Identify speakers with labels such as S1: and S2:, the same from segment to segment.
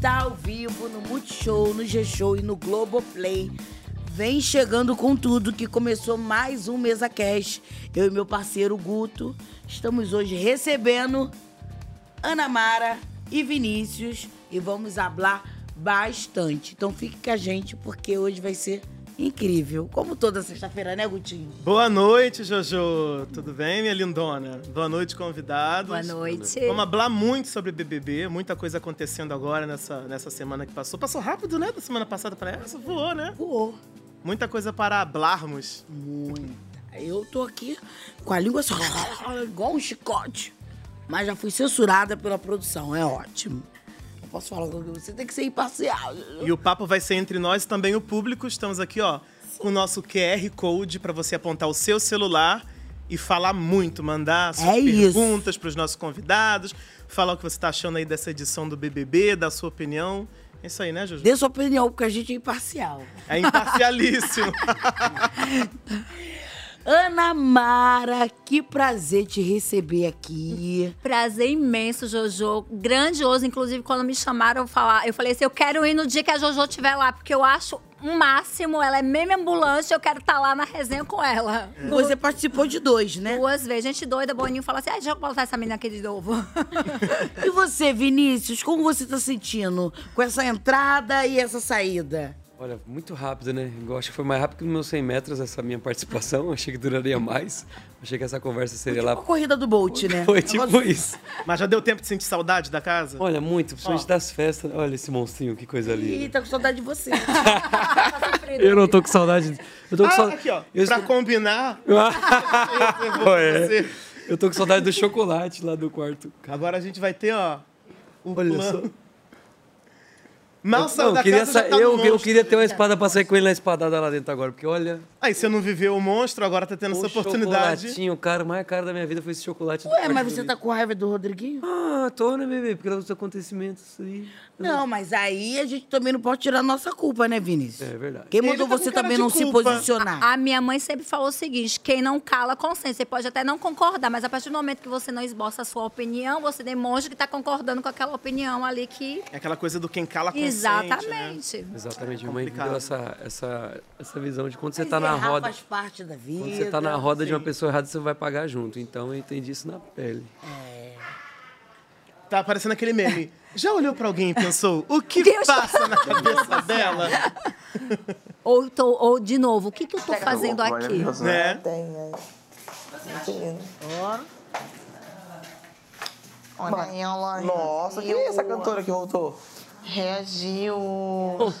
S1: tá ao vivo no Multishow, no G-Show e no Globoplay. Vem chegando com tudo que começou mais um Mesa Cash. Eu e meu parceiro Guto estamos hoje recebendo Ana Mara e Vinícius e vamos falar bastante. Então fique com a gente porque hoje vai ser incrível. Como toda sexta-feira, né, Gutinho?
S2: Boa noite, Jojo. Tudo bem, minha lindona? Boa noite, convidados.
S3: Boa noite.
S2: Vamos falar muito sobre BBB, muita coisa acontecendo agora nessa, nessa semana que passou. Passou rápido, né? Da semana passada pra essa, voou, né?
S1: Voou.
S2: Muita coisa para hablarmos.
S1: Muita. Eu tô aqui com a língua só, igual um chicote. Mas já fui censurada pela produção, é ótimo. Eu posso falar com você, tem que ser imparcial.
S2: E o papo vai ser entre nós e também o público. Estamos aqui, ó, com o nosso QR Code para você apontar o seu celular e falar muito, mandar suas
S1: É isso.
S2: perguntas para os nossos convidados, falar o que você tá achando aí dessa edição do BBB, da sua opinião. É isso aí, né, Jojo?
S1: Dê sua opinião, porque a gente é imparcial.
S2: É imparcialíssimo.
S1: Ana Mara, que prazer te receber aqui.
S3: Prazer imenso, Jojo. Grandioso. Inclusive, quando me chamaram eu falar, eu falei assim: eu quero ir no dia que a Jojo estiver lá, porque eu acho o máximo. Ela é meme ambulante, eu quero estar lá na resenha com ela.
S1: Você É. participou de dois, né?
S3: Duas vezes. Gente doida, Boninho fala assim: ah, deixa eu botar essa menina aqui de novo.
S1: E você, Vinícius, como você tá sentindo com essa entrada e essa saída?
S4: Olha, muito rápido, né? Eu acho que foi mais rápido que nos meus 100 metros essa minha participação. Achei que duraria mais. Achei que essa conversa seria
S1: Tipo a
S4: lá.
S1: corrida do Bolt, né?
S4: Foi tipo isso.
S2: Mas já deu tempo de sentir saudade da casa?
S4: Olha, muito, principalmente
S2: Ó.
S4: das festas. Olha esse monstrinho, que coisa
S1: Ih,
S4: linda.
S1: tá com saudade de você.
S4: Eu não tô com saudade. Eu tô com
S2: Ah,
S4: saudade.
S2: aqui, ó.
S4: Eu,
S2: Pra combinar, eu vou
S4: Ah, é.
S2: fazer.
S4: eu tô com saudade do chocolate lá do quarto.
S2: Agora a gente vai ter, ó, o
S4: Olha
S2: plano.
S4: só.
S2: Mal saiu
S4: Não,
S2: da
S4: eu queria,
S2: casa,
S4: sa-
S2: já tá no
S4: eu, eu
S2: monstro.
S4: queria ter uma espada pra sair com ele na espadada lá dentro agora, porque olha.
S2: Aí você não viveu o monstro, agora tá tendo
S4: o
S2: essa oportunidade.
S4: chocolatinho, o cara, o mais caro da minha vida foi esse chocolate. do
S1: Ué,
S4: quarto
S1: mas
S4: do
S1: você
S4: Vinícius.
S1: tá com raiva do Rodriguinho?
S4: Ah, tô, né, bebê? Porque os acontecimentos aí.
S1: Não, mas aí a gente também não pode tirar nossa culpa, né, Vinícius?
S4: É verdade.
S1: Quem
S2: Ele
S1: mandou
S2: tá com
S1: você
S2: cara
S1: também
S2: de
S1: não se
S2: culpa.
S1: posicionar?
S3: A minha mãe sempre falou o seguinte: quem não cala, consente. Você pode até não concordar, mas a partir do momento que você não esboça a sua opinião, você demonstra que tá concordando com aquela opinião ali que.
S2: É aquela coisa do quem cala consente, Né?
S3: Exatamente.
S4: Exatamente, minha mãe me
S2: complicado.
S4: deu essa, essa, essa visão de quando você tá na
S1: Errar
S4: roda.
S1: faz parte é da vida. assim.
S4: Quando você tá na roda de uma pessoa errada, você vai pagar junto. Então eu entendi isso na pele.
S2: Tá parecendo aquele meme. Já olhou pra alguém e pensou, o que
S3: Deus.
S2: passa na cabeça dela?
S3: Ou, tô, ou, de novo, É, o que, que eu tô fazendo aqui?
S2: né?
S5: Tem aí. Mentira.
S6: Olha, ela
S5: Nossa, quem é essa cantora que voltou?
S6: reagiu.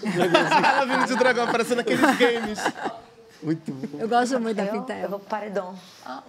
S2: Ela vindo de dragão, parecendo aqueles games.
S4: Muito bom.
S3: Eu gosto muito da
S7: Eu
S3: Pintel.
S7: vou pro paredão.
S2: Ah,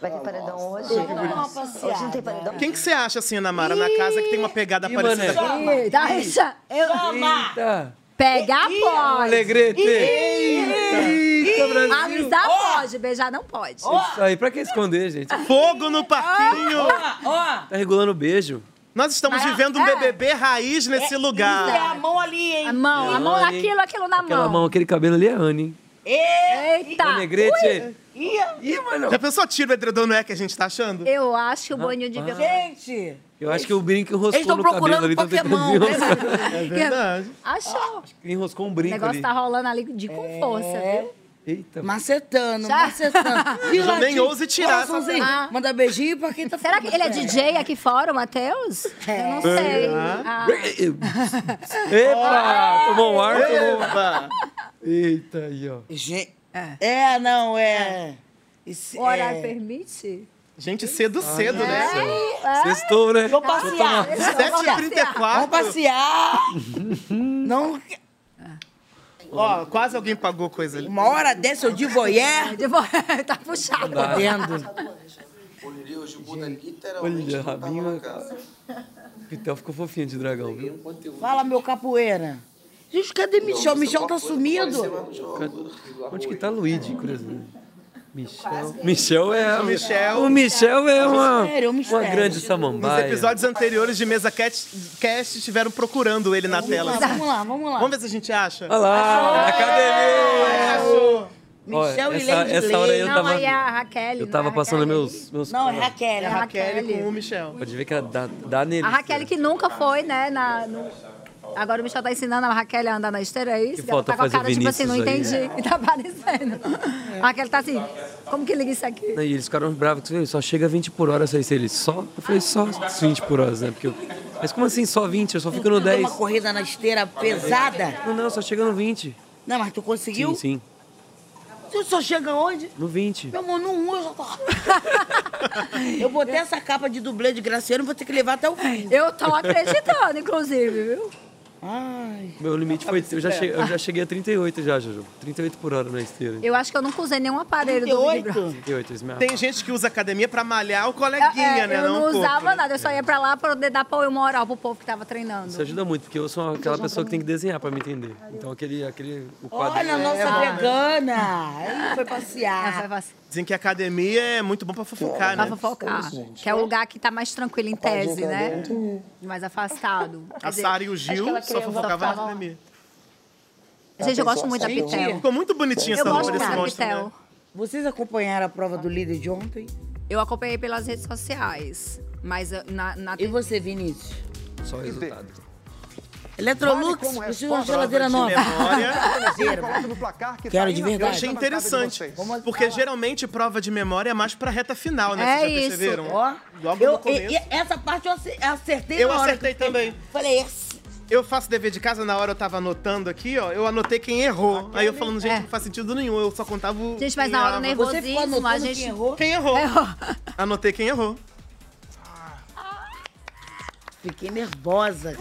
S7: Vai ter paredão hoje? Hoje não tem paredão?
S2: Quem que você acha, assim, Ana Mara, na casa que tem uma pegada
S4: Ih,
S2: parecida?
S4: mané.
S3: Eita, deixa eu-
S4: Eita!
S3: Pega a pode.
S4: Alegrete! Eita, Brasil!
S3: Alisar pode, beijar não pode.
S1: Oh!
S4: Isso é um aí, pra que esconder, gente?
S2: Fogo no parquinho!
S1: Ó,
S4: Tá regulando o beijo.
S2: Nós estamos
S3: Mas,
S2: vivendo um
S3: é.
S2: BBB raiz nesse lugar.
S1: é a mão ali, hein?
S3: A mão, a mão
S4: Olha, hein?
S3: naquilo, aquilo na
S4: Aquela mão,
S3: mão.
S4: aquele cabelo ali é Anne, hein?
S3: Eita!
S4: Alegrete!
S1: Ih,
S4: Ih, mano!
S2: Já pensou tiro o edredom não é que a gente tá achando?
S3: Eu acho que o Boninho devia.
S1: gente!
S4: Eu acho que o brinco
S1: Eles
S4: enroscou
S1: estão
S4: no cabelo
S1: procurando
S4: ali. Então tem que
S1: Pokémon,
S4: fazer um-
S1: né?
S2: É verdade.
S3: Achou.
S4: Enroscou um
S3: O
S4: brinco ali. É.
S3: negócio tá rolando ali de com força, viu?
S4: Eita,
S1: Macetando,
S3: Já.
S1: macetando.
S2: Já nem ouse tirar essa
S1: Coraçãozinho.
S3: Ah.
S1: Manda beijinho pra quem tá É.
S3: Será que ele é DJ aqui fora, o Matheus? Eu não sei.
S2: É.
S3: Ah,
S2: Ah!
S4: Epa! Tomou um ar, tomou um ar.
S2: Eba!
S4: Eita, aí, ó.
S1: Gente. É, não, é. Esse-
S3: o horário
S1: é.
S3: permite?
S2: Gente, cedo, cedo,
S3: É,
S2: né?
S4: Sextou, né?
S1: Vou passear. Vamos passear.
S2: 7h34.
S1: Vamos passear. Não, Ah.
S2: Ó, quase alguém pagou coisa ali.
S1: uma hora dessa eu de voyeur.
S3: Eu vou- tá puxado.
S1: Podendo.
S8: Olharia hoje o Buda Tipo, literalmente
S4: Olha,
S8: não tava
S4: rabinho. né,
S8: na casa.
S4: Pitel ficou fofinho de dragão, viu?
S8: Um conteúdo
S1: Fala, meu capoeira. Gente, cadê Michel? Michel tá sumido.
S8: no jogo.
S4: Onde que tá Luigi, curiosidade? Michel. Michel é. O
S2: Michel.
S4: O Michel é uma.
S1: Mistério, é um
S4: Uma
S1: mistério.
S4: grande
S2: Nos
S4: samambaia.
S2: episódios anteriores de Mesa Cat, Cast estiveram procurando ele na tela.
S1: Vamos lá, vamos lá, vamos lá.
S2: Vamos ver é se a gente acha.
S4: Olha lá, academia!
S1: Michel
S4: Olha,
S1: e
S4: essa-
S1: Lady
S4: essa
S1: Blade.
S4: hora eu
S3: não,
S4: tava-
S3: aí a Raquel.
S4: Eu
S3: não é
S4: tava
S3: a
S4: passando
S3: Raquel?
S4: meus. meus
S1: Não, é Raquel. é
S2: Raquel
S3: Raquel.
S2: com o Michel.
S4: Pode ver que ela dá, dá nele.
S3: A Raquel que nunca foi, né? Na, no- Agora o Michel tá ensinando a Raquel a andar na esteira, é isso?
S4: Que
S3: E ela
S4: falta
S3: tá com a
S4: fazer o
S3: cara, tipo assim, não
S4: Vinícius
S3: entendi.
S2: né?
S4: aí.
S3: E tá aparecendo. A Raquel tá assim, como que liga isso aqui?
S4: E eles ficaram bravos, que só chega 20 por hora essa esteira. Eles só? Eu falei, só 20 por hora, né? Porque eu- Mas como assim só 20? Eu só fico no
S1: Tu deu
S4: 10.
S1: uma corrida na esteira pesada?
S4: Não, não, só chega no 20.
S1: Não, mas tu conseguiu?
S4: Sim, sim.
S1: Tu só chega onde?
S4: No 20.
S1: Meu amor, no 1 eu já tô... eu botei essa capa de dublê de Graciano, vou ter que levar até o fim.
S3: Eu tô acreditando, inclusive, viu?
S1: Ai,
S4: Meu limite foi. Eu já, cheguei, eu já cheguei a 38 já, Jojo. 38 por hora na esteira.
S3: Eu acho que eu nunca usei nenhum aparelho do Big Brother.
S1: 38?
S4: 38, eles me
S2: Tem gente que usa academia pra malhar o
S3: É,
S2: coleguinha,
S3: é,
S2: né?
S3: eu não,
S2: o corpo,
S3: usava
S2: né?
S3: nada, eu só ia pra lá pra poder dar apoio moral pro povo que tava treinando.
S4: Isso ajuda muito, porque eu sou aquela pessoa que tem que desenhar pra me entender. Então aquele, aquele o é quadro.
S1: Olha a nossa
S2: né?
S1: vegana! Aí foi passear.
S3: Essa vai ser-
S2: Dizem que a academia é muito bom pra fofocar,
S3: Pra
S2: né?
S3: fofocar. que é o lugar que tá mais tranquilo em tese, né?
S5: Hum.
S3: Mais afastado. Quer
S2: A
S3: dizer,
S2: Sara e o
S7: que
S2: Gil
S7: ela
S2: só
S7: queria
S2: fofocavam na
S7: voltar.
S2: academia.
S3: Gente, eu gosto muito da
S1: Gente,
S3: Pitel.
S2: um Ficou muito bonitinha
S3: Eu
S2: essa roupa
S3: gosto muito
S2: desse
S3: da
S2: monstro, né?
S3: Pitel.
S1: Vocês acompanharam a prova do líder de ontem?
S3: Eu acompanhei pelas redes sociais. Mas eh, na, na
S1: E você, Vinícius?
S4: Só o resultado.
S1: Eletrolux,
S9: como
S1: preciso de uma
S9: resposta,
S1: geladeira nova.
S2: Memória.
S1: Zero.
S9: do placar que
S1: Quero
S9: tá aí
S1: de
S9: na
S1: verdade.
S2: Eu achei
S9: frente, tá na cabeça de
S2: interessante.
S9: vocês.
S2: Porque geralmente prova de memória é mais pra reta final, né?
S3: É
S2: Vocês já
S3: isso,
S2: perceberam?
S1: Ó,
S2: Logo
S1: eu,
S2: no começo.
S1: e- e essa parte eu ace- acertei
S2: Eu
S1: na hora.
S2: acertei
S1: que eu
S2: também.
S1: Falei, esse.
S2: Eu faço dever de casa, na hora eu tava anotando aqui, ó. Eu anotei quem errou. Aí eu falando, gente, não faz sentido nenhum. Eu só contava o.
S3: Ah, é Gente, mas
S2: quem
S3: na hora
S2: errava.
S3: do
S1: Você ficou
S3: nervosismo, a
S1: anotando
S3: gente.
S1: quem errou?
S2: Quem errou.
S3: Errou.
S2: Anotei quem errou.
S1: Fiquei nervosa.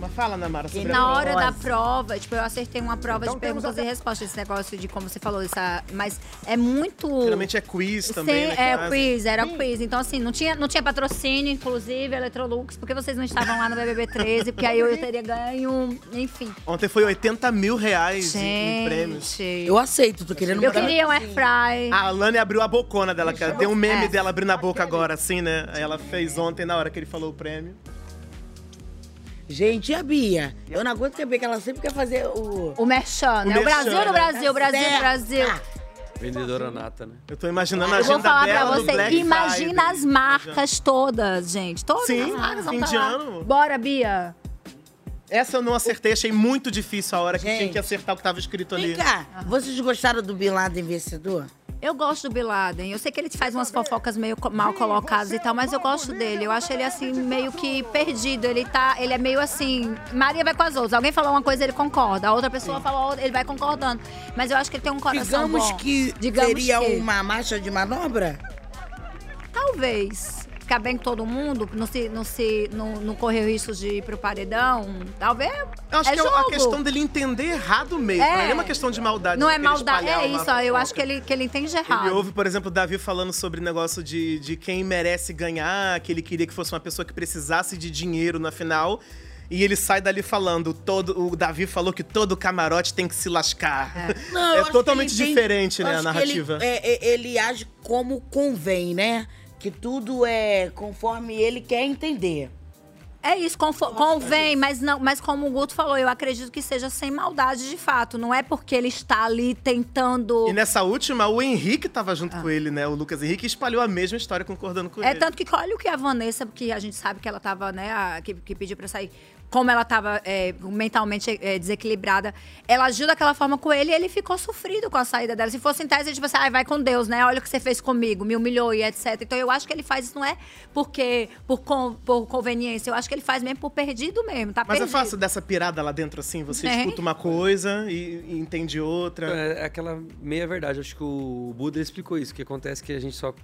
S2: Mas fala, Ana Mara, sobre a
S3: Na hora da
S1: Nossa.
S3: prova, tipo, eu acertei uma prova
S2: Então
S3: de perguntas e respostas, esse negócio de como você falou, essa, mas é muito.
S2: Geralmente é quiz também,
S3: Sim,
S2: né?
S3: é, quiz, era quiz. Então, assim, não tinha, não tinha patrocínio, inclusive, Eletrolux, porque vocês não estavam lá no BBB 13, porque
S1: Uhum.
S3: aí eu, eu teria ganho, enfim.
S2: Ontem foi 80 mil reais em- em prêmios.
S3: Gente, eu,
S1: Eu aceito, tô querendo mudar.
S3: queria um airfry.
S2: A Alane abriu a bocona dela, cara. Tem um meme
S3: É.
S2: dela abrindo a boca agora, assim, né? Aí ela fez ontem, na hora que ele falou o prêmio.
S1: Gente, e a Bia? Eu não aguento que a Bia, que ela sempre quer fazer o... Tá
S3: O Merchan, né?
S2: O
S3: O Brasil
S2: merchan, né?
S3: no Brasil, Brasil,
S1: Certa.
S3: Brasil.
S4: Vendedora nata, né?
S2: Eu tô imaginando a
S3: Eu
S2: Tá
S3: vou
S2: agenda
S3: falar pra
S2: dela do
S3: você,
S2: Black
S3: imagina
S2: Friday. Tá
S3: as marcas todas, gente. Todas
S2: Sim,
S3: as marcas
S2: fim
S3: vão
S2: de
S3: estar lá.
S2: ano.
S3: Bora, Bia.
S2: Essa eu não acertei, achei muito difícil a hora que
S1: Gente.
S2: tinha que acertar o que tava escrito ali.
S1: Vem cá, Ah, vocês gostaram do Bin Laden vencedor?
S3: Eu gosto do Bin Laden. Eu sei que ele faz umas fofocas meio co- mal colocadas e tal, mas eu gosto dele. Eu acho ele assim meio que perdido. Ele tá, ele é meio assim, Maria vai com as outras. Alguém falou uma coisa, ele concorda. A outra pessoa falou, outra, ele vai concordando. Mas eu acho que ele tem um coração
S1: Digamos
S3: bom.
S1: que seria uma marcha de manobra?
S3: Talvez. Ficar bem com todo mundo, não, se, não, se, não, não correr o risco de ir pro paredão. Talvez.
S2: Eu acho
S3: é
S2: que é
S3: jogo.
S2: a questão dele entender errado mesmo.
S3: É.
S2: Não é uma questão de maldade.
S3: Não
S2: de
S3: é
S2: querer
S3: maldade.
S2: espalhar
S3: É
S2: uma
S3: isso, ó, eu
S2: fofoca.
S3: acho que ele, que ele entende
S2: Ele
S3: errado.
S2: ouve, por exemplo, o Davi falando sobre negócio de, de quem merece ganhar, que ele queria que fosse uma pessoa que precisasse de dinheiro na final. E ele sai dali falando, todo, o Davi falou que todo camarote tem que se lascar.
S1: Não,
S2: é
S1: eu acho que
S2: totalmente
S1: ele vem-
S2: diferente, né,
S1: eu
S2: a
S1: acho que ele-
S2: narrativa.
S1: é, é, ele, age como convém, né? Que tudo é conforme ele quer entender.
S3: É isso, confo- convém, mas não, mas como o Guto falou, eu acredito que seja sem maldade de fato. Não é porque ele está ali tentando.
S2: E é nessa última, o Henrique tava junto
S1: Ah.
S2: com ele, né? O Lucas Henrique espalhou a mesma história concordando com
S3: É
S2: ele.
S3: tanto que olha o que a Vanessa, porque a gente sabe que ela tava, né, a- que, que pediu pra sair, como ela tava é, mentalmente é, desequilibrada, ela agiu daquela forma com ele e ele ficou sofrido com a saída dela. Se fosse em tese, ele tipo assim, ai, vai com Deus, né? Olha o que você fez comigo, me humilhou e etc. Então eu acho que ele faz isso não é porque por, con- por conveniência, eu acho que ele faz mesmo por perdido mesmo, tá
S2: Mas é
S3: perdido.
S2: fácil dessa pirada lá dentro, assim? Você
S3: É.
S2: escuta uma coisa e, e entende outra.
S4: É aquela meia verdade. Acho que o Buda explicou isso, que acontece que a gente só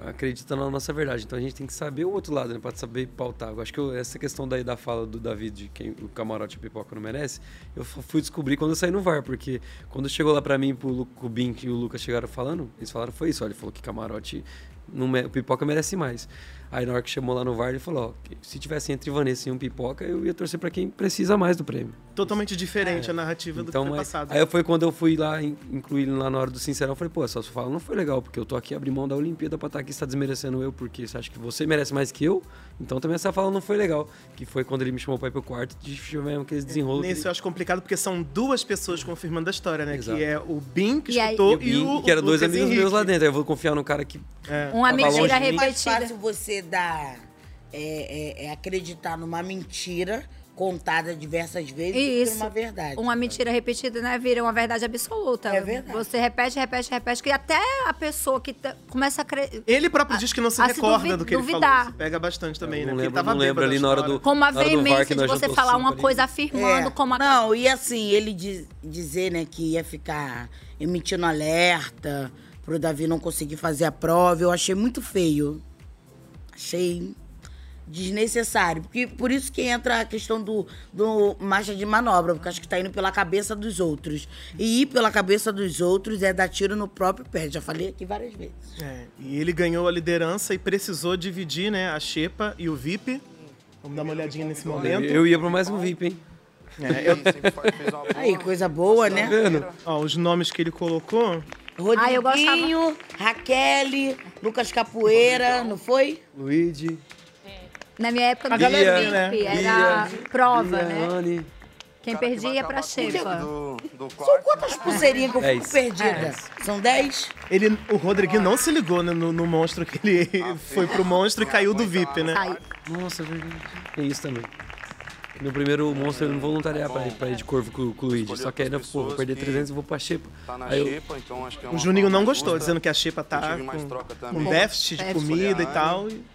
S4: acredita na nossa verdade. Então a gente tem que saber o outro lado, né? Pra saber pautar. Eu acho que eu- essa questão daí da fala do Davi de quem o camarote e pipoca não merece, eu f- fui descobrir quando eu saí no VAR, porque quando chegou lá pra mim, pro Lu- pro Bink e o Lucas chegaram falando, eles falaram, foi isso, olha, ele falou que camarote. Não me- o pipoca merece mais. Aí na hora que chamou lá no VAR, ele falou: ó, que se tivesse entre Vanessa e um pipoca, eu ia torcer pra quem precisa mais do prêmio.
S2: Totalmente diferente a narrativa do que foi
S4: é-
S2: passado. né?
S4: Aí foi quando eu fui lá, in- incluí ele lá na hora do Sincerão, eu falei, pô, essa sua fala não foi legal, porque eu tô aqui abrindo mão da Olimpíada pra estar aqui, você tá desmerecendo eu, porque você acha que você merece mais que eu? Então também essa fala não foi legal. Que foi quando ele me chamou pra ir pro quarto, de- tivemos aqueles desenrolos. que-
S2: Nesse eu acho complicado porque são duas pessoas confirmando a história, né?
S4: Exato.
S2: Que é o Bin, que
S3: E aí-
S2: escutou,
S4: e
S2: e
S4: o
S2: o.
S4: Bing, que eram dois
S2: Lucas
S4: amigos meus
S2: Henrique. É.
S4: lá dentro. Aí eu vou confiar no cara que. Tá
S3: Uma
S1: Tá
S4: Tava longe
S3: mentira
S4: de mim.
S1: É mais
S3: repetida.
S1: fácil você dar. é, é, é acreditar numa mentira contada diversas vezes
S3: Isso.
S1: por uma verdade.
S3: Uma mentira repetida, né? Vira uma verdade absoluta.
S1: É verdade.
S3: Você repete, repete, repete, que até a pessoa que tá- começa a cre...
S2: Ele próprio
S3: A-
S2: diz que não se
S3: a se
S2: recorda
S3: duvi-
S2: do que ele
S3: duvidar.
S2: falou. Isso pega bastante também,
S4: Eu
S2: né?
S4: não
S2: Porque
S4: lembro,
S2: ele tava
S4: não lembro
S2: bêbado
S4: ali na hora do.
S3: Com uma
S4: na hora do VAR,
S3: veemência
S4: que
S3: de
S4: nós
S3: você
S4: juntou
S3: falar
S4: cinco
S3: uma
S4: ali.
S3: coisa afirmando,
S1: É.
S3: como a
S1: Não, e assim, ele diz- dizer, né, que ia ficar emitindo alerta pro Davi não conseguir fazer a prova, eu achei muito feio. Achei desnecessário. Porque, por isso que entra a questão do, do marcha de manobra, porque acho que tá indo pela cabeça dos outros. E ir pela cabeça dos outros é dar tiro no próprio pé. Já falei aqui várias vezes.
S2: É, e ele ganhou a liderança e precisou dividir, né, a Xepa e o VIP. Vamos dar uma olhadinha nesse momento.
S4: Eu ia pra mais um VIP, hein? Tá
S2: É, eu-
S1: Aí, coisa boa, né?
S2: ó, os nomes que ele colocou.
S3: Ah, eu gostava.
S1: Rodriguinho, Raquel, Lucas Capoeira, não foi?
S4: Luigi,
S3: Na minha época
S2: A
S3: não
S2: galerinha,
S3: tinha VIP,
S2: né?
S3: era prova, né?
S4: Liane.
S3: Quem perdia ia pra xepa.
S8: Do, do
S1: São
S8: quarto. né?
S1: quantas pulseirinhas que eu fico
S4: Dez.
S1: perdida? São dez?
S2: Ele, o Rodriguinho não se ligou né, no, no monstro que ele foi pro monstro e caiu do VIP, né?
S3: Sai.
S4: Nossa, é verdade. Tem isso também. Meu primeiro monstro eu não vou voluntariar pra ir, pra ir de corvo com, com o Luigi.
S8: Escolher
S4: Só que aí, eu,
S8: outras
S4: pô, vou
S8: pessoas
S4: perder
S8: que
S4: 300 e vou pra Xepa.
S8: Tá na
S4: Aí eu,
S8: xepa, então acho que é uma
S2: O Juninho não
S8: forma
S2: gostou,
S8: justa.
S2: dizendo que a Xepa
S8: Eu
S2: tá
S8: tive mais
S2: com,
S8: troca também. Ah, né?
S2: com déficit de
S3: Déficit.
S2: comida e
S1: né?
S8: Olhar,
S2: tal. e-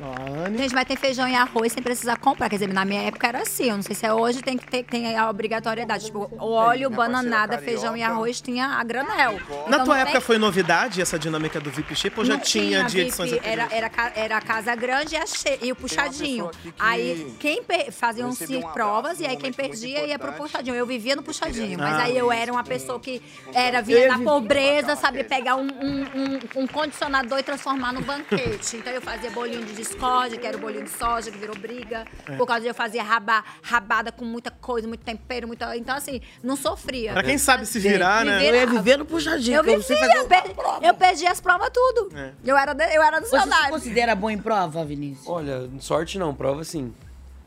S2: Ó, a Anne.
S3: Gente, mas tem feijão e arroz sem precisar comprar. Quer dizer, na minha época era assim. Eu não sei se é hoje tem que ter tem a obrigatoriedade. Tipo, óleo, bananada,
S8: parceira
S3: feijão e
S8: carioca.
S3: arroz tinha a granel.
S2: é Na
S3: Então,
S2: tua
S3: não
S2: época
S3: tem-
S2: foi novidade essa dinâmica do VIP Xepa ou tipo, já
S3: Não
S2: tinha de
S3: VIP,
S2: edições
S3: era,
S2: anteriores?
S3: era, ca- era a Casa Grande e, a che- e o Puxadinho.
S8: pessoa aqui que
S3: Aí quem per- faziam
S8: recebeu um
S3: cinco
S8: abraço
S3: provas e
S8: num
S3: aí quem
S8: momento muito
S3: perdia ia pro
S8: importante.
S3: Puxadinho. Eu vivia no Puxadinho, mas
S2: Ah,
S3: aí eu era uma pessoa que era, vinha da pobreza, sabia pegar um, um- um- um condicionador e transformar num banquete. Então eu fazia bolinho de discórdia, que era o bolinho de soja, que virou briga.
S2: É.
S3: Por causa de eu fazia rabá, rabada com muita coisa, muito tempero, muita. Então, assim, não sofria.
S2: Pra quem sabe se virar,
S3: me
S2: né?
S1: Eu
S3: vira-
S1: ia viver no puxadinho.
S3: Eu
S1: porque
S3: vivia,
S1: não sei fazer
S3: eu,
S1: uma
S3: perdi,
S1: prova.
S3: eu perdi as provas tudo.
S2: É.
S3: Eu era, de- eu era
S1: Você se
S3: dicionário.
S1: considera bom em prova, Vinícius?
S4: olha, sorte não, prova sim.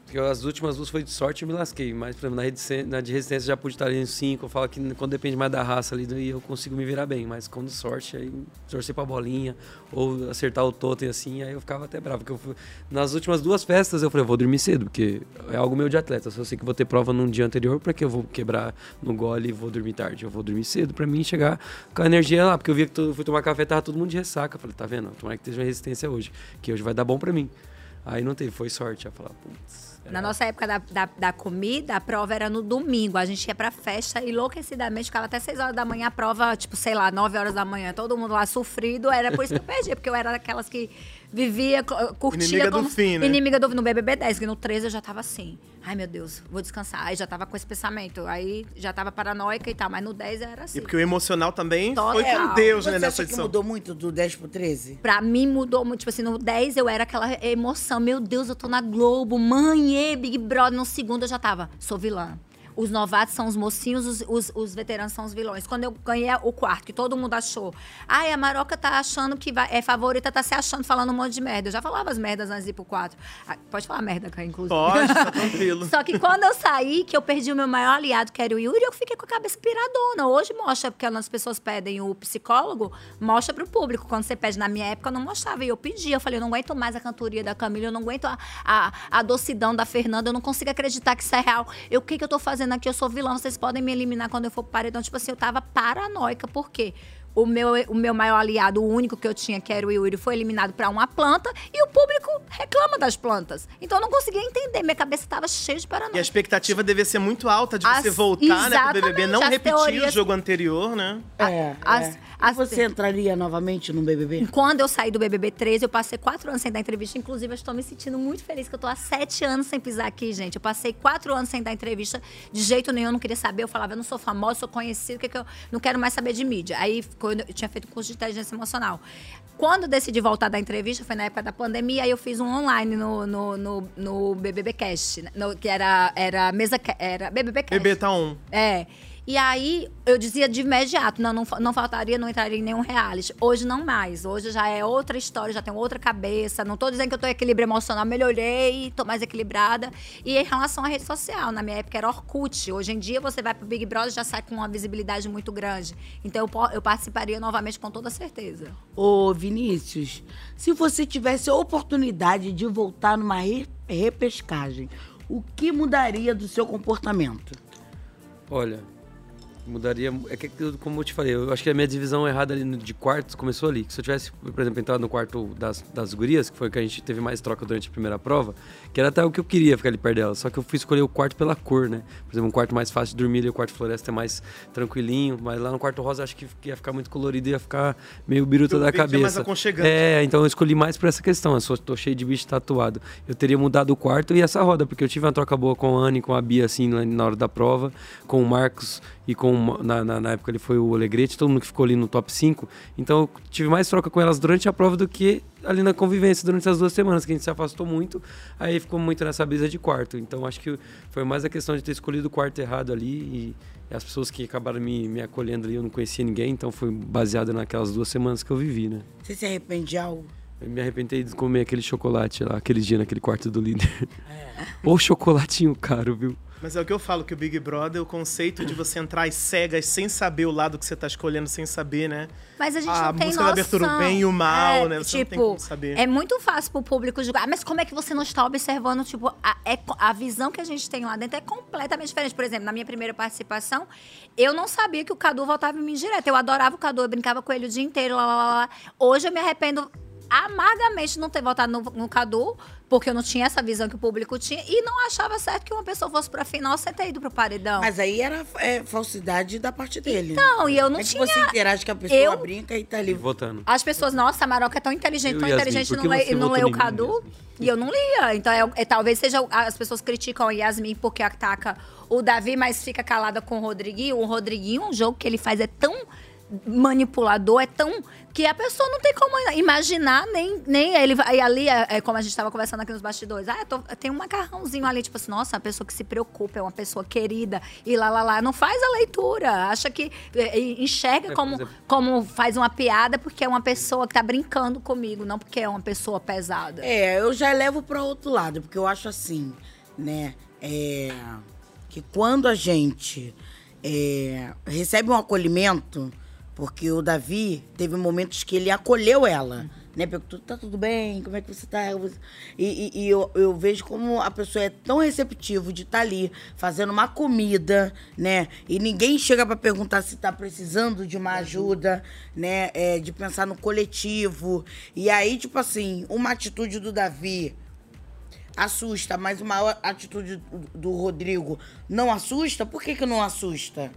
S4: Porque as últimas duas foi de sorte eu me lasquei. Mas, por exemplo, na, redicê- na de resistência já pude estar ali em 5. Eu falo que quando depende mais da raça ali, daí eu consigo me virar bem. Mas quando sorte, aí torcer pra bolinha ou acertar o totem assim, aí eu ficava até bravo. Porque eu fui- nas últimas duas festas eu falei, eu vou dormir cedo, porque é algo meu de atleta. Se eu sei que vou ter prova num dia anterior, pra que eu vou quebrar no gole e vou dormir tarde? Eu vou dormir cedo pra mim chegar com a energia lá. Porque eu via que todo, fui tomar café, tava todo mundo de ressaca. Eu falei, tá vendo? Tomara que esteja uma resistência hoje, que hoje vai dar bom pra mim. Aí não teve, foi sorte. Aí Eu falar, putz.
S3: Na nossa época da, da, da comida, a prova era no domingo. A gente ia pra festa enlouquecidamente, ficava até 6 horas da manhã, a prova, tipo, sei lá, 9 horas da manhã. Todo mundo lá sofrido. Era por isso que eu perdi, porque eu era daquelas que vivia, cu- curtia
S2: Inimiga do
S3: como.
S2: fim, né?
S3: Inimiga do no BBB 10, que no 13 eu já tava assim. Ai, meu Deus, vou descansar. Aí já tava com esse pensamento. Aí já tava paranoica e tal, mas no 10 era assim.
S2: E porque o emocional também
S3: Total.
S2: foi com
S3: É,
S2: Deus,
S1: Você
S2: né, nessa
S1: acha que
S2: edição.
S1: mudou muito do 10 pro 13?
S3: Pra mim mudou muito. Tipo assim, no 10 eu era aquela emoção. Meu Deus, eu tô na Globo. Mãe, ê, Big Brother. No segundo eu já tava. Sou vilã. Os novatos são os mocinhos, os, os- os veteranos são os vilões. Quando eu ganhei o quarto, que todo mundo achou. Ai, a Maroca tá achando que vai, é favorita, tá se achando, falando um monte de merda. Eu já falava as merdas antes de ir pro quarto. Ah, pode falar merda, cara, inclusive.
S2: Pode, tá tranquilo.
S3: Só que quando eu saí, que eu perdi o meu maior aliado, que era o Yuri, eu fiquei com a cabeça piradona. Hoje mostra, porque as pessoas pedem o psicólogo, mostra pro público. Quando você pede, na minha época eu não mostrava. E eu pedi, eu falei, eu não aguento mais a cantoria da Camila, eu não aguento a, a, a docidão da Fernanda, eu não consigo acreditar que isso é real. Eu, o que, que eu tô fazendo aqui? Eu sou vilão, vocês podem me eliminar quando eu for pro paredão. Tipo assim, eu tava paranoica, por quê? O meu, o meu maior aliado, o único que eu tinha, que era o Yuri, foi eliminado para uma planta e o público reclama das plantas. Então eu não conseguia entender, minha cabeça estava cheia de paranoia.
S2: E a expectativa devia ser muito alta de você
S3: As-
S2: voltar, né, pro
S3: exatamente,
S2: BBB, não
S3: as
S2: repetir o
S3: teorias-
S2: jogo anterior, né?
S1: É.
S3: As- as-
S1: Você entraria novamente no BBB?
S3: Quando eu saí do BBB 13, eu passei quatro anos sem dar entrevista. Inclusive, eu estou me sentindo muito feliz, que eu estou há sete anos sem pisar aqui, gente. Eu passei quatro anos sem dar entrevista. De jeito nenhum, eu não queria saber. Eu falava, eu não sou famosa, sou conhecida, o que, que eu não quero mais saber de mídia. Aí, quando eu tinha feito um curso de inteligência emocional. Quando eu decidi voltar da entrevista, foi na época da pandemia, aí eu fiz um online no, no, no, no BBB Cast, né? No- que era, era mesa. ca- Era BBB Cast.
S2: BBB tá on.
S3: É. E aí, eu dizia de imediato, não, não, fa- não faltaria, não entraria em nenhum reality. Hoje não mais. Hoje já é outra história, já tenho outra cabeça. Não tô dizendo que eu tô em equilíbrio emocional, melhorei, tô mais equilibrada. E em relação à rede social, na minha época era Orkut. Hoje em dia você vai pro Big Brother e já sai com uma visibilidade muito grande. Então eu, po- eu participaria novamente com toda certeza.
S1: Ô, Vinícius, se você tivesse a oportunidade de voltar numa re- repescagem, o que mudaria do seu comportamento?
S4: Olha, mudaria. É que, eu- como eu te falei, eu acho que a minha divisão errada ali no- de quartos começou ali. Que se eu tivesse, por exemplo, entrado no quarto das, das gurias, que foi que a gente teve mais troca durante a primeira prova, que era até o que eu queria ficar ali perto dela. Só que eu fui escolher o quarto pela cor, né? Por exemplo, um quarto mais fácil de dormir ali, o quarto floresta é mais tranquilinho. Mas lá no quarto rosa eu acho que ia ficar muito colorido e ia ficar meio biruta
S2: Eu
S4: da
S2: vi que é mais
S4: cabeça.
S2: aconchegante.
S4: É, é, então eu escolhi mais por essa questão. Eu sou, tô cheio de bicho tatuado. Eu teria mudado o quarto e essa roda, porque eu tive uma troca boa com a Anne, com a Bia, assim, na- na hora da prova, com o Marcos e com. o Ma- Na, na, na época ele foi o Olegrete, todo mundo que ficou ali no top 5. Então eu tive mais troca com elas durante a prova do que ali na convivência durante essas duas semanas, que a gente se afastou muito, aí ficou muito nessa brisa de quarto. Então acho que foi mais a questão de ter escolhido o quarto errado ali e as pessoas que acabaram me, me acolhendo ali, eu não conhecia ninguém, então foi baseado naquelas duas semanas que eu vivi, né?
S1: Você se arrepende de algo?
S4: Eu me arrependi de comer aquele chocolate lá, aquele dia naquele quarto do líder.
S3: É.
S4: Ou chocolatinho caro, viu?
S2: Mas é o que eu falo, que o Big Brother, o conceito de você entrar às cegas sem saber o lado que você tá escolhendo, sem saber, né?
S3: Mas a gente
S2: Ah,
S3: não tem
S2: música
S3: noção.
S2: da abertura, o bem e o mal, né? Você não
S3: tipo,
S2: tem como saber.
S3: é muito fácil pro público julgar. "Ah, Mas como é que você não está observando? Tipo, a, é co- a visão que a gente tem lá dentro é completamente diferente. Por exemplo, na minha primeira participação, eu não sabia que o Cadu voltava em mim direto. Eu adorava o Cadu, eu brincava com ele o dia inteiro, lá, lá, lá, lá. Hoje eu me arrependo amargamente de não ter votado no, no Cadu, porque eu não tinha essa visão que o público tinha. E não achava certo que uma pessoa fosse pra final sem ter ido pro paredão.
S1: Mas aí era é, falsidade da parte dele.
S3: Não, e eu não
S1: é que
S3: tinha...
S1: você interage com a pessoa,
S3: eu-
S1: brinca e tá
S4: E
S1: ali.
S4: votando.
S3: As pessoas, nossa, a Maroca é tão inteligente,
S4: Eu
S3: tão
S4: e Yasmin,
S3: inteligente,
S4: por
S3: não,
S4: que
S3: lê,
S4: você
S3: não
S4: votou
S3: lê o
S4: em mim,
S3: Cadu.
S4: Yasmin?
S3: E eu não lia. Então, é, é- talvez seja. o- As pessoas criticam a Yasmin porque ataca o Davi, mas fica calada com o Rodriguinho. O Rodriguinho, um jogo que ele faz é tão manipulador, é tão. que a pessoa não tem como imaginar, nem. nem ele vai e ali, é, é como a gente tava conversando aqui nos bastidores. Ah, eu tô- tem um macarrãozinho ali, tipo assim, nossa, uma pessoa que se preocupa, é uma pessoa querida, e lá, lá, lá. Não faz a leitura. Acha que. é, é, enxerga
S4: por
S3: como
S4: exemplo,
S3: como faz uma piada porque é uma pessoa que tá brincando comigo, não porque é uma pessoa pesada.
S1: É, eu já levo pra outro lado, porque eu acho assim, né? é, que quando a gente é, recebe um acolhimento, porque o Davi teve momentos que ele acolheu ela, né? Perguntou, tá tudo bem? Como é que você tá? E, e- e eu, eu vejo como a pessoa é tão receptiva de estar ali fazendo uma comida, né? E ninguém chega pra perguntar se tá precisando de uma ajuda, né? É, de pensar no coletivo. E aí, tipo assim, uma atitude do Davi assusta, mas uma atitude do- do Rodrigo não assusta? Por que, que não assusta?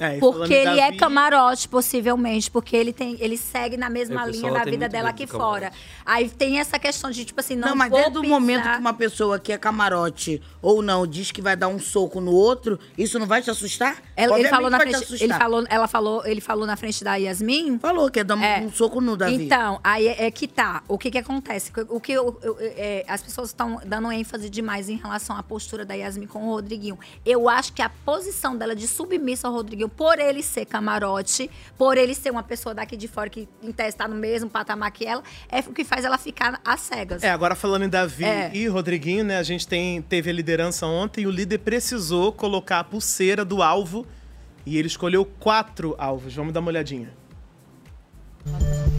S2: É, e falando
S3: Porque
S2: em
S3: ele é
S2: Davi,
S3: camarote, possivelmente, porque ele tem, ele segue na
S4: É,
S3: mesma
S4: o pessoal
S3: linha
S4: lá
S3: da
S4: tem
S3: vida
S4: muito
S3: dela
S4: medo do
S3: aqui
S4: camarote.
S3: fora. Aí tem essa questão de, tipo assim, não,
S1: Não, mas
S3: vou
S1: desde o momento
S3: pisar-
S1: que uma pessoa que é camarote ou não diz que vai dar um soco no outro, isso não vai te assustar?
S3: Ela, ele
S1: Obviamente
S3: falou na
S1: vai te
S3: frente,
S1: assustar.
S3: ele falou, ela falou, ele falou na frente da Yasmin.
S1: Falou que ia dar um-
S3: É.
S1: um soco no Davi.
S3: Então, aí é, é que tá. O que que acontece? O que eu- eu- é, as pessoas estão dando ênfase demais em relação à postura da Yasmin com o Rodriguinho. Eu acho que a posição dela de submissa ao Rodriguinho, por ele ser camarote, por ele ser uma pessoa daqui de fora que em tese tá no mesmo patamar que ela, é o que faz ela ficar às cegas.
S2: É, agora falando em Davi
S3: É.
S2: e Rodriguinho, né? A gente tem, teve a liderança ontem e o líder precisou colocar a pulseira do alvo e ele escolheu quatro alvos. Vamos dar uma olhadinha.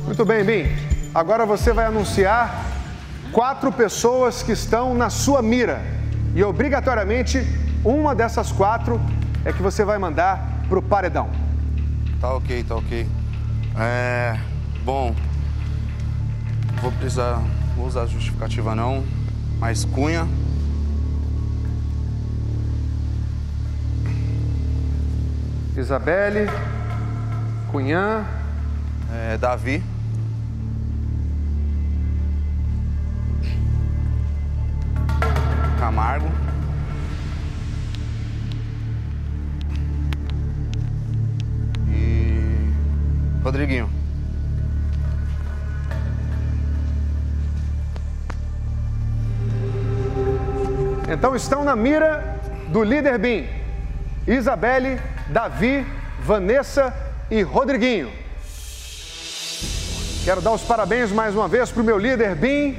S9: Muito bem, Bim. Agora você vai anunciar quatro pessoas que estão na sua mira. E obrigatoriamente, uma dessas quatro é que você vai mandar pro paredão.
S8: Tá ok, tá ok. É. Bom. Vou precisar. Vou usar justificativa não. Mas Cunha.
S9: Isabelle, Cunhã,
S8: é, Davi. Camargo. E. Rodriguinho.
S9: Então estão na mira do líder BIM. Isabelle, Davi, Vanessa e Rodriguinho. Quero dar os parabéns mais uma vez pro meu líder BIM.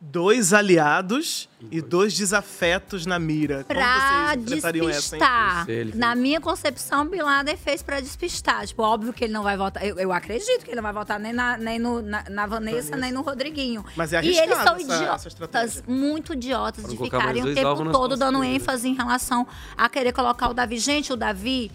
S2: dois aliados e dois desafetos na mira. Como
S3: Pra
S2: vocês enfrentariam essa, hein?
S3: despistar.
S4: Isso, ele fez.
S3: Na minha concepção, Bin Laden fez pra despistar. Tipo, óbvio que ele não vai votar. Eu, eu acredito que ele não vai votar nem na, nem no- na- na Vanessa, nem no Rodriguinho.
S2: Mas é
S3: e eles
S2: arriscado
S3: são
S2: essa- essa
S3: idiotas,
S2: estratégia.
S3: muito idiotas,
S4: Pra
S3: de
S4: colocar
S3: ficarem
S4: mais
S3: o
S4: dois
S3: tempo
S4: alvos nas
S3: todo
S4: costas
S3: dando
S4: dele, né?
S3: ênfase em relação a querer colocar o Davi. Gente, o Davi.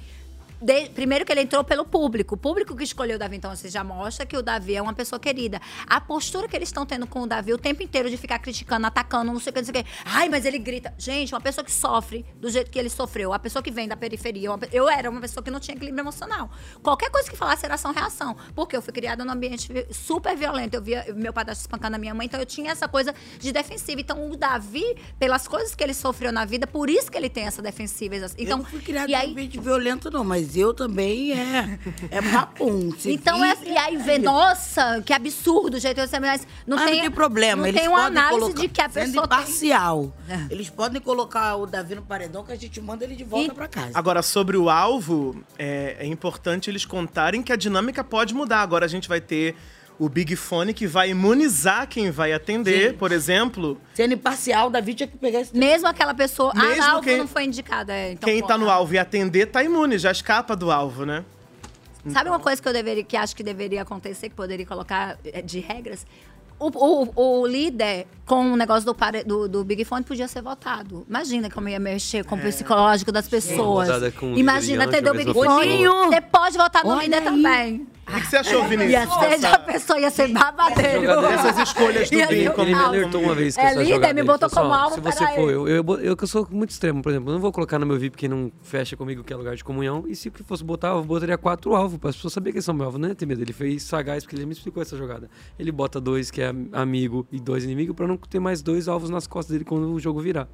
S3: de- primeiro que ele entrou pelo público, o público que escolheu o Davi, então você já mostra que o Davi é uma pessoa querida. A postura que eles estão tendo com o Davi o tempo inteiro de ficar criticando, atacando, não sei o que, não sei o que. Ai, mas ele grita. Gente, uma pessoa que sofre do jeito que ele sofreu, a pessoa que vem da periferia, uma pe- eu era uma pessoa que não tinha equilíbrio emocional. Qualquer coisa que falasse era ação-reação, porque eu fui criada num ambiente vi- super violento. Eu via meu padrasto espancando a minha mãe, então eu tinha essa coisa de defensiva. Então o Davi, pelas coisas que ele sofreu na vida, por isso que ele tem essa defensiva. essa-
S1: Eu
S3: Então,
S1: não fui criada
S3: e aí,
S1: em ambiente violento, não, mas eu também é. É papum. se
S3: Então, é,
S1: vira-
S3: e aí vê, nossa, que absurdo o jeito que você mas não,
S1: Mas
S3: tem,
S1: Ah, não tem problema.
S3: Não
S1: Eles
S3: tem uma
S1: podem
S3: análise
S1: colocar,
S3: de que a
S1: sendo
S3: pessoa tem.
S1: imparcial.
S3: é
S1: Eles podem colocar o Davi no paredão que a gente manda ele de volta
S3: E-
S1: pra casa.
S2: Agora, sobre o alvo, é, é importante eles contarem que a dinâmica pode mudar. Agora a gente vai ter o Big Fone que vai imunizar quem vai atender, por exemplo.
S1: Sendo imparcial, o Davi tinha que pegar esse
S3: Mesmo aquela pessoa.
S2: Mesmo
S3: ah, algo
S2: quem-
S3: não foi indicada. é, então,
S2: quem tá
S3: bom.
S1: né?
S2: no alvo e atender tá imune, já escapa do alvo, né?
S3: Sabe uma coisa que eu deveria, que acho que deveria acontecer, que poderia colocar é, de regras? O, o- o líder com o negócio do, pare- do, do Big Fone podia ser votado. Imagina como ia mexer
S1: É.
S3: com o psicológico das pessoas.
S4: Rodada é com o líder
S3: Imagina
S4: Yang,
S3: atender o
S4: a
S3: Big
S4: mesma pessoa.
S3: Fone. Você pode votar no
S1: Olha
S3: líder
S1: aí.
S3: também.
S2: O que, que você
S1: É,
S2: achou,
S3: Ia
S2: Vinícius?
S3: ser,
S2: dessa-
S3: a pessoa ia ser babadeiro.
S4: Jogador.
S2: Essas escolhas do
S3: Ia
S2: Big
S3: ser
S2: como-
S4: Ele me
S3: alvo.
S4: alertou uma vez que
S3: É
S4: essa
S3: líder,
S4: jogada
S3: me
S4: ele
S3: botou
S4: falou,
S3: como
S4: assim, "Ó,
S3: alvo,
S4: Se você
S3: peraí."
S4: for, eu, eu, eu, que sou muito extremo, por exemplo, eu não vou colocar no meu VIP quem não fecha comigo que é lugar de comunhão. E se eu fosse botar, eu botaria quatro alvos, para as pessoas saberem quem são meu alvo, né? Tem medo. Ele fez sagaz, porque ele me explicou essa jogada. Ele bota dois que é am- amigo e dois inimigo para não ter mais dois alvos nas costas dele quando o jogo virar.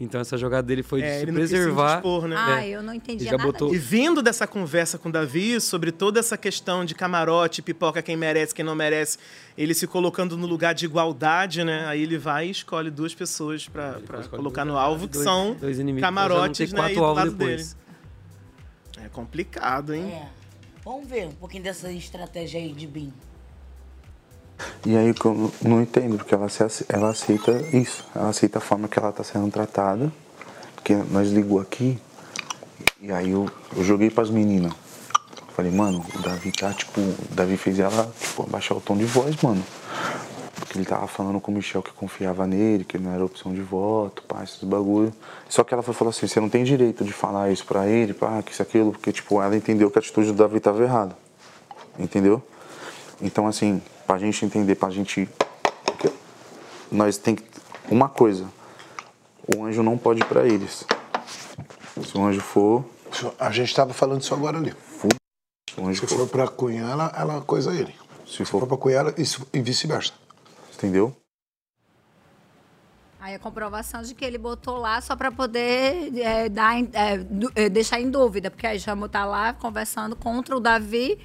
S4: Então essa jogada dele foi
S2: É,
S4: de se
S2: ele não quis se
S4: preservar.
S2: indispor, né?
S3: Ah,
S4: É.
S3: eu não entendi
S4: Ele já
S3: nada.
S4: botou-
S2: E vindo dessa conversa com o Davi sobre toda essa questão de camarote, pipoca, quem merece, quem não merece, ele se colocando no lugar de igualdade, né? Aí ele vai e escolhe duas pessoas pra, pra
S4: escolhe
S2: colocar
S4: duas
S2: no alvo, que
S4: dois-
S2: são
S4: dois inimigos, pra já não ter
S2: camarotes, né?
S4: quatro
S2: E do
S4: alvos
S2: lado
S4: depois.
S2: dele. É complicado, hein?
S1: É. Vamos ver um pouquinho dessa estratégia aí de Bim.
S8: E aí que eu não entendo, porque ela, se, ace- ela aceita isso, ela aceita a forma que ela está sendo tratada, porque nós ligou aqui, e aí eu, eu joguei pras meninas. Falei, mano, o Davi tá, tipo, o Davi fez ela, tipo, abaixar o tom de voz, mano. Porque ele tava falando com o Michel que confiava nele, que não era opção de voto, pá, esses bagulho. Só que ela foi falar assim, você não tem direito de falar isso pra ele, pá, que isso, aquilo, porque, tipo, ela entendeu que a atitude do Davi tava errada. Entendeu? Então, assim, pra gente entender, pra gente. Nós tem que. Uma coisa. O anjo não pode ir pra eles. Se o anjo for.
S10: Isso- A gente estava falando isso agora ali.
S8: Se o anjo
S10: Se
S8: for.
S10: for pra cunhar, ela, ela coisa ele.
S8: Se
S10: Se for
S8: for.
S10: pra cunhar, ela- isso, e vice-versa.
S8: Entendeu?
S3: Aí a comprovação de que ele botou lá só pra poder é, dar, em- é, du- é, deixar em dúvida, porque aí já tá lá conversando contra o Davi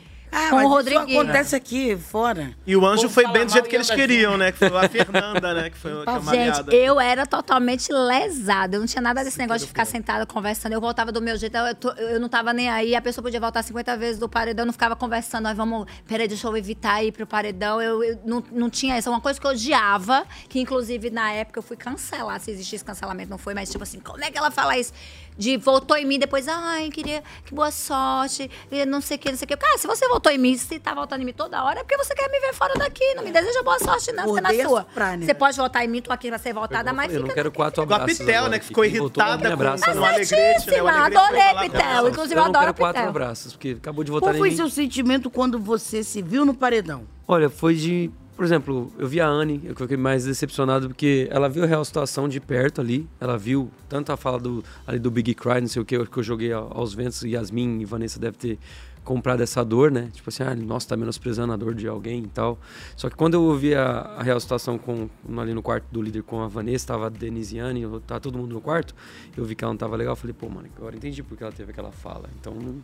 S3: com o Rodriguinho.
S1: Ah, Isso acontece aqui fora.
S2: E o anjo
S1: Vamos
S2: foi
S1: falar
S2: bem do
S1: mal
S2: jeito que
S1: e
S2: eles
S1: anda
S2: queriam, né? Que foi a Fernanda, né? Que foi a
S3: Gente,
S2: camarada.
S3: eu era totalmente lesada. Eu não tinha nada desse negócio de ficar sentada conversando. Eu voltava do meu jeito, eu, tô- eu não tava nem aí. A pessoa podia voltar 50 vezes do paredão, eu não ficava conversando. Aí vamos, peraí, deixa eu evitar ir pro paredão. Eu, eu não, não tinha isso. É uma coisa que eu odiava, que inclusive na época eu fui cancelar. Se existisse cancelamento, não foi, mas tipo assim, como é que ela fala isso? De votou em mim, depois, ai, queria, que boa sorte, e não sei o que, não sei o que. Cara, se você votou em mim, se tá votando em mim toda hora, é porque você quer me ver fora daqui. Não me deseja boa sorte, não. Fica na
S1: Odeio
S3: sua.
S1: soprar, né?
S3: Você pode votar em mim, tô aqui pra ser votada,
S4: Eu
S3: mas
S4: falei, eu
S3: fica...
S4: não quero quatro
S2: Igual a
S4: abraços.
S2: Pitel,
S4: agora
S2: né? Que
S4: aqui.
S2: ficou
S4: Quem votou,
S2: irritada
S4: ninguém
S2: com
S4: abraça,
S2: o
S4: não.
S2: Alegrete, né? O
S3: Certíssima,
S2: Alegrete foi
S3: adorei,
S2: falar com
S3: Pitel.
S2: ela.
S3: Inclusive,
S4: eu não
S3: eu adoro
S4: quero quatro
S3: Pitel.
S4: abraços, porque acabou de votar
S1: Qual
S4: em
S1: foi
S4: mim.
S1: seu sentimento quando você se viu no paredão?
S4: Olha, foi de. Por exemplo, eu vi a Anne, eu fiquei mais decepcionado porque ela viu a real situação de perto ali. Ela viu tanto a fala do, ali do Big Cry, não sei o que, que eu joguei a- aos ventos. Yasmin e Vanessa deve ter comprado essa dor, né? Tipo assim, ah, nossa, tá menosprezando a dor de alguém e tal. Só que quando eu ouvi a, a real situação com, ali no quarto do líder com a Vanessa, tava a Denise e a Anne, eu- tava todo mundo no quarto, eu vi que ela não tava legal. Eu falei, pô, mano, agora entendi porque ela teve aquela fala. Então, não-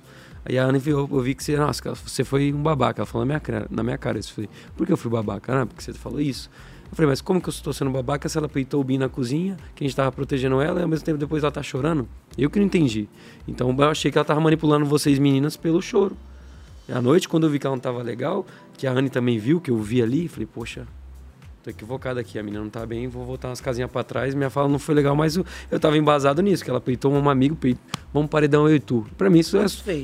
S4: aí a Ana viu, eu vi que você, nossa, cara, você foi um babaca. Ela falou na minha cara, na minha cara isso. Eu falei, por que eu fui babaca? Ah, porque você falou isso. Eu falei, mas como que eu estou sendo babaca se ela peitou o Bin na cozinha, que a gente tava protegendo ela, e ao mesmo tempo depois ela tá chorando? Eu que não entendi. Então eu achei que ela tava manipulando vocês meninas pelo choro. E à noite, quando eu vi que ela não tava legal, que a Anne também viu, que eu vi ali, falei, poxa, tô equivocado aqui, a menina não tá bem, vou voltar umas casinhas pra trás, minha fala não foi legal, mas eu, eu tava embasado nisso, que ela peitou um amigo, peitou, vamos paredão eu e tu. Pra mim isso é,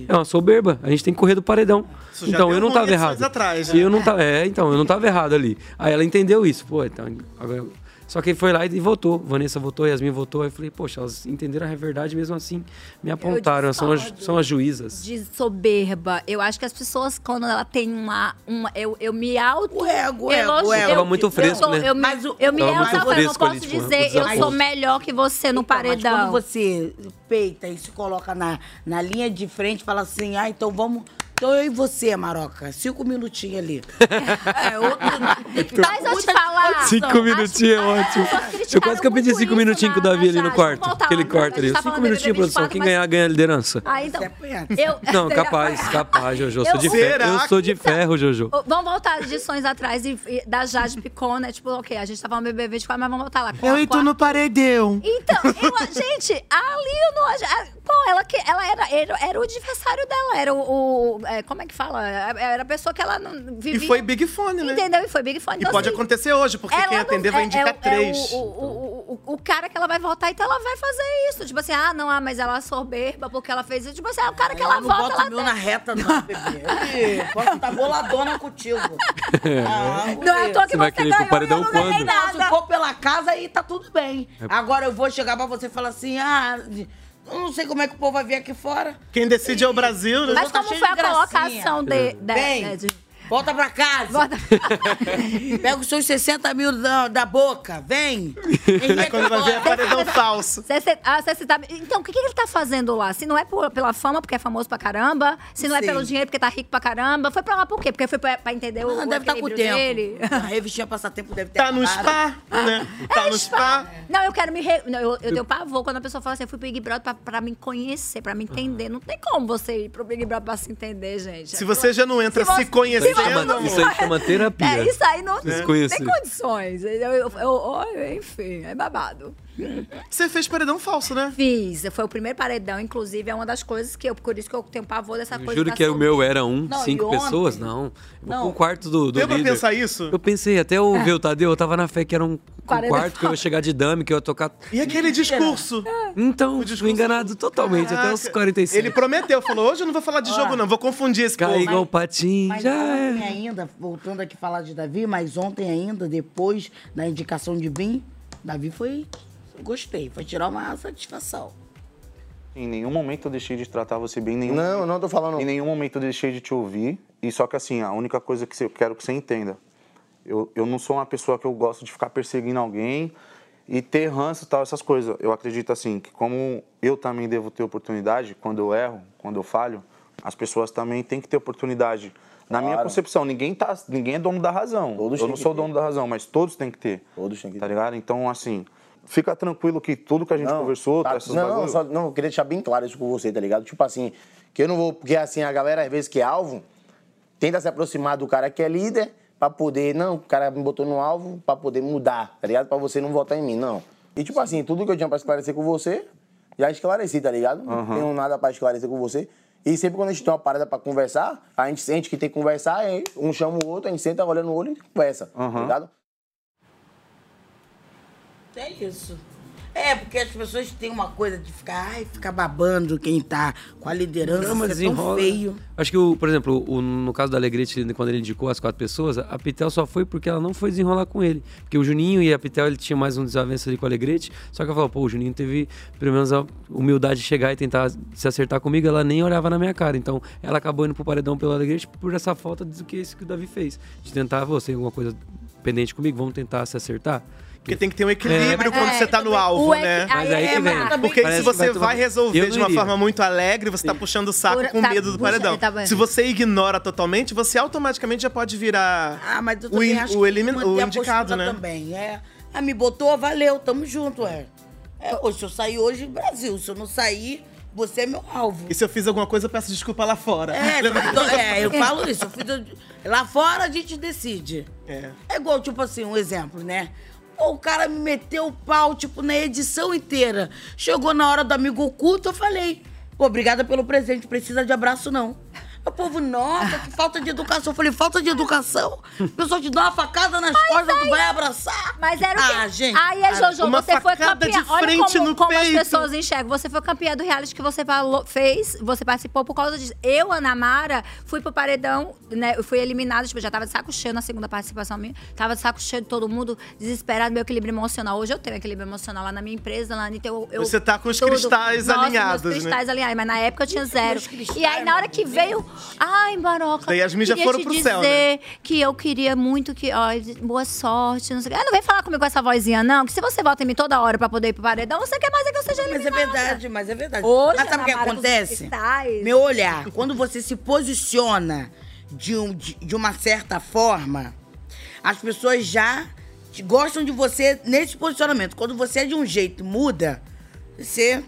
S4: é uma soberba, a gente tem que correr do paredão.
S2: Isso já
S4: então
S2: deu
S4: eu não tava
S2: conexões
S4: errado.
S2: atrás,
S4: E
S2: né?
S4: eu não tava, é, então, eu não tava errado ali. Aí ela entendeu isso, pô, então, agora- só que foi lá e votou. Vanessa votou, Yasmin votou. Aí eu falei, poxa, elas entenderam a verdade mesmo assim. Me apontaram, são as,
S3: discordo.
S4: são as juízas.
S3: de soberba. Eu acho que as pessoas, quando ela tem uma. uma eu, eu me auto.
S1: ego, ego,
S3: elogio.
S1: ego. Tava
S4: muito
S3: Eu
S4: fresco,
S3: sou-
S4: né?
S3: Eu me,
S1: Mas o-
S3: eu me
S4: Tava muito
S3: exalto, eu não
S4: fresco
S3: posso
S4: ali, tipo,
S3: dizer,
S4: o
S3: eu sou
S4: desaposto.
S3: melhor que você no
S1: Mas
S3: paredão.
S1: quando você peita e se coloca na, na linha de frente, fala assim, ah, então vamos... Então eu e você, Maroca, cinco minutinhos ali.
S3: É,
S1: tá
S3: Mas eu te falar.
S4: Cinco minutinhos é ótimo. Eu quase que eu pedi cinco minutinhos com o Davi ali no quarto.
S3: voltar lá,
S4: Aquele
S3: não,
S4: quarto
S3: a gente
S4: ali.
S3: tá
S4: Cinco
S3: falando do
S4: minutinhos, produção.
S3: 24,
S4: Quem
S3: mas-
S4: ganhar, ganha a liderança.
S3: Ah, então. Eu,
S4: Não, capaz, capaz, Jojo. Eu sou de ferro.
S2: Será
S4: Eu sou de ferro, Jojo.
S3: tá? Ô, Vamos voltar às edições atrás e, e da Jade Picona. Tipo, ok, a gente tava no BBB 24, mas vamos voltar lá. Com a- com a-
S2: paredão.
S3: Então, eu, a- gente, ali eu não. a- Pô, ela, que, ela era, era, era o adversário dela, era o. o- é, como é que fala? Era a pessoa que ela não
S2: E
S3: vivia.
S2: foi Big Fone, né?
S3: Entendeu? E foi Big Fone. Então, assim,
S2: E pode acontecer hoje, porque
S3: é
S2: quem atender vai indicar três. então.
S3: o, o- o- o cara que ela vai votar, então ela vai fazer isso. Tipo assim, ah, não, ah, mas ela é soberba porque ela fez isso. Tipo assim, ah, o cara que ela
S1: eu não
S3: vota,
S1: boto
S3: ela
S1: o meu na reta, não, bebê. Eu posso estar boladona contigo. Tá
S3: Não é à toa que
S4: Você vai
S3: você,
S4: querer ir pro
S3: ganhou,
S4: paredão
S3: eu não ganhei
S4: quando? É.
S3: nada.
S1: Se for pela casa, aí tá tudo bem. Agora eu vou chegar pra você e falar assim, ah... Eu não sei como é que o povo vai vir aqui fora.
S2: Quem decide é o Brasil, né?
S3: Mas
S1: Eu tô
S3: como
S1: tá cheio
S3: foi a
S1: de gracinha.
S3: colocação de, da-
S1: Bem,
S3: de-
S1: volta pra casa.
S3: Volta-
S1: Pega os seus 60 mil da, da boca, vem.
S2: Aí quando vai ver é paredão falso.
S3: Cê- cê- ah, cê- cê tá- Então, o que, que ele tá fazendo lá? Se não é por- pela fama, porque é famoso pra caramba. Se não é
S1: Sim.
S3: pelo dinheiro, porque tá rico pra caramba. Foi pra lá por quê? Porque foi pra, pra entender o,
S1: Ah,
S3: o
S1: deve estar com o
S3: equilíbrio
S1: tempo.
S3: tá dele.
S1: A revistinha passatempo deve ter
S2: Tá no
S1: acabado.
S2: spa, né? Tá no spa.
S3: É, tipo, Não, eu quero me. Re... Não, eu, eu tenho pavor quando a pessoa fala assim: eu fui pro Big Brother pra, pra me conhecer, pra me entender. Não tem como você ir pro Big Brother pra se entender, gente.
S2: Se você já não entra
S3: Se você-
S2: se,
S4: Isso aí
S2: conhecendo,
S4: chama,
S2: amor.
S4: Ah, isso aí chama terapia.
S3: É, isso aí não,
S4: Se
S3: não
S4: conhecer.
S3: tem condições. Eu, eu- eu- eu- enfim, é babado.
S2: você fez paredão falso, né?
S3: Fiz, foi o primeiro paredão, inclusive, é uma das coisas que eu. Por isso que eu tenho pavor dessa
S4: Eu
S3: coisa.
S4: juro
S3: da
S4: que era o
S3: soberba.
S4: meu era um,
S1: Não,
S4: cinco
S1: e ontem-
S4: pessoas? Não. Eu vou
S1: Não.
S4: pro quarto do, do
S2: Deu pra
S4: líder.
S2: pensar isso?
S4: Eu pensei, até eu ver o Tadeu, eu tava na fé que era um, um
S3: Quarenta e
S4: quarto, que eu ia chegar de dame, que eu ia tocar.
S2: E aquele discurso?
S3: É.
S4: Então, fui enganado totalmente, até os
S2: Caraca.
S4: 45.
S2: Ele prometeu, falou: hoje eu não vou falar de jogo, não, vou confundir esse
S4: Cai
S2: povo.
S4: igual o patinho,
S1: Mas
S4: já
S1: ontem
S4: é.
S1: ainda, voltando aqui falar de Davi, mas ontem ainda, depois da indicação de Bim, Davi foi. Gostei, foi tirar uma satisfação.
S8: Em nenhum momento eu deixei de tratar você bem, em nenhum
S5: Não, não tô falando.
S8: Em nenhum momento eu deixei de te ouvir. E só que assim, a única coisa que eu quero que você entenda. Eu, eu não sou uma pessoa que eu gosto de ficar perseguindo alguém e ter ranço e tal, essas coisas. Eu acredito assim, que como eu também devo ter oportunidade, quando eu erro, quando eu falho, as pessoas também têm que ter oportunidade. Na minha
S5: Claro.
S8: concepção, ninguém, tá, ninguém é dono da razão.
S5: Todos
S8: eu
S5: têm
S8: não
S5: que
S8: sou
S5: ter.
S8: dono da razão, mas todos têm que ter.
S5: Todos têm que
S8: Tá
S5: ter.
S8: ligado? Então, assim, fica tranquilo que tudo que a gente conversou,
S5: tá-
S8: essas
S5: não,
S8: bagulho-
S5: só, não, eu queria deixar bem claro isso com você, tá ligado? Tipo assim, que eu não vou. Porque assim, a galera, às vezes, que é alvo, tenta se aproximar do cara que é líder pra poder. Não, o cara me botou no alvo pra poder mudar, tá ligado? Pra você não votar em mim, não. E tipo assim, tudo que eu tinha pra esclarecer com você, já esclareci, tá ligado? Não tenho nada pra esclarecer com você. E sempre quando a gente tem uma parada pra conversar, a gente sente que tem que conversar, aí um chama o outro, a gente senta, olha no olho e conversa, tá ligado?
S1: É isso. É, porque as pessoas têm uma coisa de ficar, ai, ficar babando quem tá com a liderança,
S4: Não, mas
S1: isso é tão
S4: enrola.
S1: feio.
S4: Acho que, o, por exemplo, o- no caso da Alegrete, quando ele indicou as quatro pessoas, a Pitel só foi porque ela não foi desenrolar com ele. Porque o Juninho e a Pitel, ele tinha mais um desavença ali com a Alegrete, só que ela falou, pô, o Juninho teve, pelo menos, a humildade de chegar e tentar se acertar comigo, ela nem olhava na minha cara. Então, ela acabou indo pro paredão pela Alegrete por essa falta do que isso que o Davi fez. De tentar, você alguma coisa pendente comigo, vamos tentar se acertar. É.
S2: Porque tem que ter um equilíbrio quando você tá no alvo,
S3: é, O equi-
S2: né?
S3: Mas aí que vem.
S2: Porque
S4: Parece
S2: se
S4: que
S2: você
S4: tomar-
S2: vai
S4: Eu
S2: resolver
S4: não
S2: de uma
S4: iria.
S2: forma muito alegre, você tá puxando o saco
S3: Por-
S2: com
S3: tá
S2: medo do
S3: puxa-
S2: paredão.
S3: tá bom.
S2: Se você ignora totalmente, você automaticamente já pode virar
S1: Ah, mas eu
S2: o,
S1: também
S2: in-
S1: acho
S2: o,
S1: que
S2: elimin-
S1: tem que
S2: o
S1: manter a
S2: indicado,
S1: postura
S2: né?
S1: também, é. Ah, me botou, valeu, tamo junto, é. É, hoje, se eu sair hoje, Brasil. Se eu não sair, você é meu alvo.
S2: E se eu fiz alguma coisa, eu peço desculpa lá fora.
S1: É,
S2: Lembra?
S1: eu tô- é, eu falo isso. eu fiz- eu- lá fora a gente decide.
S2: É.
S1: É igual, tipo assim, um exemplo, né? Pô, o cara me meteu o pau, tipo, na edição inteira. Chegou na hora do amigo oculto, eu falei: Pô, obrigada pelo presente, precisa de abraço não. O povo, nossa, que falta de educação. Eu falei, falta de educação? O pessoal te dá uma facada nas costas, tu vai abraçar.
S3: Mas era o quê?
S1: Ah, gente.
S3: Aí, é, Jojo,
S1: Uma
S3: você foi
S1: facada
S3: campeã.
S1: de
S3: Olha
S1: frente
S3: como,
S1: no
S3: como as
S1: peito.
S3: pessoas enxergam. Você foi campeã do reality que você falou- fez, você participou por causa disso. Eu, Ana Mara, fui pro paredão, né? Eu fui eliminada, tipo, eu já tava de saco cheio na segunda participação minha. Tava de saco cheio de todo mundo, desesperado, meu equilíbrio emocional. Hoje eu tenho equilíbrio emocional lá na minha empresa, lá na Anitta, eu, eu-
S2: Você tá com os
S3: tudo.
S2: cristais
S3: Nossa,
S2: alinhados,
S3: meus cristais
S2: né?
S3: alinhados, mas na época eu tinha zero. E aí, na hora que veio, ai, Maroca,
S2: Daí as mídias
S3: queria
S2: foram
S3: te
S2: pro céu,
S3: dizer
S2: né?
S3: que eu queria muito que. Ó, boa sorte, não sei o quê. Ah, não vem falar comigo com essa vozinha, não. Que se você volta em mim toda hora pra poder ir pro paredão, você quer mais é que eu seja
S1: Mas
S3: eliminada.
S1: é verdade, mas é verdade.
S3: Hoje,
S1: mas sabe o que
S3: Ana Mara, com os
S1: acontece?
S3: cristais.
S1: Meu olhar, quando você se posiciona de, um- de, de uma certa forma, as pessoas já te- gostam de você nesse posicionamento. Quando você é de um jeito e muda, você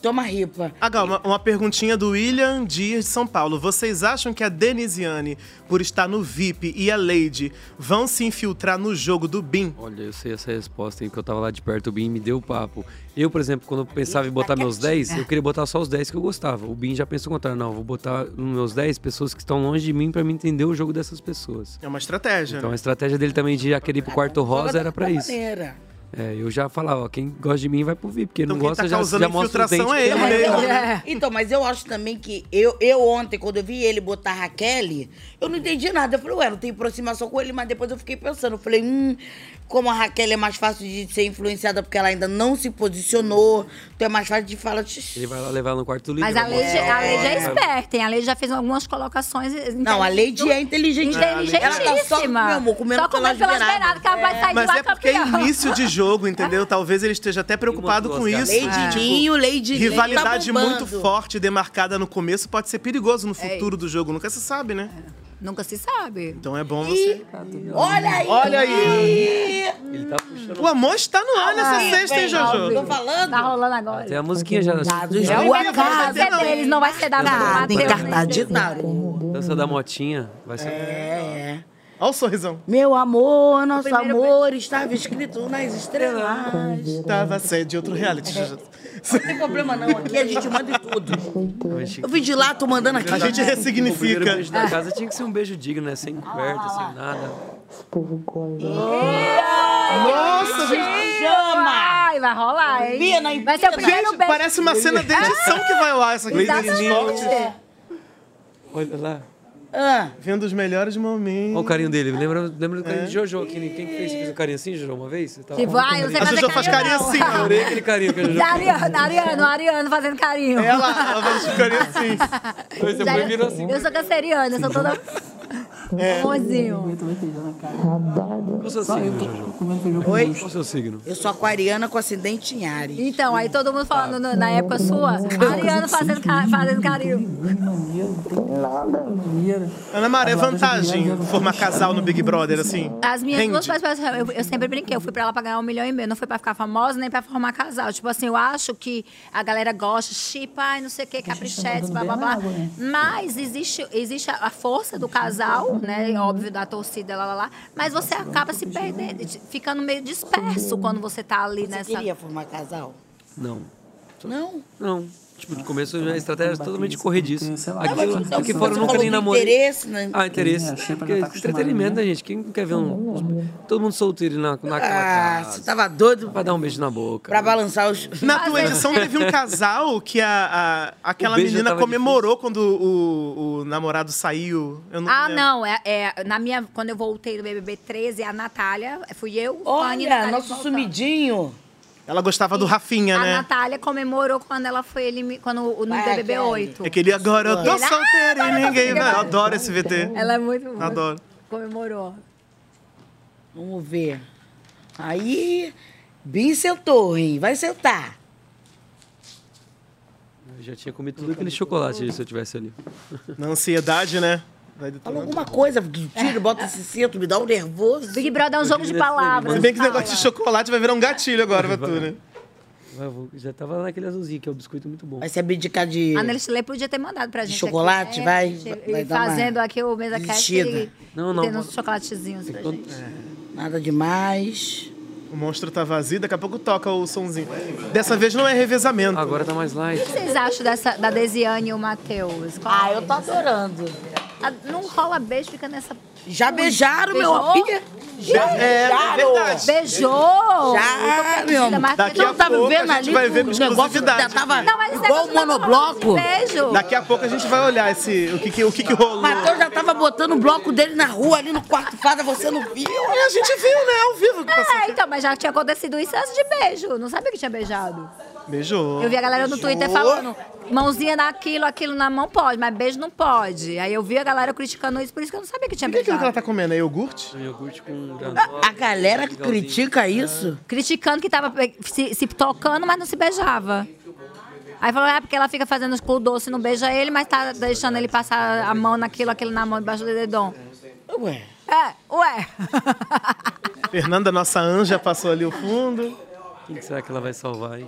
S1: toma ripa.
S2: Agora, uma, uma perguntinha do William Dias de São Paulo. Vocês acham que a Denisiane, por estar no VIP, e a Lady vão se infiltrar no jogo do BIM?
S4: Olha, eu sei essa resposta, hein, porque eu tava lá de perto, o Bin me deu o papo. Eu, por exemplo, quando eu pensava em
S1: tá
S4: botar meus
S1: né?
S4: 10, eu queria botar só os 10 que eu gostava. O Bin já pensou o contrário, não, eu vou botar nos meus 10 pessoas que estão longe de mim pra mim entender o jogo dessas pessoas.
S2: É uma estratégia,
S4: Então a
S2: né?
S4: estratégia dele também de já querer ir pro quarto rosa era pra isso.
S1: Maneira.
S4: É, eu já falava, ó, quem gosta de mim vai pro VIP, quem
S2: Então
S4: não
S2: quem
S4: gosta
S2: tá
S4: já,
S2: causando
S4: já mostra os dentes.
S2: infiltração é ele
S4: pela
S2: mesmo.
S4: janela.
S1: É. Então, mas eu acho também que eu, eu ontem, quando eu vi ele botar Raquel, eu não entendi nada. Eu falei, ué, não tem aproximação com ele, mas depois eu fiquei pensando. Eu falei, hum, como a Raquel é mais fácil de ser influenciada porque ela ainda não se posicionou, então é mais fácil de falar. "Tch".
S4: Ele vai lá levar ela no quarto do livro.
S3: Mas a
S4: vai
S3: Lady,
S4: mostrar
S3: a
S4: os
S3: Lady é
S4: dentes.
S3: esperta, hein? A Lady já fez algumas colocações. então,
S1: Não, a Lady é inteligentíssima. Ela tá só, meu amor, comendo
S3: Só
S1: pelas
S3: comendo pelas
S1: beiradas.
S3: beiradas, que ela vai sair
S2: Mas
S3: de lá
S2: é
S1: tá
S2: porque é
S3: campeã.
S2: início de jogo, entendeu? Talvez ele esteja até preocupado com isso. tipo,
S1: Lady Ninho, Lady Ninho,
S2: Rivalidade
S1: tá
S2: muito
S1: bombando. É
S2: forte, demarcada no começo, pode ser perigoso no futuro do jogo. Nunca se sabe, né?
S3: Nunca se sabe.
S2: Então é bom você.
S1: Olha aí!
S2: Olha aí!
S4: Ele tá puxando.
S2: O amor está no ar nessa
S1: Ih,
S2: sexta, hein,
S1: bem, Tá Tô
S2: Jojo?
S1: falando.
S3: Tá rolando agora.
S4: Tem a musiquinha já.
S1: já
S3: O
S1: Olha,
S3: acaso
S1: vai
S3: é
S1: ser
S3: deles, não vai ser da
S1: Nada,
S3: Mateus, nem
S1: encarnado de nada.
S4: Dança da motinha. Vai ser.
S1: É, é.
S2: Olha o sorrisão.
S1: Meu amor, nosso
S3: primeiro
S1: amor estava escrito nas estrelas.
S2: Tava sendo de outro
S1: É.
S2: reality, Jojo.
S1: Não tem problema não, aqui a gente manda tudo. Eu vim de lá, tô mandando aqui. É.
S2: A gente
S4: O primeiro
S2: ressignifica.
S4: beijo
S3: É.
S4: da casa tinha que ser um beijo digno, né? Sem coberta, sem nada.
S2: Nossa, gente.
S1: chama!
S3: Ai, vai rolar, hein?
S1: Vina, e
S3: vai ser o
S1: Vina.
S3: primeiro
S2: Gente,
S3: beijo. É.
S2: parece uma cena de edição que vai lá, essa aqui.
S3: Exatamente. É.
S2: Corte.
S4: Olha lá.
S1: Ah,
S2: Vendo os melhores
S4: Olha o
S2: momentos.
S4: carinho dele. Lembra, lembra do carinho de Jojo? Que, quem que fez, fez o carinho assim, Jojo, uma vez? Você tava...
S3: Tipo, ai, eu não sei
S2: A
S3: fazer
S2: Jojo faz carinho
S3: não.
S2: assim,
S4: Eu
S2: ó.
S4: Adorei aquele carinho que a Jojo
S3: Da Ariana, Ariano, Ariano fazendo carinho.
S2: Ela, ela faz carinho assim.
S4: fez. Você
S3: Já
S4: foi e
S3: eu-
S4: virou assim.
S3: Eu sou canceriana, eu sou toda.
S2: É.
S3: Amorzinho.
S11: né,
S4: Qual o seu signo, Jojo?
S1: Oi?
S4: Qual o seu signo?
S1: eu sou aquariana com acidente em Ares.
S3: Então, aí todo mundo falando no- na época sua, Ariano fazendo, ca- fazendo carinho.
S2: Ana Mara, é vantagem formar casal no Big Brother, assim?
S3: As minhas
S2: Rende.
S3: duas participações, eu, eu sempre brinquei, eu fui pra lá pra ganhar um milhão e meio, não foi pra ficar famosa nem pra formar casal. Tipo assim, eu acho que a galera gosta, chipa, ai, não sei o que, caprichetes, blá blá blá. Mas existe, existe a a força do casal, né? Óbvio, da torcida, lá lá lá. Mas você acaba se perdendo, de- ficando meio disperso quando você tá ali
S1: Você
S3: nessa.
S1: queria formar casal?
S4: Não.
S1: Não?
S4: Não. Tipo, de começo a estratégia é totalmente corrediça. Aqui,
S1: Então,
S4: aqui fora eu
S1: você
S4: nunca
S1: falou
S4: nem
S1: do
S4: namorei.
S1: interesse, né?
S4: Ah, interesse. É, porque
S1: tá
S4: entretenimento, né, gente? Quem não quer ver um. Todo mundo solteiro na, na
S1: Ah,
S4: casa.
S1: você tava doido
S4: Vai dar um beijo na boca.
S1: pra balançar os...
S2: Na tua edição teve um casal que a, a- aquela
S4: O beijo
S2: menina
S4: tava
S2: comemorou quando o, o namorado saiu. Eu não
S3: Ah,
S2: lembro.
S3: não. É, é, na minha, quando eu voltei do BBB 13, a Natália, fui eu, Fanny,
S1: Olha,
S3: Natália
S1: nosso
S3: e Voltão.
S1: sumidinho.
S2: Ela gostava do Rafinha,
S3: A
S2: né?
S3: Natália comemorou quando ela foi elimi... quando o- no
S1: Vai,
S3: BBB
S1: Kelly.
S3: 8.
S2: É que ele agora eu tô
S3: Ele, ah,
S2: solteira e ninguém vai. Eu adoro esse VT.
S3: Ela é muito boa.
S2: Adoro.
S3: Comemorou.
S1: Vamos ver. Aí, Bim sentou, hein? Vai sentar.
S4: Eu já tinha comido tudo aquele chocolate se eu tivesse ali.
S2: Na ansiedade, né? Vai
S1: Fala
S2: detonando.
S1: alguma coisa, tira, bota esse cinto, me dá um nervoso.
S3: Big Brother é um jogo de palavras.
S2: Se bem que esse
S3: fala.
S2: negócio de chocolate vai virar um gatilho agora pra tu, né?
S4: Mas eu vou- já tava lá naquele azulzinho, que é o biscoito muito bom.
S1: Vai se abdicar de.
S3: A Nestlé podia ter mandado pra gente. aqui,
S1: chocolate,
S3: né?
S1: vai-
S3: A gente-
S1: vai
S3: e
S1: dar uma
S3: fazendo aqui o mesa cast
S1: desistida.
S3: e,
S4: Não,
S3: e
S4: não,
S3: tendo
S4: mano.
S3: uns chocolatezinhos pra gente.
S1: Nada É, demais.
S2: O monstro tá vazio, daqui a pouco toca o sonzinho. Dessa vez não é revezamento. Agora
S4: tá mais light.
S3: O que vocês acham dessa, da Desiane e o Matheus? Ah, eu tô adorando. não rola beijo, fica nessa.
S1: Já beijaram, meu filho? Já
S3: É,
S1: beijaram.
S3: verdade. Beijou.
S1: Já,
S3: Eu tô
S1: meu
S3: perdida, tá
S1: amor.
S3: mas
S1: Não tava vendo ali o negócio que já tava
S3: Não, mas esse
S1: igual
S3: negócio
S1: o
S3: tava
S1: monobloco.
S3: rolando de beijo.
S2: Daqui a pouco a gente vai olhar esse, o que que, o que, que rolou.
S1: Matheus já tava botando o bloco dele na rua, ali no quarto fada, você não viu?
S2: a gente viu, né? Ao vivo.
S3: É, então, mas já tinha acontecido isso antes de beijo. Não sabia que tinha beijado.
S2: Beijou.
S3: Eu vi a galera no
S2: Beijou.
S3: Twitter falando, mãozinha naquilo, aquilo na mão pode, mas beijo não pode. Aí eu vi a galera criticando isso, por isso que eu não sabia que tinha
S2: O que é aquilo que
S3: beijado.
S2: ela tá comendo? É iogurte?
S4: um Iogurte com
S1: A galera critica isso?
S3: Criticando que tava pe- se, se tocando, mas não se beijava. Aí falou, é porque ela fica fazendo com o doce, não beija ele, mas tá deixando ele passar a mão naquilo, aquilo na mão, debaixo do dedão.
S1: Ué.
S3: É, ué.
S2: Fernanda, nossa anja, passou ali o fundo.
S4: Quem que será que ela vai salvar, hein?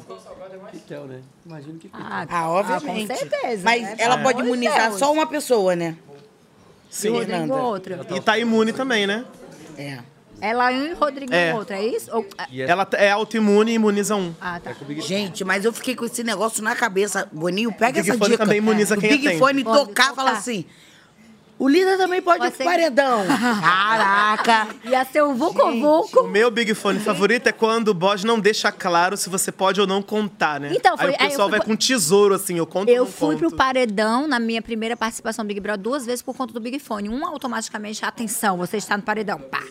S4: Piquel, né? Imagino que Piquel.
S1: Ah, obviamente.
S3: com certeza,
S1: Mas
S3: né?
S1: ela
S3: Pelo
S1: pode
S3: amor de
S1: imunizar
S3: Deus.
S1: só uma pessoa, né?
S2: Sim.
S1: E o Rodrigo,
S3: outro.
S2: E tá imune também, né?
S1: É.
S3: Ela e o Rodrigo
S2: É.
S3: outra, é isso? Ou-
S2: Ela é autoimune e imuniza um.
S3: Ah, tá.
S1: Gente, mas eu fiquei com esse negócio na cabeça. Boninho, pega
S2: Big
S1: essa
S2: Fone
S1: dica.
S2: também imuniza
S1: Do
S2: quem
S1: Big
S2: tem.
S1: Fone
S3: Pode
S1: tocar,
S3: tocar.
S1: falar assim. O líder também pode, ir
S3: Pode
S1: pro
S3: ser.
S1: paredão. Caraca.
S3: Ia ser o Vucu Vucu.
S2: O meu Big Fone favorito é quando o Boss não deixa claro se você pode ou não contar, né?
S3: Então,
S2: aí
S3: foi-
S2: o
S3: aí eu
S2: pessoal
S3: fui
S2: vai
S3: pro-
S2: com tesouro, assim, eu conto ou
S3: Eu
S2: não
S3: fui pro
S2: conto.
S3: paredão na minha primeira participação no Big Brother duas vezes por conta do Big Fone. Uma automaticamente, atenção, você está no paredão, pá.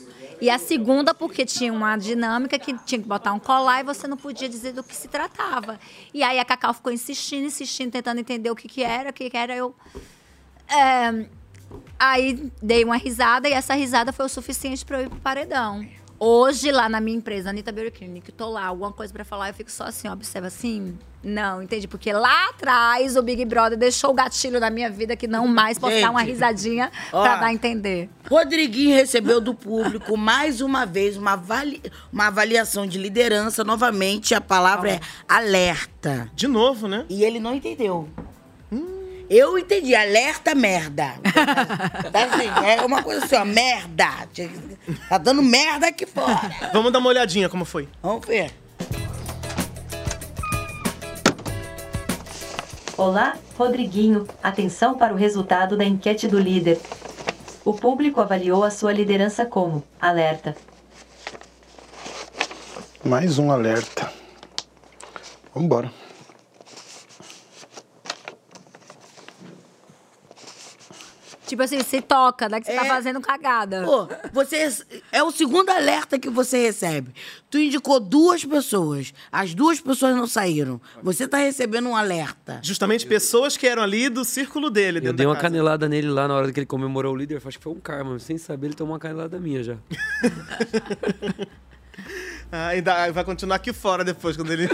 S3: E a segunda porque tinha uma dinâmica que tinha que botar um colar e você não podia dizer do que se tratava. E aí a Cacau ficou insistindo, insistindo, tentando entender o que que era, o que que era. Eu é, aí dei uma risada e essa risada foi o suficiente pra eu ir pro paredão. Hoje, lá na minha empresa, Anitta Beauty Clinic, eu tô lá, alguma coisa pra falar, eu fico só assim, ó, observa assim. Não, entendi. Porque lá atrás o Big Brother deixou o gatilho na minha vida que não mais posso dar uma
S1: Gente,
S3: risadinha
S1: ó.
S3: pra dar a entender.
S1: Rodriguinho recebeu do público mais uma vez uma, avali- uma avaliação de liderança. Novamente, a palavra é
S9: Tá.
S1: alerta.
S2: De novo, né? Hum.
S1: E ele não entendeu. Eu entendi, alerta merda. tá assim, é uma coisa assim, ó, merda. Tá dando merda aqui fora.
S2: Vamos dar uma olhadinha como foi.
S1: Vamos ver.
S12: Olá, Rodriguinho. Atenção para o resultado da enquete do líder. O público avaliou a sua liderança como alerta.
S10: Mais um alerta. Vambora.
S3: Tipo assim, se toca, né? Que você tá
S1: É.
S3: fazendo cagada.
S1: Pô, você é o segundo alerta que você recebe. Tu indicou duas pessoas, as duas pessoas não saíram. Você tá recebendo um alerta.
S2: Justamente pessoas que eram ali do círculo dele.
S4: Eu
S2: dentro
S4: dei
S2: da
S4: uma
S2: casa.
S4: canelada nele lá na hora que ele comemorou o líder. Acho que foi um karma. Sem saber, ele tomou uma canelada minha já.
S2: Ah, ainda vai continuar aqui fora depois, quando ele...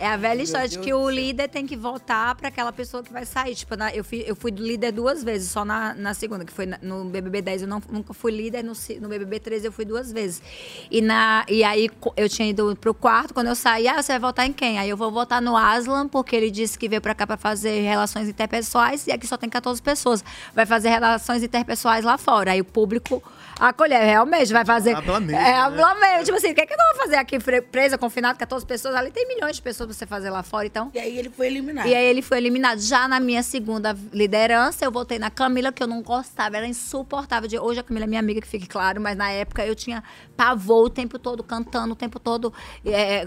S3: É a velha história de que o líder tem que voltar pra aquela pessoa que vai sair. Tipo, na- eu, fui, eu fui líder duas vezes, só na, na segunda, que foi na- no BBB 10 eu não- nunca fui líder, no, se- no BBB 13 eu fui duas vezes. E, na, e aí co- eu tinha ido pro quarto, quando eu saí, ah, você vai votar em quem? Aí eu vou votar no Aslan, porque ele disse que veio pra cá pra fazer relações interpessoais e aqui só tem 14 pessoas. Vai fazer relações interpessoais lá fora. Aí o público acolheu, realmente, vai fazer.
S2: Habla mesmo,
S3: É,
S2: né?
S3: habla Flamengo, tipo assim, o que, é que eu vou fazer aqui fre- presa, confinado, 14 pessoas? Ali tem milhões de pessoas pra você fazer lá fora, então.
S1: E aí ele foi eliminado.
S3: E aí ele foi eliminado. Já na minha segunda liderança, eu voltei na Camila, que eu não gostava, era insuportável. De... Hoje a Camila é minha amiga, que fique claro, mas na época eu tinha pavor o tempo todo, cantando o tempo todo, é, é,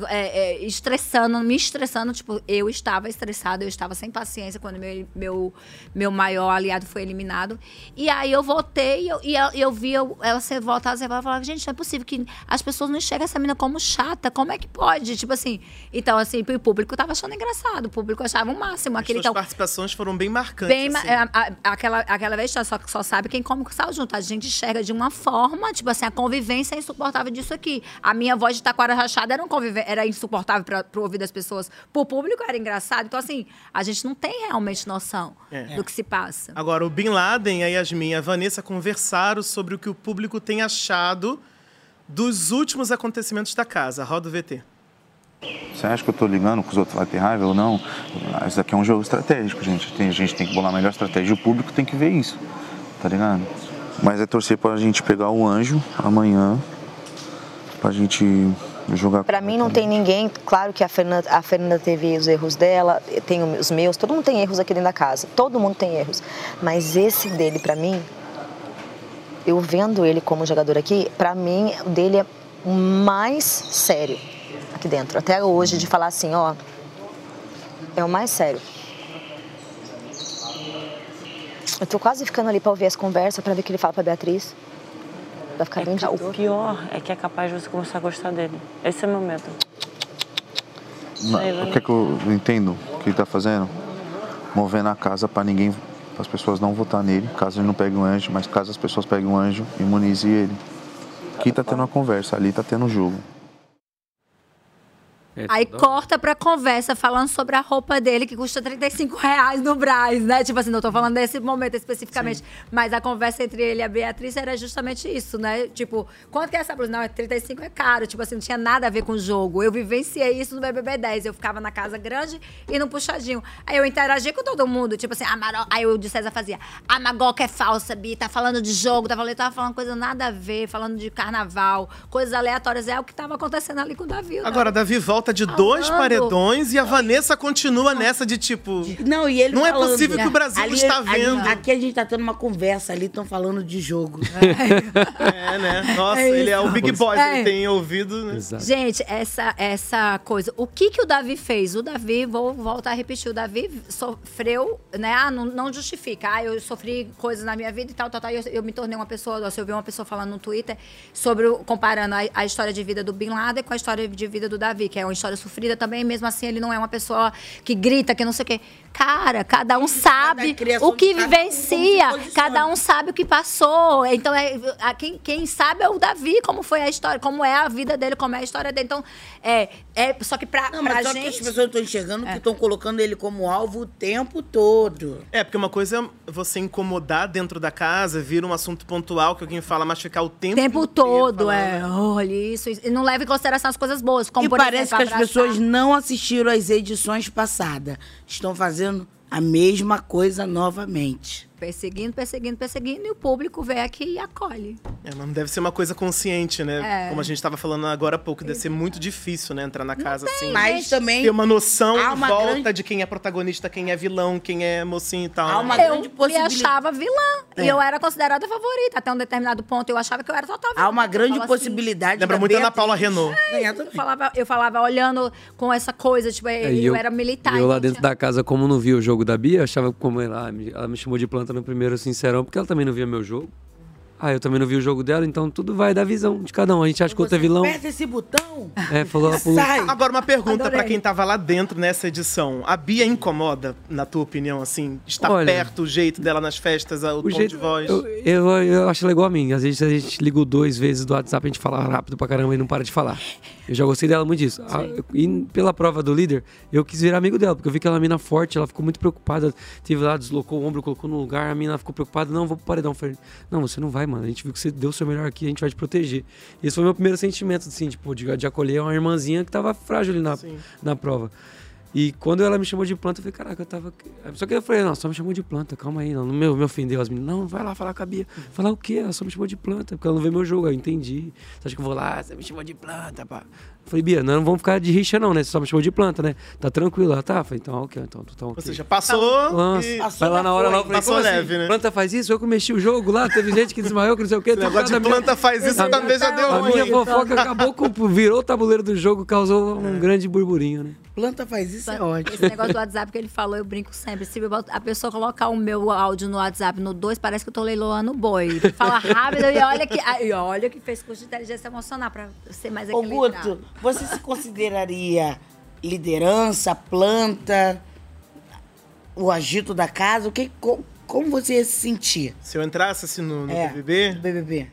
S3: é, estressando, me estressando. Tipo, eu estava estressada, eu estava sem paciência quando meu, meu, meu maior aliado foi eliminado. E aí eu voltei e eu, e eu, eu vi eu- ela ser voltada, você falava, gente, não é possível que as pessoas não enxergam essa mina como chata, como é que pode? Tipo assim, então assim, o público tava achando engraçado, o público achava o máximo,
S2: As
S3: aquele
S2: suas
S3: então
S2: participações foram bem marcantes.
S3: Bem, ma- é,
S2: assim.
S3: a- a- aquela, aquela vez só, que só sabe quem come com sal junto. A gente enxerga de uma forma, tipo assim, a convivência é insuportável disso aqui. A minha voz de taquara rachada era, um convive- era insuportável para o ouvido das pessoas. Pro público era engraçado. Então, assim, a gente não tem realmente noção
S2: É.
S3: do que se passa.
S2: Agora, o Bin Laden, a Yasmin e a Vanessa conversaram sobre o que o público tem achado dos últimos acontecimentos da casa. Roda o VT.
S8: Você acha que eu tô ligando que os outros vão ter raiva ou não? Isso aqui é um jogo estratégico, gente. Tem, a gente tem que bolar a melhor estratégia. O público tem que ver isso, tá ligado? Mas é torcer pra gente pegar o anjo amanhã pra gente jogar.
S7: Pra mim não tem ninguém, claro que a Fernanda, a Fernanda teve os erros dela, eu tenho os meus, todo mundo tem erros aqui dentro da casa, todo mundo tem erros. Mas esse dele, pra mim, eu vendo ele como jogador aqui, pra mim o dele é o mais sério aqui dentro. Até hoje, de falar assim, ó, é o mais sério. Eu tô quase ficando ali pra ouvir as conversas, pra ver o que ele fala pra Beatriz. Pra ficar bem de
S13: O
S7: dor.
S13: pior é que é capaz de você começar a gostar dele. Esse é meu medo.
S8: Mas O que é que eu entendo que ele tá fazendo? Movendo a casa pra ninguém, as pessoas não votar nele, caso ele não pegue um anjo, mas caso as pessoas peguem um anjo, imunize ele. Aqui tá tendo uma conversa, ali tá tendo um jogo.
S3: Aí corta pra conversa falando sobre a roupa dele, que custa 35 reais no Brás, né? Tipo assim, não tô falando desse momento especificamente. Mas a conversa entre ele e a Beatriz era justamente isso, né? Tipo, quanto que é essa blusa? Não, é 35 é caro. Tipo assim, não tinha nada a ver com o jogo. Eu vivenciei isso no BBB 10. Eu ficava na casa grande e no puxadinho. Aí eu interagia com todo mundo. Tipo assim, a Maro... aí o de César fazia, a Magoca é falsa, Bi, tá falando de jogo, tá falando, tava falando coisa nada a ver, falando de carnaval, coisas aleatórias. É o que tava acontecendo ali com o Davi. né?
S2: Agora, Davi volta de dois
S3: Falando.
S2: paredões e a Vanessa continua nessa de tipo.
S1: Não, e ele
S2: Não é
S1: falando. né?
S2: possível que o Brasil
S1: Ali-
S2: está
S1: ali-
S2: vendo.
S1: aqui a gente tá tendo uma conversa, ali estão falando de jogo.
S2: É, né? Nossa,
S1: É
S2: ele é
S1: isso.
S2: o Big Boy,
S3: É.
S2: ele tem ouvido, né? Exato.
S3: Gente, essa, essa coisa. O que, que o Davi fez? O Davi, vou voltar a repetir, o Davi sofreu, né? Ah, não, não justifica. Ah, eu sofri coisas na minha vida e tal, tal, tal. E eu, eu me tornei uma pessoa. Se eu vi uma pessoa falando no Twitter sobre. o- comparando a, a história de vida do Bin Laden com a história de vida do Davi, que é uma história sofrida também, mesmo assim ele não é uma pessoa que grita, que não sei o quê. Cara, cada um sabe o que vivencia, cada um sabe o que passou. Então, é, a- quem, quem sabe é o Davi, como foi a história, como é a vida dele, como é a história dele. Então, é. é só que pra,
S1: Não,
S3: pra
S1: mas só que as
S3: gente.
S1: pessoas não estão enxergando que estão colocando ele como alvo o tempo todo.
S2: É, porque uma coisa é você incomodar dentro da casa, vira um assunto pontual que alguém fala, mas ficar o
S3: O
S2: tempo.
S3: tempo todo, é. Olha isso. isso. E não leva em consideração as coisas boas. Como,
S1: né? e
S3: por
S1: parece
S3: exemplo,
S1: que as
S3: abraçar.
S1: pessoas não assistiram às edições passadas. Estão fazendo a mesma coisa novamente.
S3: Perseguindo, perseguindo, perseguindo, e o público vem aqui e acolhe.
S2: É, mas deve ser uma coisa consciente, né?
S3: É.
S2: Como a gente tava falando agora há pouco, deve ser muito difícil, né? Entrar na casa assim.
S1: Mas gente. também
S2: Ter uma noção em
S1: há uma
S2: volta
S1: grande-
S2: de quem é protagonista, quem é vilão, quem é mocinho e tal. né?
S3: eu me achava vilã.
S2: É.
S3: E eu era considerada favorita. Até um determinado ponto, eu achava que eu era total vilã.
S1: Há uma grande
S3: Eu falava assim, É,
S1: possibilidade.
S2: Lembra
S1: da
S2: muito a Ana
S1: Beatriz
S2: Paula Renault.
S1: ganhar também.
S3: eu falava, eu falava olhando com essa coisa, tipo,
S4: É,
S3: eu,
S4: e
S3: era militar.
S4: e Eu lá
S3: então
S4: dentro da casa, como não via o jogo da Bia, achava como ela, ah, me- ela me chamou de planta no primeiro sincerão, porque ela também não via meu jogo. Ah, eu também não vi o jogo dela, então tudo vai da visão de cada um. A gente acha que o outro é vilão.
S1: Aperta esse botão.
S4: É, falou, ela pulou.
S2: Agora, uma pergunta pra quem tava lá dentro nessa edição. A Bia incomoda, na tua opinião, assim? Está
S4: Olha,
S2: perto o jeito dela nas festas, o, tom de voz?
S4: Eu, eu, eu acho legal a mim. Às vezes a gente ligou duas vezes do WhatsApp, a gente fala rápido pra caramba e não para de falar. Eu já gostei dela muito disso. A- e pela prova do líder, eu quis virar amigo dela, porque eu vi que ela é uma mina forte, ela ficou muito preocupada. Teve lá, deslocou o ombro, colocou no lugar, a mina ficou preocupada. Não, vou pro paredão. Eu Falei, não, você não vai, mano. A gente viu que você deu o seu melhor aqui, a gente vai te proteger. Esse foi o meu primeiro sentimento, assim, tipo, de, de acolher uma irmãzinha que tava frágil ali na, na prova. E quando ela me chamou de planta, eu falei, caraca, eu tava. Só que eu falei, não, só me chamou de planta, calma aí, não. não Me, me ofendeu as meninas. Não, vai lá falar com a Bia. Falar o quê? Ela só me chamou de planta, porque ela não vê meu jogo. Aí Eu entendi. Você acha que eu vou lá? Você me chamou de planta, pá. Eu Falei, Bia, nós não vamos ficar de rixa, não, né? Você só me chamou de planta, né? Tá tranquilo. Ela tá. Eu Falei, então, ok, então, então. ok. Tá.
S2: Ou seja, passou
S4: Nossa,
S2: e-
S4: vai lá na hora lá, eu falei,
S2: Passou
S4: como assim?
S2: leve, né?
S4: Planta faz isso, eu que mexi o jogo lá, teve gente que desmaiou, que não sei o quê.
S2: Esse negócio de
S4: a minha-
S2: planta faz isso,
S4: a minha-
S2: também já deu
S4: A
S2: ruim.
S4: minha fofoca acabou com. virou o tabuleiro do jogo, causou um grande burburinho, né?
S1: Planta faz isso, é ótimo.
S3: Esse negócio do WhatsApp que ele falou, eu brinco sempre. Se eu boto- a pessoa colocar o meu áudio no WhatsApp no 2, parece que eu tô leiloando boi. Fala rápido e olha que, e olha que fez curso de inteligência emocional pra ser mais
S1: Ô,
S3: equilibrado.
S1: Guto, você se consideraria liderança, planta, o agito da casa? O que, co- como você ia se sentir?
S2: Se eu entrasse assim no, no
S1: É,
S2: BBB,
S1: BBB.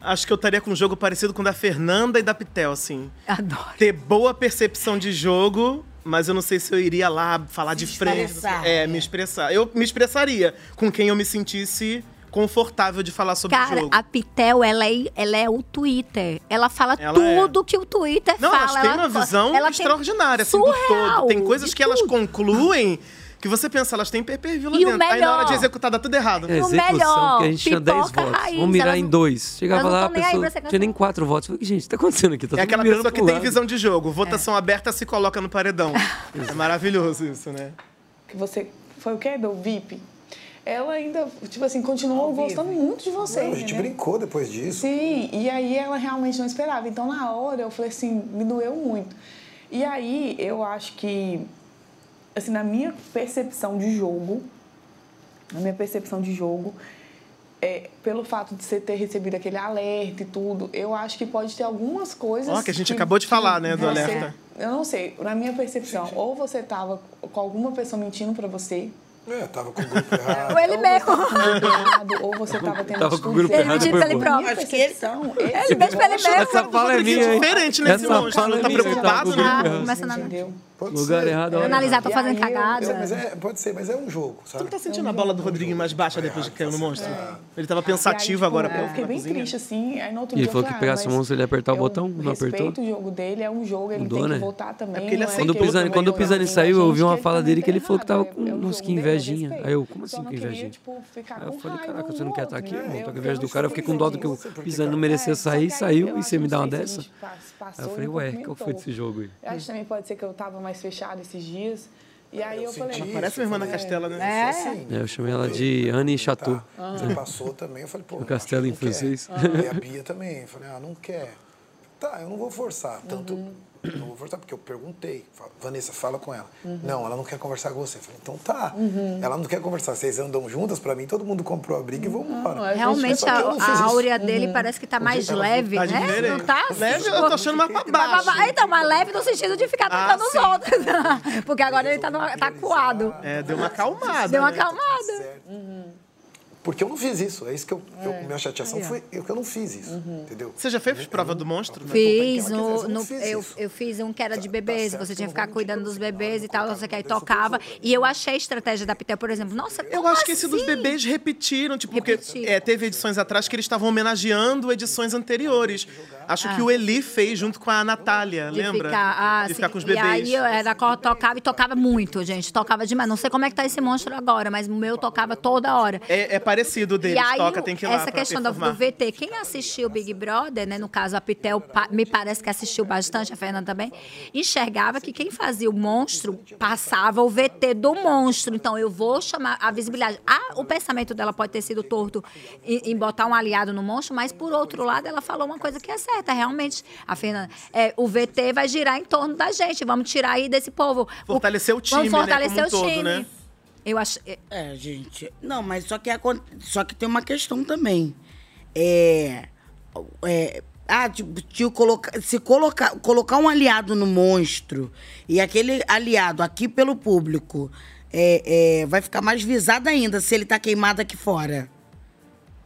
S2: Acho que eu estaria com um jogo parecido com o da Fernanda e da Pitel, assim.
S3: Adoro.
S2: Ter boa percepção de jogo, mas eu não sei se eu iria lá falar de frente.
S1: expressar,
S2: É, me expressar. Eu me expressaria com quem eu me sentisse confortável de falar sobre o
S3: Cara,
S2: jogo.
S3: a Pitel, ela é, ela é o Twitter. Ela fala
S2: Ela é.
S3: tudo que o Twitter
S2: Não,
S3: fala.
S2: elas têm
S3: ela
S2: uma visão assim,
S3: ela tem-
S2: extraordinária, assim, do todo. Tem coisas que elas concluem Que você pensa, elas têm pay-per-view lá
S3: E o
S2: dentro. Aí na hora
S3: melhor-
S2: de executar dá tudo errado.
S4: É execução, porque a gente tinha 10
S3: pipoca
S4: votos.
S3: raiz,
S4: Vamos mirar
S3: elas
S4: em
S3: não-
S4: dois. Chegava
S3: elas não
S4: lá, a
S3: tão nem aí pra
S4: pessoa
S3: ser
S4: tinha nem quatro votos. Eu Falei, gente, o que tá acontecendo aqui?
S2: É
S4: Tá todo
S2: aquela
S4: mundo mirando
S2: pessoa que
S4: pro
S2: tem
S4: lado.
S2: visão de jogo.
S3: É.
S2: Votação aberta se coloca no paredão. é maravilhoso isso, né?
S14: que você foi o que do VIP. Ela ainda, tipo assim, continuou gostando muito de você.
S15: a gente
S14: né?
S15: brincou depois disso.
S14: Sim, e aí ela realmente não esperava. Então, na hora, eu falei assim, me doeu muito. E aí, eu acho que, assim, na minha percepção de jogo, na minha percepção de jogo, é, pelo fato de você ter recebido aquele alerta e tudo, eu acho que pode ter algumas coisas...
S2: Ó, que a gente acabou de falar, né, do
S14: você-
S2: alerta.
S14: Eu não sei, na minha percepção, ou você tava com alguma pessoa mentindo pra você...
S15: É, tava com o grupo errado.
S3: Ou ele mesmo.
S14: ou você tava tendo
S15: Tava com o
S14: atitudes-
S15: grupo Ele errado, mentiu foi pra ele bom. próprio.
S14: Minha percepção,
S3: Ele mente pra ele mesmo.
S4: Essa fala é minha, hein?
S2: Diferente, né,
S4: Essa
S2: Simão? A gente
S4: fala
S2: não
S4: é
S2: tá
S4: minha,
S2: preocupado,
S4: tá?
S2: né?
S3: Ah, começa na...
S4: Lugar errado, hora
S3: Analisar, tô
S15: E
S3: fazendo
S15: aí eu-
S3: cagada.
S15: eu- mas é- pode ser, mas é um jogo, sabe?
S2: Tá sentindo a bola do Rodriguinho mais baixa depois que caiu no monstro? Ele tava pensativo
S14: tipo,
S2: agora.
S14: Eu
S2: pô,
S14: fiquei bem triste, assim. Aí no outro
S4: E ele
S14: dia
S4: falou
S14: eu
S4: que
S14: ah,
S4: pegasse o
S14: mas
S4: monstro, ele ia apertar o botão, não
S14: respeito
S4: apertou.
S14: o jogo dele, é um jogo, ele
S4: Mudou,
S14: tem
S4: né?
S14: que voltar também.
S2: porque ele
S14: não é
S4: Quando o
S14: que eu
S4: Pisani,
S14: também
S4: quando o
S14: não
S4: Pisani
S14: tenho
S4: saiu, eu ouvi uma
S14: gente que
S4: fala
S14: ele
S4: dele
S14: tá
S4: que ele falou que tava
S14: errado,
S4: com,
S14: é um
S4: nossa,
S14: jogo
S4: que
S14: dele,
S4: invejinha.
S14: respeito.
S4: Aí eu, como
S14: Só
S4: assim
S14: não
S4: que
S14: queria,
S4: invejinha?
S14: tipo, ficar
S4: Aí eu
S14: com
S4: falei,
S14: raiva
S4: caraca,
S14: um
S4: você não
S14: do
S4: quer estar
S14: outro,
S4: aqui?
S14: né?
S4: Não,
S14: Eu-
S4: tô com
S14: eu
S4: inveja do
S14: acho
S4: cara, eu
S14: que
S4: fiquei com dó do que o Pisani não mereceu sair, saiu, e você me dá uma dessa? Aí eu falei, ué, qual que foi desse jogo aí?
S14: Eu acho que também pode ser que eu tava mais fechada esses dias. E aí eu, falei. "Ah,
S2: Ela parece uma irmã
S15: Tipo,
S2: da Castela, né?
S14: É.
S4: É, eu chamei ela de Anne Chateau.
S3: Ah.
S15: Você passou também, eu falei, pô,
S4: O castelo em francês.
S15: Ah, E a Bia também. Eu falei, ah, não quer. Tá, eu não vou forçar. Tanto.
S3: Uhum.
S15: eu Não vou forçar, porque eu perguntei. Fala, Vanessa, fala com ela.
S3: Uhum.
S15: Não, ela não quer conversar com você. Eu falei, então tá.
S14: Uhum.
S15: Ela não quer conversar. Vocês andam juntas, pra mim, todo mundo comprou a briga e vamos embora.
S3: é Realmente a, a áurea dele parece que tá mais leve,
S15: Tá
S3: né?
S15: diferente.
S3: Não tá?
S2: Leve, eu tô achando mais pra baixo.
S3: Bababá. Então, mas leve no sentido de ficar
S2: Ah,
S3: tentando os outros. Porque agora ele tá, numa- tá coado.
S2: É, deu uma acalmada.
S3: Deu uma
S2: né?
S3: acalmada.
S15: Porque eu não fiz isso. É isso que eu. eu- minha chateação
S3: Aí, ó. Uhum.
S15: foi eu que eu não fiz isso. Entendeu?
S2: Você já fez prova do monstro?
S3: Fiz, no, no- eu, eu fiz um que era de bebês, você tinha que ficar cuidando dos bebês e tal, não sei o que, aí tocava. E eu achei a estratégia da Pitel, por exemplo, nossa,
S2: Eu acho que esse dos
S3: assim?
S2: bebês repetiram, tipo, porque é, teve edições atrás que eles estavam homenageando edições anteriores. Acho
S3: Ah.
S2: que o Eli fez junto com a Natália,
S3: De
S2: lembra?
S3: Ficar, ah,
S2: de
S3: sim.
S2: ficar com os
S3: E aí
S2: bebês.
S3: eu era, co- tocava e tocava muito, gente. Tocava demais. Não sei como é que tá esse monstro agora, mas o meu tocava toda hora.
S2: É, é parecido
S3: E
S2: deles,
S3: aí,
S2: toca, tem que ir lá
S3: essa
S2: pra
S3: questão do, do
S2: performar.
S3: VT, quem assistiu o Big Brother, né, no caso a Pitel, pa- me parece que assistiu bastante, a Fernanda também, enxergava que quem fazia o monstro passava o VT do monstro. Então eu vou chamar a visibilidade. Ah, o pensamento dela pode ter sido torto em, em botar um aliado no monstro, mas por outro lado ela falou uma coisa que é certa, realmente. A Fernanda, é, o VT vai girar em torno da gente, vamos tirar aí desse povo.
S2: Fortalecer o time,
S3: Vamos fortalecer
S2: né? Como um
S3: o
S2: todo,
S3: time.
S2: né?
S3: Eu acho. é-
S1: É, gente. Não, mas só que, acon- só que tem uma questão também. É. é ah, tipo, tio, coloca, se colocar, colocar um aliado no monstro e aquele aliado aqui pelo público é, é, vai ficar mais visado ainda se ele tá queimado aqui fora.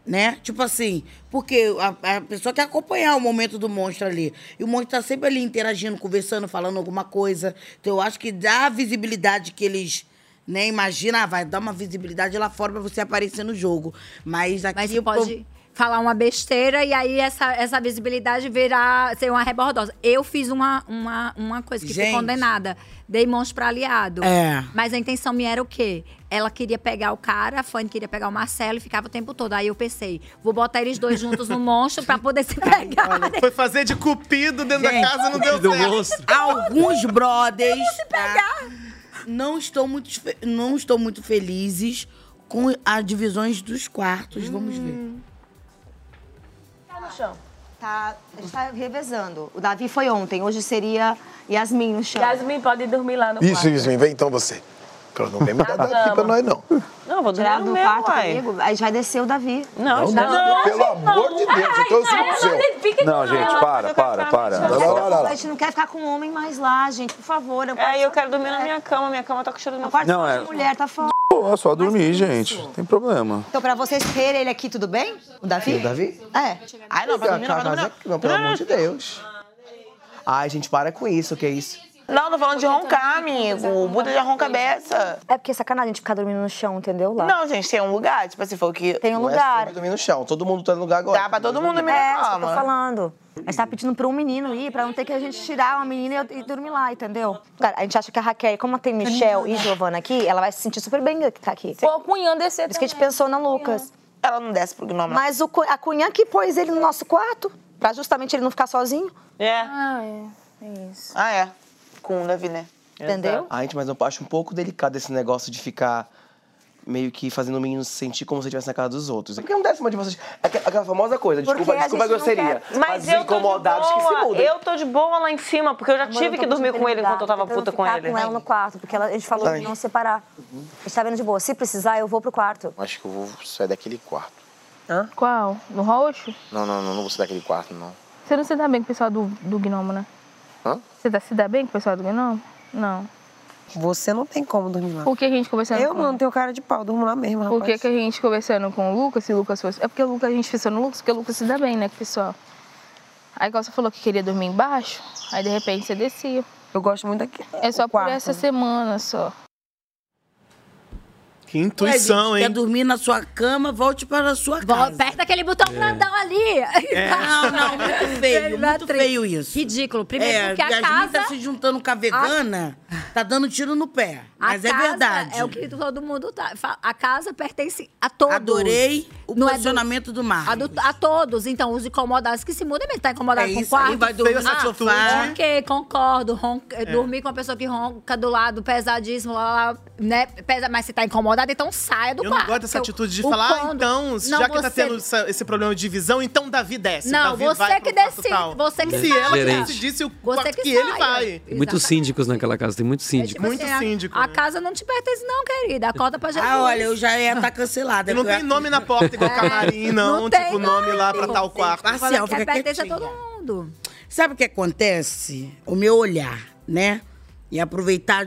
S1: Né? Tipo assim, porque a, a pessoa quer acompanhar o momento do monstro ali. E o monstro tá sempre ali interagindo, conversando, falando alguma coisa. Então eu acho que dá a visibilidade que eles. Né? Imagina, ah, vai dar uma visibilidade lá fora pra você aparecer no jogo. Mas aqui.
S3: Mas você pode falar uma besteira e aí essa, essa visibilidade virá ser uma rebordosa. Eu fiz uma, uma, uma coisa que fui
S1: Gente.
S3: condenada. Dei mãos pra aliado.
S1: É.
S3: Mas a intenção minha era o quê? Ela queria pegar o cara, a Fanny queria pegar o Marcelo e ficava o tempo todo. Aí eu pensei, vou botar eles dois juntos no monstro pra poder se pegar.
S2: Foi fazer de cupido dentro
S1: Gente,
S2: da casa, não deu certo.
S1: Alguns brothers tá? não estão muito fe- não estão muito felizes com as divisões dos quartos. Vamos
S3: Hum.
S1: ver.
S7: Tá no chão. Tá, a gente tá revezando. O Davi foi ontem, hoje seria Yasmin no chão. Yasmin pode dormir lá no
S15: Isso, Yasmin, vem então você. Ela não vem mudar
S7: Na
S15: daqui pra nós,
S7: cama.
S15: não.
S7: Não, vou
S13: dormir no meu,
S7: quarto
S13: uai.
S7: comigo. A gente vai descer o Davi.
S13: Não, gente, não,
S15: Pelo amor de Deus,
S8: então
S15: então eu tô no seu.
S8: Não, gente, para, para, para.
S7: Não,
S8: Olha lá, olha
S7: A
S8: lá.
S7: gente não quer ficar com um homem mais lá, gente. Por favor. É, eu quero dormir na minha cama. Minha cama tá com cheiro do meu
S8: quarto. Não,
S7: Não, é...
S8: é-
S7: mulher, tá foda.
S8: Pô, só dormir, gente. Não tem problema.
S7: Então, pra vocês terem ele aqui, tudo bem? O Davi?
S16: O Davi?
S7: É.
S2: tá
S16: Ai, não, vai dormir, não, vai dormir, não.
S17: Não, pelo amor de Deus.
S16: Ai, gente, para com isso, o que é isso?
S6: Não, tô falando de roncar, amigo. O Buda já ronca beça.
S7: É porque é sacanagem a gente ficar dormindo no chão, entendeu? Lá.
S6: Não, gente, tem um lugar. Tipo, se for que.
S7: Tem um lugar.
S16: dormir no chão. Todo mundo tá no lugar agora.
S6: Dá pra todo mundo me
S7: É, isso que
S6: na
S7: eu tô
S6: cama.
S7: falando. A gente tá pedindo pra um menino ir, pra não ter que a gente tirar uma menina e, e dormir lá, entendeu? Cara, a gente acha que a Raquel, como tem Michelle e Giovana aqui, ela vai se sentir super bem que tá aqui. Ou a Cunhã descer Por isso que a gente pensou na Lucas.
S6: Ela não desce pro gnomo.
S7: Mas o, Cu- a Cunhã que pôs ele no nosso quarto, pra justamente ele não ficar sozinho.
S6: É.
S7: Ah,
S6: é. isso. Ah, é. Com o Davi, né?
S7: Entendeu?
S16: Ah, gente, mas eu acho um pouco delicado esse negócio de ficar meio que fazendo o menino se sentir como se estivesse na casa dos outros. É Por que não desce uma um de vocês? Aqu- Aquela famosa coisa, desculpa,
S13: Porque a
S16: desculpa a
S13: gente não
S16: grosseria.
S13: quer- Mas eu tô de
S16: incomodados que se
S13: boa,
S16: mudam.
S13: Eu tô de boa lá em cima, porque eu já
S7: Amor,
S13: tive
S7: eu
S13: que
S7: tô
S13: dormir com ele enquanto eu tava
S7: tentando
S13: puta com
S7: ficar
S13: ele.
S7: com ela no quarto, porque ela, a gente falou
S13: Ai.
S7: de não separar. A gente tá vendo de boa. Se precisar, eu vou pro quarto.
S17: Acho que eu vou sair daquele quarto.
S18: Qual? No roxo?
S17: Não, não, não, não vou sair daquele quarto, não.
S18: Você não se dá bem com o pessoal do, do gnomo, né?
S17: Hã?
S18: Você dá- se dá bem com o pessoal do gnomo? Não.
S11: Você não tem como dormir lá.
S18: Por que a gente conversando
S11: Eu,
S18: com...
S11: mano, tenho cara de pau, durmo lá mesmo,
S18: Por que,
S11: rapaz.
S18: que a gente conversando com o Lucas, se o Lucas fosse... É porque o Lucas, a gente pensou no Lucas, porque o Lucas se dá bem, né, com o pessoal. Aí, igual você falou que queria dormir embaixo, aí, de repente, você descia.
S11: Eu gosto muito daqui.
S18: É só por
S1: quarto,
S18: essa
S1: né?
S18: semana, só.
S2: Que intuição,
S1: Ué,
S2: hein?
S1: gente, Quer dormir na sua cama, volte para a sua casa.
S3: Aperta aquele botão
S2: É.
S3: grandão ali. é
S1: É. Não, não, muito feio, muito feio isso.
S3: Ridículo. Primeiro
S1: é,
S3: porque a
S1: Yasmin
S3: casa...
S1: tá se juntando com a vegana, tá dando tiro no pé.
S3: A
S1: Mas
S3: casa
S1: é verdade.
S3: É o que todo mundo tá. fa- A casa pertence a todos.
S1: Adorei o
S3: Não é do-
S1: posicionamento do mar.
S3: A, do- a todos. Então, os incomodados que se mudam, ele tá incomodado
S1: É
S3: com o
S1: isso aí,
S3: quarto.
S1: vai dormir no sofá.
S3: Ok, concordo. Ronca,
S1: É.
S3: Dormir com uma pessoa que ronca do lado, pesadíssimo, lá, lá, né? Pesa, mas você tá incomodado, então saia do
S2: Eu
S3: quarto.
S2: não gosto dessa atitude de
S3: O
S2: falar, ah,
S3: quando-
S2: então,
S3: Não,
S2: já que tá
S3: você-
S2: tendo essa- esse problema de divisão, então Davi desce.
S3: Não,
S2: Davi
S3: você
S2: vai
S3: que
S2: pro quarto
S3: decide,
S2: tal.
S3: você que
S2: É Se
S3: saia.
S2: ela
S4: Né? Gerente.
S2: decidisse o
S3: Você
S2: quarto
S3: que
S2: que, ele
S3: saia.
S2: vai.
S4: Muitos síndicos naquela casa, tem muitos síndicos.
S3: Tipo assim, a- A,
S2: né?
S3: casa não te pertence, não, querida. Acorda pra Jesus. É.
S1: Ah, olha, eu já ia estar cancelada.
S2: E não
S1: porque
S2: tem
S1: eu-
S2: nome na porta igual camarim, não.
S1: não
S2: tipo,
S1: tem
S2: nome lá pra
S1: nome.
S2: tal quarto.
S1: Marcial, fica
S3: pertence a
S1: quietinha.
S3: Tá todo mundo.
S1: Sabe o que acontece? O meu olhar, né? E aproveitar.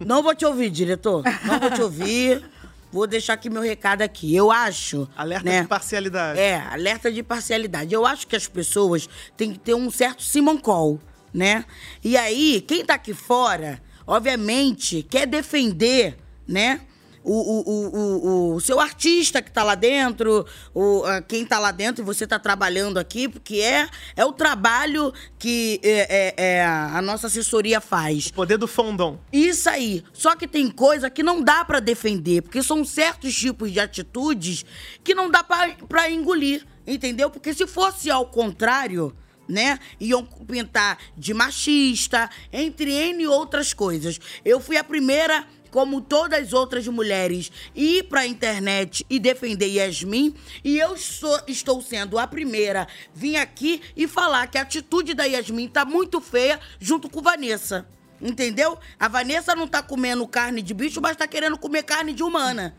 S1: Não vou te ouvir, diretor. Não vou te ouvir. Vou deixar aqui meu recado aqui. Eu acho.
S2: Alerta
S1: né?
S2: de parcialidade.
S1: É, alerta de parcialidade. Eu acho que as pessoas têm que ter um certo simoncol, né? E aí, quem tá aqui fora, obviamente, quer defender, né? O, o, o, o, o seu artista que tá lá dentro, o, ah, quem tá lá dentro e você tá trabalhando aqui, porque é, é o trabalho que é, é, é, a nossa assessoria faz. O
S2: poder do fondom.
S1: Isso aí. Só que tem coisa que não dá pra defender, porque são certos tipos de atitudes que não dá pra pra engolir, entendeu? Porque se fosse ao contrário, né? Iam pintar de machista, entre N outras coisas. Eu fui a primeira, como todas as outras mulheres, ir pra internet e defender Yasmin. E eu sou- estou sendo a primeira vir aqui e falar que a atitude da Yasmin tá muito feia junto com Vanessa. Entendeu? A Vanessa não tá comendo carne de bicho, mas tá querendo comer carne de humana.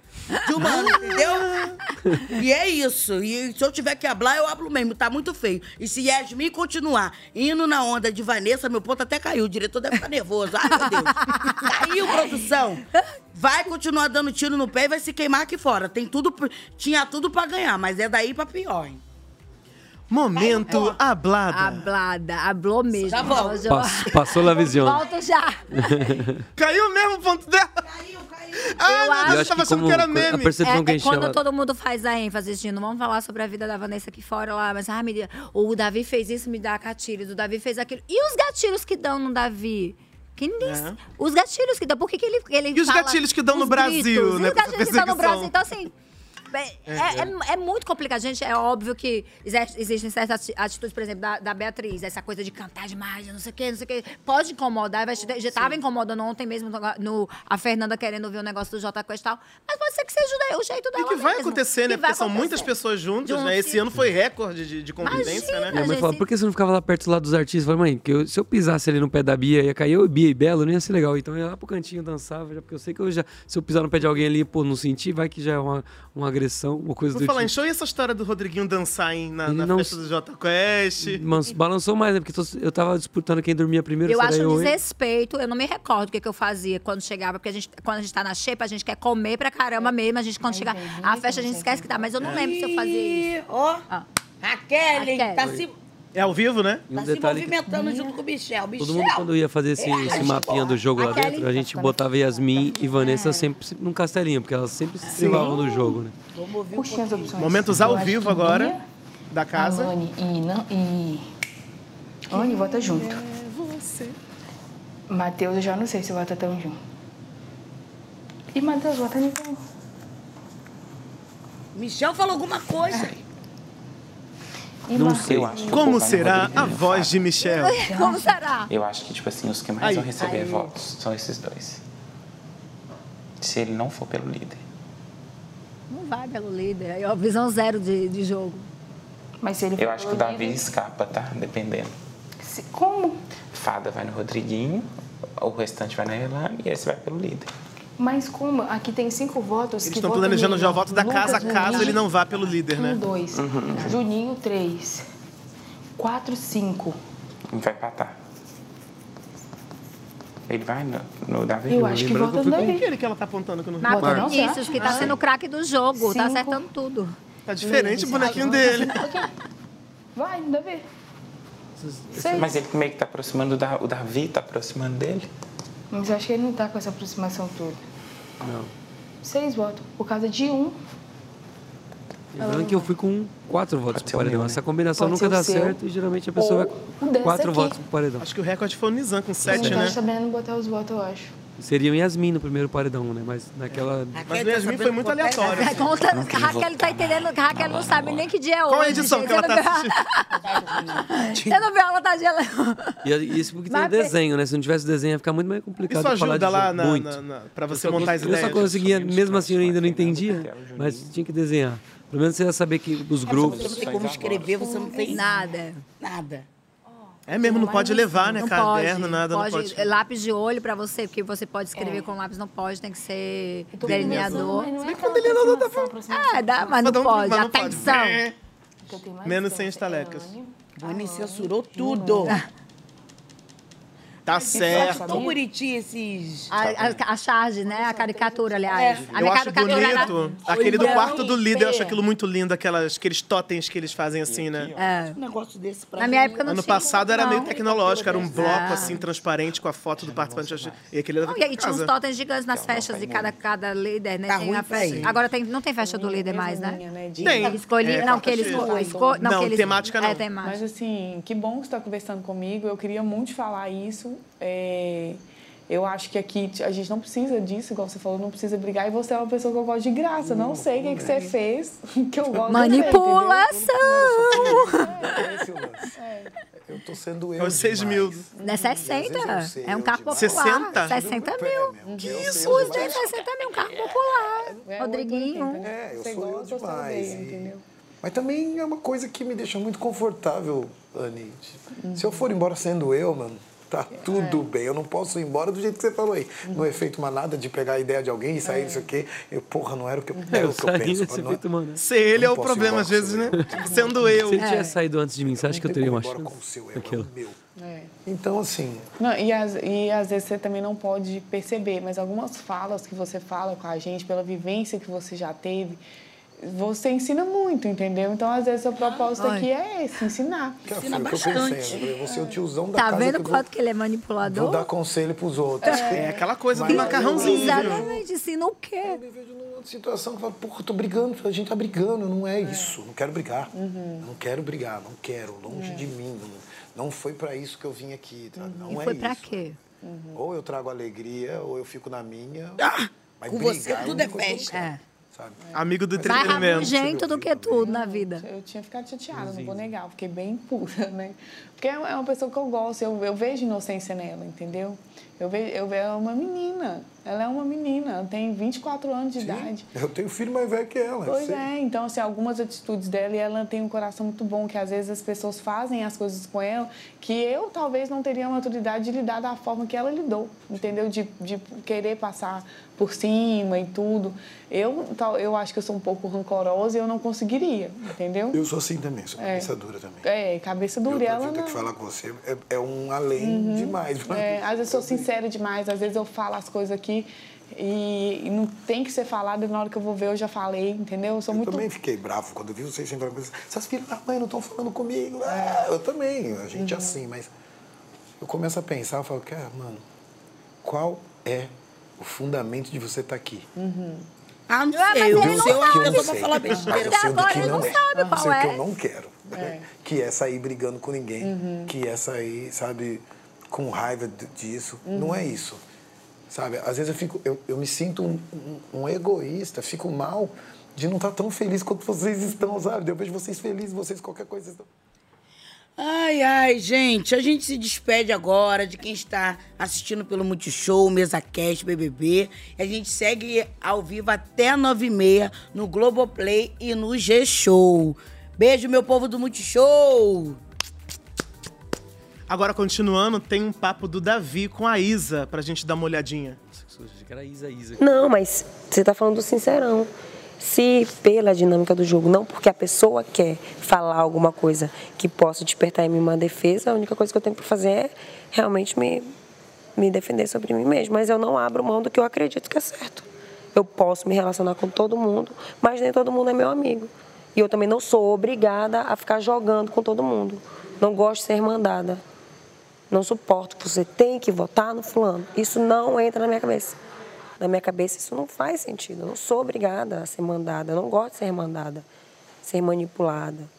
S1: De humana, entendeu? E é isso. E se eu tiver que hablar, eu hablo mesmo. Tá muito feio. E se Yasmin continuar indo na onda de Vanessa, meu ponto até caiu. O diretor deve ficar nervoso. Ai, meu Deus. Caiu, produção. Vai continuar dando tiro no pé e vai se queimar aqui fora. Tem tudo, pr- tinha tudo pra ganhar, mas é daí pra pior. Hein?
S2: Momento hablado.
S3: Hablada, hablou mesmo.
S1: Tá bom.
S3: Então, já-
S4: Pass- passou la visión.
S3: Volto já.
S2: Caiu mesmo o ponto dela.
S3: Ah,
S4: Deus, eu acho tava que achando como- que era quando- a meme. percepção
S3: é,
S4: que a
S3: é
S4: gente
S3: quando
S4: ela-
S3: todo mundo faz a ênfase, Gino. Vamos falar sobre a vida da Vanessa aqui fora lá. Mas, ah, me dê- o Davi fez isso, me dá gatilhos. O Davi fez aquilo. E os gatilhos que dão no Davi? Que ninguém... s- Os gatilhos que dão. Por que, que ele, ele
S2: E os
S3: fala
S2: gatilhos que dão no
S3: os
S2: Brasil,
S3: gritos?
S2: né,
S3: E os
S2: pra
S3: gatilhos que dão no
S2: perseguição?
S3: Brasil. Então, assim... é- É, é- é muito complicado, gente. É óbvio que exer- existem certas ati- atitudes, por exemplo, da, da Beatriz, essa coisa de cantar demais, não sei o quê, não sei o quê. Pode incomodar, vai, já estava incomodando ontem mesmo no, no- a Fernanda querendo ver o negócio do Jota Quest e tal. Mas pode ser que seja o jeito dela.
S2: E que vai
S3: mesmo.
S2: acontecer, né?
S3: Que
S2: Porque
S3: vai
S2: são
S3: acontecer. um
S2: muitas pessoas juntas,
S3: Juntos,
S2: né? Esse
S3: sim.
S2: ano foi recorde de, de convivência, né?
S4: Minha mãe falava, por que você não ficava lá perto do lado dos artistas? Eu falei, mãe, porque eu- se eu pisasse ali no pé da Bia, ia cair eu, Bia e Belo, não ia ser legal. Então eu ia lá pro cantinho, dançava, já, porque eu sei que eu já, se eu pisar no pé de alguém ali, pô, não sentir, vai que já é uma, uma agressão, uma coisa
S2: Vou
S4: do
S2: falar em
S4: tipo.
S2: show e essa história do Rodriguinho dançar hein, na, na festa do Jota Quest.
S4: Mas balançou mais, né? Porque tô- eu tava disputando quem dormia primeiro,
S3: Eu
S4: se era
S3: acho um
S4: eu, hein?
S3: desrespeito, eu não me recordo o que, que eu fazia quando chegava, porque a gente, quando a gente tá na xepa, a gente quer comer pra caramba mesmo. A É. gente, quando chega à festa, a gente esquece que tá, mas eu não lembro se eu fazia isso.
S1: Ó, Raquel, hein? Tá se.
S2: É ao vivo, né?
S4: E um
S1: Tá se
S4: detalhe que-
S1: movimentando junto com o Michel. Michel. É,
S4: Todo mundo, quando ia fazer esse, esse mapinha do jogo lá
S1: Aquela
S4: dentro, a gente
S1: infância, né?
S4: botava Yasmin e Vanessa sempre num castelinho, porque elas sempre se
S2: Sim.
S4: levavam no jogo, né?
S1: Vamos ouvir
S19: Puxei as opções.
S2: Momentos
S19: Eu
S2: ao
S19: acho
S2: vivo
S19: que
S2: agora,
S19: Bia,
S2: da casa.
S19: Alane e, não, e... Alane vota junto. Matheus, eu já não sei se vota tão junto. E Matheus vota em quem?
S1: Michel falou alguma coisa.
S2: Não
S20: sei. Eu acho que eu vou
S2: Como
S20: votar no
S2: será
S20: Rodrigo
S2: a voz de Michel?
S1: Como será?
S20: Eu acho que, tipo assim, os que mais
S2: Aí.
S20: vão receber
S2: Aí.
S20: votos são esses dois. Se ele não for pelo líder.
S3: Não vai pelo líder. Aí, ó, visão zero de, de jogo.
S19: Mas se ele
S20: Eu acho que o Davi escapa, tá? Dependendo.
S19: Como?
S20: Fada vai no Rodriguinho, o restante vai na Elane e esse vai pelo líder.
S19: Mas como? Aqui tem cinco votos
S20: Eles
S19: que
S20: estão
S19: votam
S2: Planejando
S19: nele.
S2: já o voto da
S19: Lucas,
S2: casa, Tá, caso
S19: Juninho,
S2: ele não vá pelo líder, né?
S19: Um, dois.
S20: Uhum.
S19: Juninho, três. Quatro, cinco.
S20: Vai empatar. Ele vai no, no Davi.
S19: Eu acho que Lembrando que eu vota no fui com- Davi.
S2: Aquele que ela tá apontando que eu não
S3: Marco
S20: Marcos.
S3: Vinícius, que tá
S2: Ah.
S3: sendo o craque do jogo. Tá acertando tudo.
S2: Tá diferente o bonequinho
S19: Leide,
S2: dele.
S19: um Vai, Davi. Sei.
S20: Mas ele meio que tá aproximando, do Da- o Davi tá aproximando dele.
S19: Mas eu acho que ele não tá com essa aproximação toda.
S4: Não.
S19: Seis votos. Por causa de um.
S4: Lembrando que eu fui com quatro votos pro paredão. Essa
S2: né?
S4: combinação
S19: Pode
S4: nunca
S19: ser o
S4: dá
S19: seu.
S4: certo e geralmente a pessoa
S19: Ou
S4: vai
S19: um
S4: com
S19: desse
S4: quatro
S19: aqui.
S4: votos pro paredão.
S2: Acho que o recorde foi o Nizam com
S19: Ele
S2: sete,
S19: não
S2: né?
S19: tá sabendo botar os votos, eu acho.
S4: Seria o Yasmin no primeiro paredão, né? Mas naquela.
S2: Mas o Yasmin foi muito aleatório. assim.
S3: Tá contando-
S4: Não tem
S3: Raquel tá entendendo. Raquel não sabe nem que dia é hoje.
S2: Qual a edição
S3: gente.
S2: que ela
S3: Você
S2: tá
S3: não viu- Você não viu ela tá gelando.
S4: E a- e isso porque tem
S3: Mas
S4: o desenho, né? Se não tivesse o desenho, ia ficar muito mais complicado.
S2: Isso
S4: falar
S2: ajuda
S4: de
S2: lá
S4: jogo.
S2: na-
S4: muito.
S2: na- na- pra
S4: Eu
S2: você
S4: só
S2: montar as
S4: consegui- Eu
S2: ideias.
S4: só conseguia, mesmo assim, eu ainda não entendia, mas tinha que desenhar. Pelo menos você ia saber que os
S1: Você
S4: grupos.
S1: não tem como escrever, você não tem
S3: Nada.
S1: Nada.
S2: É mesmo, não pode levar, né?
S3: Não
S2: Caderno,
S3: pode,
S2: nada, não
S3: pode. é
S2: pode. É.
S3: Lápis de olho pra você, porque você pode escrever com lápis, não pode, tem que ser
S19: tô pensando,
S3: delineador.
S19: mas não é
S3: Mas quando ele não dá pra... É, dá, mas não
S2: tá Cada um-
S3: pode.
S2: mas não É,
S3: Atenção.
S2: Menos sem estalecas.
S1: Vani censurou tudo.
S3: Ah.
S2: Tá
S1: Acho
S2: certo.
S1: tão bonitinho esses.
S3: A, a- a charge, né? A caricatura, aliás. A
S2: É. Eu
S3: minha
S2: acho
S3: caricatura era-
S2: bonito. Aquele do
S1: Olhão
S2: quarto do líder, eu acho
S1: pé.
S2: aquilo muito lindo, aquelas, aqueles totens que eles fazem assim, né?
S3: É.
S1: Um negócio desse pra
S3: Na minha
S1: mim.
S3: época não
S2: Ano
S3: tinha,
S2: passado era
S3: não. né?
S2: meio assim, tecnológico, era um bloco
S3: Ah.
S2: assim, transparente, com a foto do participante. eu achei- E aquele era
S3: Não,
S2: daqui
S3: e aí
S2: de
S3: tinha uns
S2: casa.
S3: totens gigantes nas festas de cada, cada líder, né?
S2: Tá
S3: Tem
S2: ruim
S3: a
S2: pra
S3: festa-
S2: ir.
S3: Agora tem, não tem festa do líder mais, né?
S2: Tem.
S3: Escolhi,
S2: É,
S3: não, que eles
S2: quarta-feira.
S3: esco- não, que eles, É, temática.
S14: Mas assim, que bom que você está conversando comigo. Eu queria muito falar isso. É, Eu acho que aqui a gente não precisa disso, igual você falou, não precisa brigar. E você é uma pessoa que eu gosto de graça. Não sei o que, que
S3: é.
S14: você fez, que eu gosto né?
S3: Manipulação!
S15: Eu tô sendo eu.
S2: É os 6 mil.
S3: Né, 60. É um carro popular.
S2: 60?
S3: 60 mil. Que Uhum. isso? Os dois 60 mil, um carro popular. Rodriguinho.
S15: É, eu sou eu demais. e- Mas também é uma coisa que me deixa muito confortável, Anny. Se eu for embora sendo eu, mano, tá
S3: É.
S15: tudo bem. Eu não posso ir embora do jeito que você falou aí. é No efeito manada de pegar a ideia de alguém e sair,
S3: É.
S15: não sei o quê. Eu, porra, não era É o que eu, era
S4: Eu
S15: o que eu
S4: saí
S15: penso.
S4: nesse
S15: mas não é-
S4: efeito, mano.
S2: Ser ele é
S15: Não
S2: o
S15: posso
S2: problema,
S15: embora
S2: às vezes, né? Sendo eu.
S4: Se ele
S3: É.
S15: É.
S4: tivesse saído antes de mim, você acha que eu teria uma chance? Aquela.
S15: Então, assim,
S14: Não, e, às, e às vezes você também não pode perceber, mas algumas falas que você fala com a gente, pela vivência que você já teve, você ensina muito, entendeu? Então, às vezes, seu propósito
S3: Ai.
S14: aqui é esse, ensinar.
S15: que foi o que eu pensei. Eu falei, você é o tiozão da
S3: Tá
S15: casa
S3: vendo
S15: que
S3: o
S15: eu vou,
S3: quanto que ele é
S15: vou
S3: manipulador?
S15: dar conselho pros outros.
S2: É aquela coisa do
S15: Mas- é
S2: macarrãozinho.
S3: Exatamente, ensina o quê?
S15: Uma situação que fala, porra, tô brigando, a gente tá brigando, não é isso, não quero brigar.
S2: Uhum.
S15: Eu Não quero brigar, não quero, longe
S3: É.
S15: de mim. Não, não foi pra isso que eu vim aqui,
S14: Uhum.
S15: tá? não
S3: E
S15: é
S3: foi
S15: isso.
S3: pra quê?
S15: Ou eu trago alegria, ou eu fico na minha. mas
S3: com
S15: brigar
S3: você
S15: é a
S3: tudo
S15: única
S3: é
S15: coisa que eu
S3: festa.
S15: quero,
S3: É.
S15: sabe?
S2: Amigo do
S3: Mais
S2: entretenimento.
S3: rabugento do que tudo na vida.
S14: Eu tinha ficado chateada, não vou negar, eu fiquei bem pura, né? Porque é uma pessoa que eu gosto, eu, eu vejo inocência nela, entendeu? Eu vejo, eu vejo, ela é uma menina, ela é uma menina, ela tem 24 anos de idade.
S15: Eu tenho filho mais velho que ela. eu
S14: Pois
S15: sei.
S14: é, então, assim, algumas atitudes dela e ela tem um coração muito bom, que às vezes as pessoas fazem as coisas com ela, que eu talvez não teria a maturidade de lidar da forma que ela lidou, entendeu? De, de querer passar por cima e tudo. Eu, tal, eu acho que eu sou um pouco rancorosa e eu não conseguiria, entendeu?
S15: Eu sou assim também, sou
S14: É.
S15: cabeça dura também.
S14: É, cabeça
S15: Eu
S14: dura e ela
S15: tenho
S14: não.
S15: que falar com você, é, é um além
S14: Uhum.
S15: demais. né? pra mim.
S14: É, às vezes eu sou sincera demais, às vezes eu falo as coisas aqui E, e não tem que ser falado, e na hora que eu vou ver, eu já falei, entendeu? Eu sou muito.
S15: também fiquei bravo quando eu vi vocês sem falar coisa. Essas filhas da mãe não estão falando comigo. Ah, eu também, a gente é assim, mas eu começo a pensar, eu falo, cara, mano, qual é o fundamento de você estar aqui?
S1: Ah, não
S15: Ah, mas
S1: sei.
S15: ele
S1: Eu não
S15: não
S1: sei o que
S15: sabe.
S1: eu tô
S15: Eu
S1: pra
S15: sei.
S1: falar besteira.
S15: Mas eu sei do que não é. Eu
S1: sabe
S15: sei
S1: qual
S15: o que
S1: é.
S15: eu não quero. né? Que é sair brigando com ninguém.
S14: Uhum.
S15: Que é sair, sabe, com raiva d- disso.
S14: Uhum.
S15: Não é isso. Sabe, às vezes eu fico, eu, eu me sinto um, um- um egoísta, fico mal de não estar tão feliz quanto vocês estão, sabe? Eu vejo vocês felizes, vocês qualquer coisa estão.
S1: Ai, ai, gente, a gente se despede agora de quem está assistindo pelo Multishow, MesaCast, BBB. A gente segue ao vivo até 9h30 no Globoplay e no G-Show. Beijo, meu povo do Multishow!
S2: Agora, continuando, tem um papo do Davi com a Isa, pra gente dar uma olhadinha.
S4: Achei que era Isa, Isa.
S21: Não, mas você tá falando do sincerão. Se pela dinâmica do jogo, não porque a pessoa quer falar alguma coisa que possa despertar em mim uma defesa, a única coisa que eu tenho para fazer é realmente me, me defender sobre mim mesmo. Mas eu não abro mão do que eu acredito que é certo. Eu posso me relacionar com todo mundo, mas nem todo mundo é meu amigo. E eu também não sou obrigada a ficar jogando com todo mundo. Não gosto de ser mandada. Não suporto que você tem que votar no fulano. Isso não entra na minha cabeça. Na minha cabeça isso não faz sentido. Eu não sou obrigada a ser mandada. Eu não gosto de ser mandada, ser manipulada.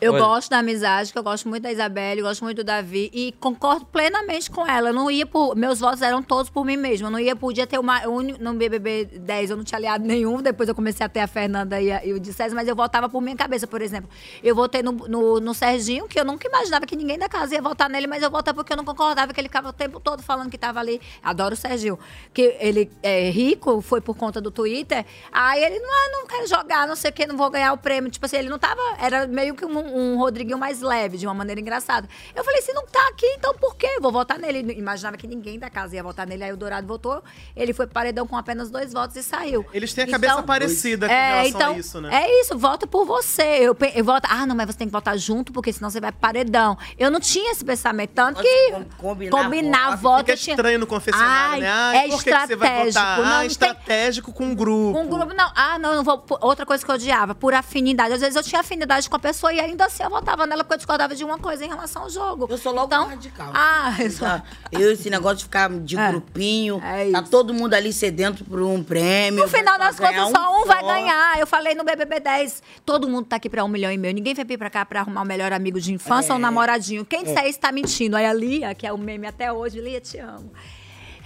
S3: Eu
S21: Olha.
S3: gosto da amizade, que eu gosto muito da Isabelle, eu gosto muito do Davi e concordo plenamente com ela. Eu não ia por. Meus votos eram todos por mim mesma. Eu não ia, podia ter uma. eu uni- No BBB 10 eu não tinha aliado nenhum, depois eu comecei a ter a Fernanda e, a- e o de César, mas eu votava por minha cabeça, por exemplo. Eu votei no, no, no Serginho, que eu nunca imaginava que ninguém da casa ia votar nele, mas eu votava porque eu não concordava que ele ficava o tempo todo falando que tava ali. Adoro o Serginho. Que ele é rico, foi por conta do Twitter. Aí ele, não, ah, não quero jogar, não sei o quê, não vou ganhar o prêmio. Tipo assim, ele não tava. Era meio que um, um Rodriguinho mais leve, de uma maneira engraçada. Eu falei, se não tá aqui, então por quê? Eu vou votar nele. Ele Imaginava que ninguém da casa ia votar nele. Aí o Dourado votou, ele foi pro paredão com apenas dois votos e saiu. Então,
S2: Eles têm a cabeça parecida com relação a isso, né?
S3: É isso, voto por você. Eu, pe- eu voto, ah, não, mas você tem que votar junto, porque senão você vai pro paredão. Eu não tinha esse pensamento, tanto que combinar, voto.
S2: Fica
S3: eu tinha-
S2: estranho no confessionário,
S3: Ai,
S2: né? Ai,
S3: é
S2: por que que você vai
S3: estratégico.
S2: votar?
S3: Não, não
S2: ah,
S3: tem-
S2: estratégico com o grupo.
S3: Um grupo, não. Ah, não, não vou. por- Outra coisa que eu odiava, por afinidade. Às vezes eu tinha afinidade com a pessoa e ainda assim eu votava nela porque eu discordava de uma coisa em relação ao jogo. Eu sou logo então, radical. Ah, É. eu sou...
S1: tá, Eu, esse negócio de ficar de grupinho, tá todo mundo ali sedento por um prêmio.
S3: No final das
S1: vai
S3: contas,
S1: ganhar
S3: só um vai
S1: só.
S3: ganhar. Eu falei no BBB 10. Todo mundo tá aqui pra um milhão e meio. Ninguém vai vir pra cá pra arrumar o melhor amigo de infância ou
S22: É.
S3: namoradinho. Quem
S22: É.
S3: disser isso tá mentindo. Aí a Lia, que é o meme até hoje, Lia, te amo.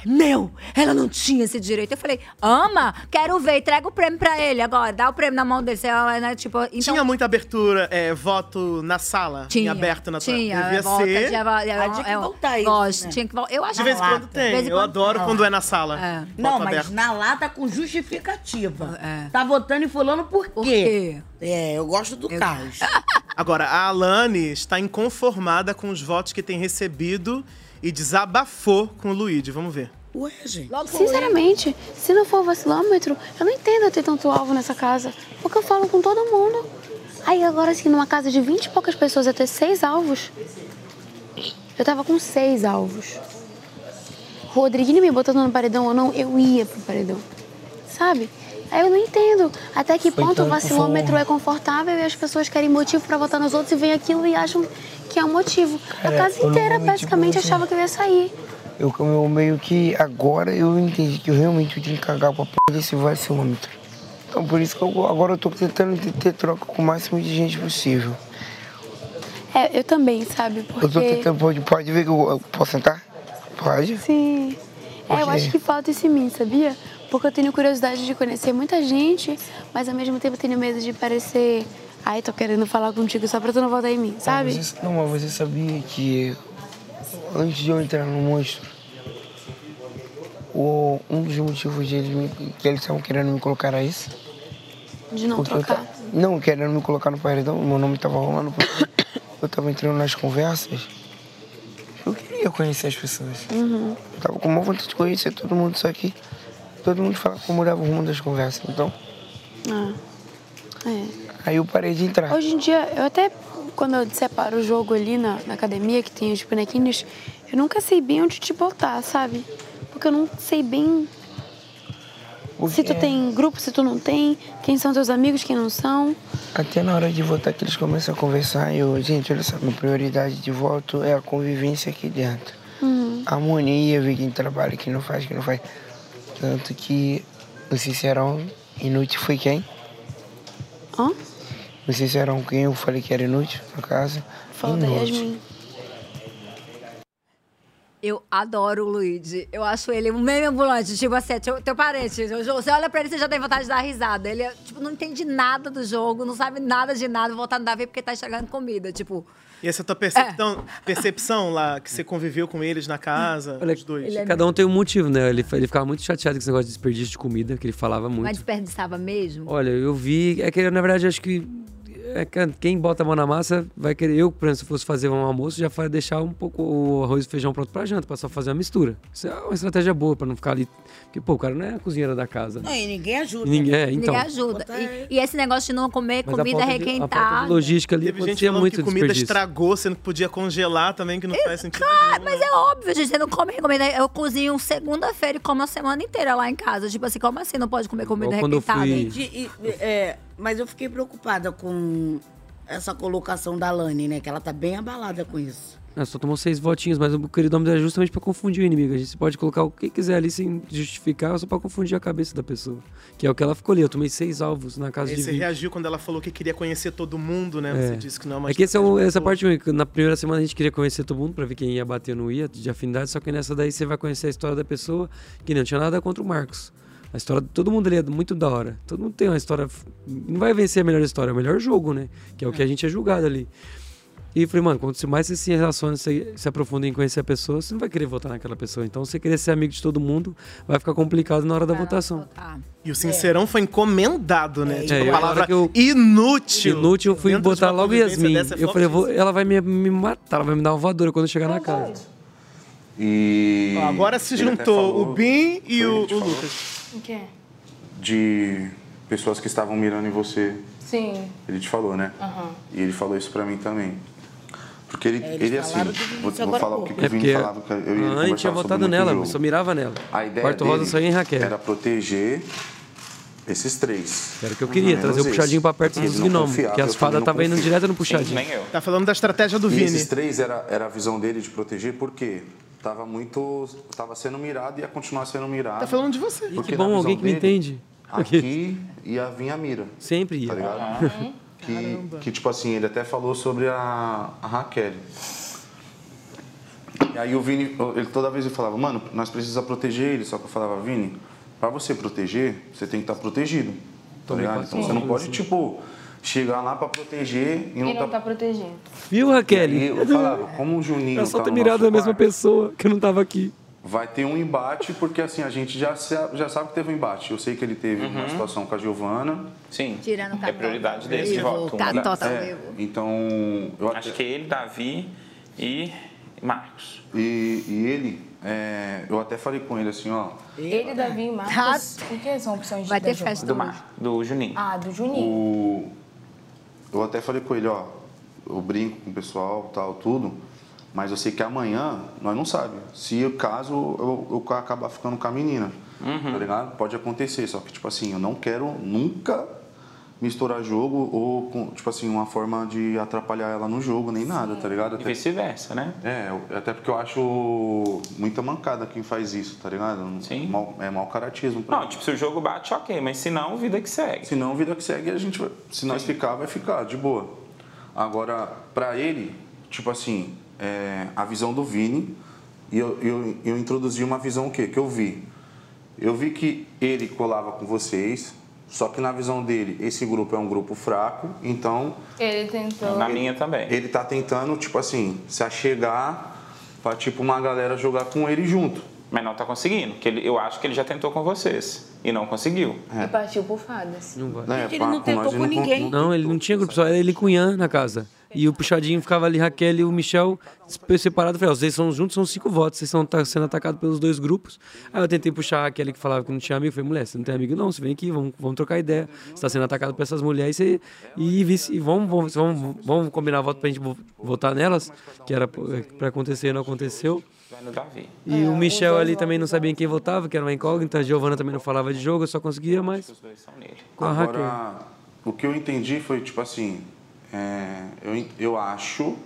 S3: Meu, ela não tinha esse direito. Eu falei, ama, quero ver, entrega o prêmio pra ele agora, dá o prêmio na mão dele. Você, ah, né, tipo, então,
S2: Tinha muita abertura, é, voto na sala, em
S3: Tinha,
S2: aberto na
S3: tinha,
S2: tua. Devia
S3: volta,
S2: ser.
S3: tinha, vo- é,
S1: tinha que
S3: é,
S1: voltar isso,
S3: Gosto,
S1: né?
S3: tinha que voltar. Eu acho
S2: de vez em
S3: na
S2: quando
S3: lata.
S2: tem.
S3: De vez em
S2: Eu
S3: quando-
S2: adoro
S3: Ah.
S2: quando é na sala.
S3: É.
S1: Não,
S2: voto
S1: mas
S2: aberto.
S1: na lata com justificativa.
S3: É.
S1: Tá votando e fulano por quê? É, eu gosto do caos.
S3: Ah,
S2: Agora, a Alane está inconformada com os votos que tem recebido e desabafou com o Luigi. Vamos ver.
S1: Ué, gente.
S23: Sinceramente, se não for vacilômetro, eu não entendo eu ter tanto alvo nessa casa. Porque eu falo com todo mundo. Aí agora, assim, numa casa de 20 e poucas pessoas, eu ter seis alvos. Eu tava com seis alvos. Rodriguinho me botando no paredão ou não, eu ia pro paredão. Sabe? Aí eu não entendo até que
S24: Foi
S23: ponto o
S24: tanto
S23: vacilômetro
S24: forma.
S23: é confortável e as pessoas querem motivo pra votar nos outros e vem aquilo e acham que é um motivo.
S24: Cara,
S23: a casa
S24: eu não
S23: inteira
S24: vou mentir
S23: basicamente
S24: pra você.
S23: achava que eu ia sair.
S24: Eu, eu meio que agora eu entendi que eu realmente tinha que cagar pra p desse vacilômetro. Então por isso que eu, agora eu tô tentando ter, ter troca com o máximo de gente possível.
S23: É, eu também, sabe? Porque...
S24: Eu tô tentando, pode, pode ver que eu, eu posso sentar? Pode?
S23: Sim. É, eu acho que falta isso em mim, sabia? Porque eu tenho curiosidade de conhecer muita gente, mas ao mesmo tempo eu tenho medo de parecer. Ai, tô querendo falar contigo só pra tu não voltar em mim, sabe?
S24: Mas você- não, mas você sabia que antes de eu entrar no monstro, o, um dos motivos de eles me- que eles estavam querendo me colocar era isso?
S23: De não
S24: Porque eu
S23: trocar.
S24: ta- não, querendo me colocar no paredão, meu nome tava rolando, porque eu tava entrando nas conversas. Eu queria conhecer as pessoas.
S23: Uhum.
S24: Eu tava com uma vontade de conhecer todo mundo, só que todo mundo falava como mudava o rumo das conversas. Então,
S23: Ah. É.
S24: aí eu parei de entrar.
S23: Hoje em dia, eu até, quando eu separo o jogo ali na, na academia, que tem os bonequinhos, Eu nunca sei bem onde te botar, sabe? Porque eu não sei bem se tu
S15: é.
S23: tem grupo, se tu não tem, quem são teus amigos, quem não são.
S24: Até na hora de votar que eles começam a conversar, eu, gente, olha só, minha prioridade de voto é a convivência aqui dentro.
S23: Uhum.
S24: A harmonia, ver quem trabalha, quem não faz, quem não faz. Tanto que no Sincerão, inútil foi quem?
S23: Hã?
S24: No Sincerão, quem eu falei que era inútil, no caso?
S23: Fala
S1: Hum,
S23: da Yasmin.
S3: Eu adoro o Luigi. Eu acho ele um meme ambulante. Tipo assim, é teu, teu parente. Você olha pra ele, você já tem vontade de dar risada. Ele, tipo, não entende nada do jogo, não sabe nada de nada. Voltar no Davi porque tá estragando comida. Tipo,
S2: E essa é tua percepção,
S3: É.
S2: percepção lá, que você conviveu com eles na casa, os dois?
S3: ele é
S4: Cada um tem um motivo, né? Ele, ele ficava muito chateado com esse negócio de desperdício de comida, que ele falava
S1: é
S4: muito.
S3: mas desperdiçava mesmo.
S4: Olha, eu vi. É que na verdade acho que. é que quem bota a mão na massa vai querer. Eu, por exemplo, se fosse fazer um almoço, já faria deixar um pouco o arroz e feijão pronto pra janta, pra só fazer uma mistura. Isso é uma estratégia boa pra não ficar ali. Porque, pô, o cara não é a cozinheira da casa.
S1: Não, e ninguém ajuda.
S4: E ninguém- é, então.
S3: Ninguém ajuda. E, e esse negócio de não comer
S4: Mas a
S3: comida
S4: falta de- a falta
S3: requentada.
S4: de logística ali
S2: Teve gente
S4: acontecia
S2: falando
S4: muito
S2: que comida
S4: desperdício.
S2: estragou, você não podia congelar também, que não faz sentido.
S3: Ah, mas é óbvio, gente. Você não come comida. Eu cozinho segunda-feira e como a semana inteira lá em casa. Tipo assim, como assim? Não pode comer comida requentada.
S1: Gente, e- e- é, mas eu fiquei preocupada com essa colocação da Lani, né? Que ela tá bem abalada com isso.
S4: Ah, só tomou seis votinhos, mas o querido homem é justamente pra confundir o inimigo. A gente pode colocar o que quiser ali sem justificar, só pra confundir a cabeça da pessoa. Que é o que ela ficou ali. Eu tomei seis alvos na casa
S2: Aí
S4: de
S2: você
S4: vinte.
S2: reagiu quando ela falou que queria conhecer todo mundo, né? Você disse que não é uma
S4: É que esse é
S2: estratégia
S4: o- essa
S2: boa.
S4: parte ruim, que na primeira semana a gente queria conhecer todo mundo pra ver quem ia bater ou não ia, de afinidade, só que nessa daí você vai conhecer a história da pessoa que não tinha nada contra o Marcos. A história de todo mundo ali é muito da hora. Todo mundo tem uma história. f- Não vai vencer a melhor história, é o melhor jogo, né? Que é o que a gente é julgado ali. E eu falei, mano, quanto mais você se relaciona, você se aprofunda em conhecer a pessoa, você não vai querer votar naquela pessoa. Então, você querer ser amigo de todo mundo, vai ficar complicado na hora da votação.
S2: E o sincerão foi encomendado, né? tipo,
S4: É, eu-
S2: a palavra
S4: na hora que eu-
S2: inútil.
S4: Inútil, eu fui
S2: Dentro de
S4: botar
S2: uma
S4: logo
S2: convivência
S4: Yasmin.
S2: dessa é
S4: Eu falei, eu vou-
S2: fortíssimo.
S4: ela vai me, me matar, ela vai me dar uma voadora quando eu chegar na casa.
S8: E.
S2: Ó, Agora se
S8: ele até
S2: juntou
S8: falou
S2: o Bim e o,
S8: ele te
S2: o
S8: falou?
S2: Lucas.
S19: O quê?
S8: De pessoas que estavam mirando em você.
S19: Sim.
S8: Ele te falou, né?
S19: Aham.
S8: E ele falou isso pra mim também. Porque ele,
S19: É, eles
S8: ele assim,
S19: falaram do Vinícius
S8: vou, vou
S19: agora
S8: falar
S19: há
S8: o que,
S19: pouco.
S8: que
S4: É
S8: o Vini
S4: porque
S8: falava. que eu e ele
S4: a Anne
S8: conversava
S4: tinha
S8: sobre
S4: votado
S8: muito
S4: nela,
S8: jogo.
S4: só mirava nela.
S8: A ideia
S4: Quarto rosa
S8: dele
S4: só ia em Raquel.
S8: Era proteger esses três.
S4: Era o que eu queria, trazer o puxadinho pra perto dos gnomos, que as fadas estavam indo direto no puxadinho.
S2: Tá falando da estratégia do
S8: e
S2: Vini.
S8: esses três era, era a visão dele de proteger, porque tava muito. tava sendo mirado e ia continuar sendo mirado.
S2: Tá falando de você.
S8: Porque
S4: que
S8: na
S4: bom,
S8: visão
S4: alguém que me
S8: dele,
S4: entende.
S8: Aqui ia vir a mira.
S4: Sempre ia.
S8: Tá
S18: Ah,
S8: ligado?
S4: Aham.
S8: Que, que, tipo assim, ele até falou sobre a, a Raquel. E aí o Vini, ele toda vez ele falava, mano, nós precisamos proteger ele. Só que eu falava, Vini, pra você proteger, você tem que estar protegido. Tá
S4: Tomei
S8: ligado? Então
S4: paciência,
S8: você não pode,
S4: assim.
S8: tipo, chegar lá pra proteger
S18: E
S8: e não
S18: não
S8: tá
S18: tá protegendo.
S4: Viu, Raquel?
S8: E eu falava, como o Juninho
S4: Ela só
S8: tá
S4: ter
S8: no
S4: mirado
S8: nosso
S4: a mesma pessoa, que eu não tava aqui.
S8: vai ter um embate, porque assim, a gente já, sa- já sabe que teve um embate. Eu sei que ele teve uma situação com a Giovana. Sim.
S3: Tirando o cabelo.
S20: Uhum. é prioridade desse
S3: Vivo,
S20: voto.
S3: Tá
S8: né?
S20: Uma da-
S3: total
S20: É.
S3: vivo.
S8: Então, eu acho
S20: que ele, Davi e Marcos.
S8: E, e ele, é, eu até falei com ele assim, ó.
S19: Ele, Davi e Marcos. O que são opções de
S20: Tá. Vai ter
S19: da Giovana?
S20: festa Do hoje. Mar- do Juninho.
S19: Ah, do Juninho.
S8: O, eu até falei com ele, ó. Eu brinco com o pessoal, tal, tudo. Mas eu sei que amanhã nós não sabemos. Se o caso eu, eu acabar ficando com a menina,
S25: Uhum.
S8: tá ligado? Pode acontecer. Só que, tipo assim, eu não quero nunca misturar jogo ou, com, tipo assim, uma forma de atrapalhar ela no jogo, nem nada, tá ligado?
S20: E vice-versa, né?
S8: É, eu- até porque eu acho muita mancada quem faz isso, tá ligado? Sim. é mau caratismo. Pra
S20: Não, tipo, se o jogo bate, ok, mas se não, vida que segue.
S8: Se não, vida que segue, a gente vai, se nós ficar, vai ficar, de boa. Agora, pra ele, tipo assim, é, a visão do Vini, e eu, eu, eu introduzi uma visão o quê? Que eu vi. Eu vi que ele colava com vocês, só que na visão dele, esse grupo é um grupo fraco, então
S19: Ele tentou.
S8: também. Ele tá tentando, tipo assim, se achegar pra, tipo, uma galera jogar com ele junto.
S20: Mas não tá conseguindo, que ele, eu acho que ele já tentou com vocês e não conseguiu.
S8: É.
S19: E partiu por fadas.
S4: Não vai. É,
S19: Porque ele não tentou Né, com ninguém.
S4: Não, ele não tinha grupo, só era ele e Cunhã na casa. E o puxadinho ficava ali, Raquel e o Michel separado. Eu Falei, ó, vocês são juntos, são cinco votos, vocês estão tá- sendo atacados pelos dois grupos. Aí eu tentei puxar a Raquel que falava que não tinha amigo. Eu Falei, mulher, você não tem amigo não, você vem aqui, vamos, vamos trocar ideia. Você está sendo atacado por essas mulheres você- e, vice, e vamos, vamos, vamos, vamos combinar voto pra gente vo- votar nelas, que era pra pra eh, acontecer e não aconteceu.
S20: Vai no Davi.
S4: E o Michel ali também não sabia em quem votava, que era uma incógnita. A Giovana também não falava de jogo, eu só conseguia mais. Os
S20: dois são nele.
S4: Com a Raquel.
S8: Agora, o que eu entendi foi, tipo assim, é, eu, en- eu acho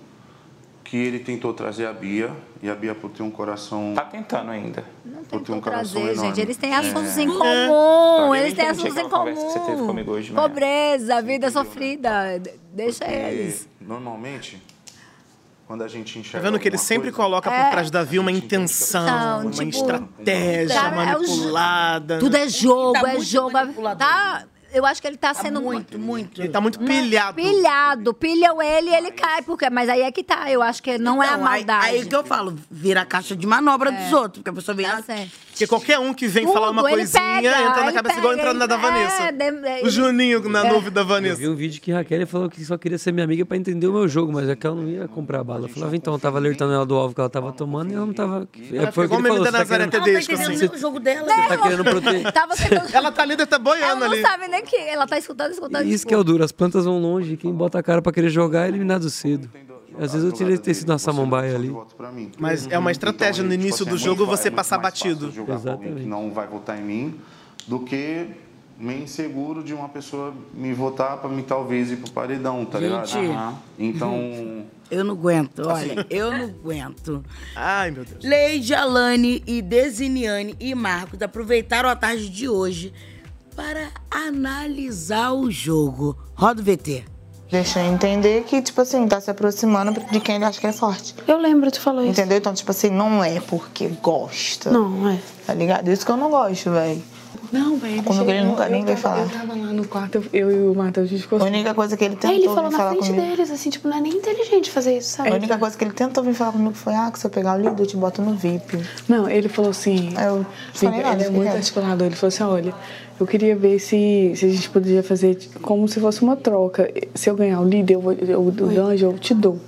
S8: que ele tentou trazer a Bia, e a Bia por ter um coração... Tá
S20: tentando ainda.
S8: Não por ter um coração
S3: Prazer,
S8: enorme.
S3: gente. Eles têm
S8: É.
S3: assuntos em comum.
S20: Né?
S8: É.
S3: Eles têm
S8: Eu
S3: assuntos em
S8: entendi aquela conversa que você teve
S3: comum.
S8: comigo hoje né? de manhã.
S3: Pobreza, vida sofrida. De- Deixa
S8: né? Porque
S3: eles.
S8: Normalmente, quando a gente
S2: Tá
S8: enxerga
S2: vendo que ele
S8: alguma
S2: sempre
S8: coisa-
S2: coloca por
S3: É.
S2: trás da Vi uma intenção,
S3: Não,
S2: uma
S3: tipo,
S2: estratégia
S3: cara, é o jogo.
S2: manipulada.
S3: Tudo é jogo,
S2: Tá
S3: é
S2: muito
S3: jogo. Tá, eu acho que ele tá, sendo muito,
S1: muito.
S2: Ele tá muito pilhado.
S3: Pilhado. Pilham ele e ele cai. Porque, mas aí é que tá. Eu acho que não é a
S1: Então, aí-
S3: maldade.
S1: Aí que eu falo, vira a caixa de manobra dos outros, porque a pessoa vem lá.
S2: Porque qualquer um que vem falar uma
S1: Tudo, ele
S2: coisinha
S1: pega,
S2: entra na
S1: ele
S2: cabeça igual
S1: pega,
S2: entrando na da
S1: ele-
S2: Vanessa.
S1: é, de- é,
S2: o Juninho na
S1: é.
S2: nuvem da
S4: Eu
S2: Vanessa.
S4: vi um vídeo que a Raquel falou que só queria ser minha amiga pra entender o meu jogo, mas a Raquel não ia comprar a bala. Eu falava, então, eu tava alertando ela do alvo que ela tava tomando e ela não tava.
S2: Ela
S4: Foi
S2: ficou
S4: o que
S2: igual o
S4: ele
S2: meme
S4: falou.
S2: da
S4: você tá
S2: Nazaré
S4: querendo-
S2: Tedesco,
S4: você-
S2: assim.
S1: O jogo dela.
S4: Você tá querendo proteger.
S2: Ela tá ali, tá boiando
S3: Ela
S2: ali.
S3: não sabe nem que. Ela tá escutando, escutando.
S4: Isso que é o duro, as plantas vão longe,
S20: Então,
S4: quem bota a cara pra querer jogar é eliminado cedo. Às vezes eu teria que ter sido na samambaia ali.
S2: Mas
S20: Então,
S2: é uma
S10: Então,
S2: estratégia,
S10: tipo
S20: tipo,
S2: no
S20: assim,
S2: início
S20: é
S10: assim, é
S2: do jogo você passar batido.
S8: Exatamente. Não vai votar em mim, do que meio inseguro de uma pessoa me votar pra mim talvez ir pro paredão, tá
S1: Gente.
S8: ligado? Aham. Então.
S1: Eu não aguento, olha,
S8: Assim.
S1: eu não aguento.
S2: Ai, meu Deus.
S1: Leide, Alane e Desiniane e Marcos aproveitaram a tarde de hoje para analisar o jogo. Roda o VT.
S11: Deixa eu entender que, tipo assim, tá se aproximando de quem ele acha que é forte. Eu lembro, tu falou isso. Entendeu? Então, tipo assim, não é porque gosta. Não, é. Tá ligado? Isso que eu não gosto, velho.
S14: Não, velho.
S11: Comigo ele
S14: chegou,
S11: nunca
S14: eu
S11: nem veio
S14: tava-
S11: falar.
S14: Eu tava lá no quarto, eu- eu, e o Matheus discutimos.
S11: A única coisa que ele tentou
S14: Aí
S11: vir
S14: ele falou na
S11: falar
S14: frente
S11: comigo.
S14: deles,
S11: assim, tipo, não é nem inteligente fazer isso, sabe? A única coisa que ele tentou vir falar comigo foi, ah, que se eu pegar o líder, eu te boto no VIP.
S14: Não, ele falou assim.
S11: Eu
S14: Sim,
S11: falei nada,
S14: ele é
S11: fiquei
S14: muito
S11: quieta.
S14: articulador. Ele falou assim: olha, eu queria ver se, se a gente poderia fazer tipo, como se fosse uma troca. Se eu ganhar o líder, eu vou, eu, o dungeon, eu te dou.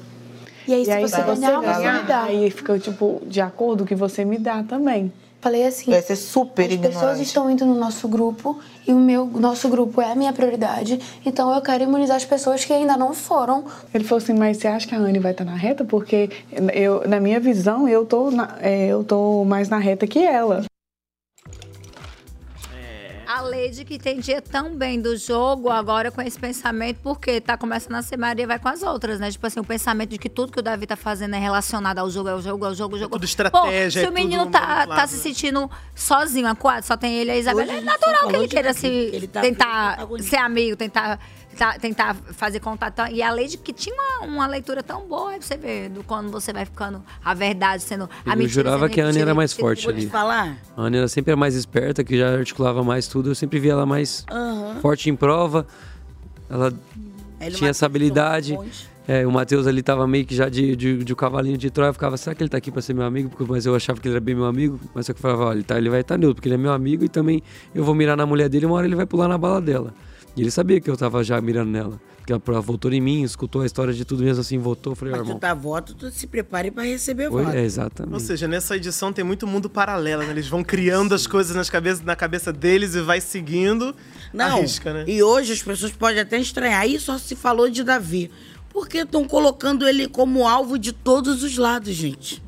S11: E aí, se você ganhar, você me dá.
S14: Aí fica, tipo, de acordo que você me dá também.
S11: Falei assim. Vai ser super
S14: as
S11: ignorante.
S14: pessoas
S23: pessoas estão indo no nosso grupo e o meu o nosso grupo é a minha prioridade, então eu quero imunizar as pessoas que ainda não foram.
S14: Ele falou assim, mas você acha que a Anne vai estar na reta? Porque eu, na minha visão, eu tô, na- é, eu tô mais na reta que ela.
S3: A Lady que entendia tão bem do jogo, agora com esse pensamento, porque tá começando a ser Maria vai com as outras, né? Tipo assim, o pensamento de que tudo que o Davi tá fazendo é relacionado ao jogo, é o jogo, é o jogo, é o jogo.
S2: tudo estratégia,
S3: Pô, se
S2: é
S3: o menino
S2: tudo
S3: tá,
S2: manipulado.
S3: tá se sentindo sozinho, acuado, só tem ele e a Isabela,
S1: Hoje a
S3: é
S1: gente só
S3: natural que
S1: falou
S3: ele
S1: de
S3: queira
S1: Davi,
S3: se
S1: que ele tá
S3: tentar ser amigo, tentar, tá- tentar fazer contato. Então, E a Lady que tinha uma, uma leitura tão boa, aí você vê, do quando você vai ficando a verdade sendo né, a
S4: Eu
S3: mentira.
S4: jurava
S3: sendo
S4: que a Anne era
S3: mentira.
S4: mais forte ali.
S1: falar?
S4: A Anne era sempre a mais esperta, que já articulava mais tudo. Eu sempre via ela mais
S1: Aham.
S4: forte em prova. Ela tinha
S1: um
S4: essa habilidade. É, o Matheus ali tava meio que já de, de, de um cavalinho de Troia. Eu ficava, será que ele tá aqui pra ser meu amigo? Porque, mas eu achava que ele era bem meu amigo. Mas só que eu falava, olha, ele, tá, ele vai estar neutro, porque ele é meu amigo. E também eu vou mirar na mulher dele, uma hora ele vai pular na bala dela. E ele sabia que eu tava já mirando nela. Porque ela ela votou em mim, escutou a história de tudo mesmo assim, votou. Eu Falei, ó,
S1: Mas tu
S4: irmão.
S1: tá voto, tu se prepare pra receber
S4: Oi,
S1: voto.
S4: é, exatamente.
S2: Ou seja, nessa edição tem muito mundo paralelo, né? Eles vão criando as coisas nas cabeças, na cabeça deles e vai seguindo.
S1: Não.
S2: Arrisca, né?
S1: E hoje as pessoas podem até estranhar. Aí só se falou de Davi. Porque estão colocando ele como alvo de todos os lados, gente.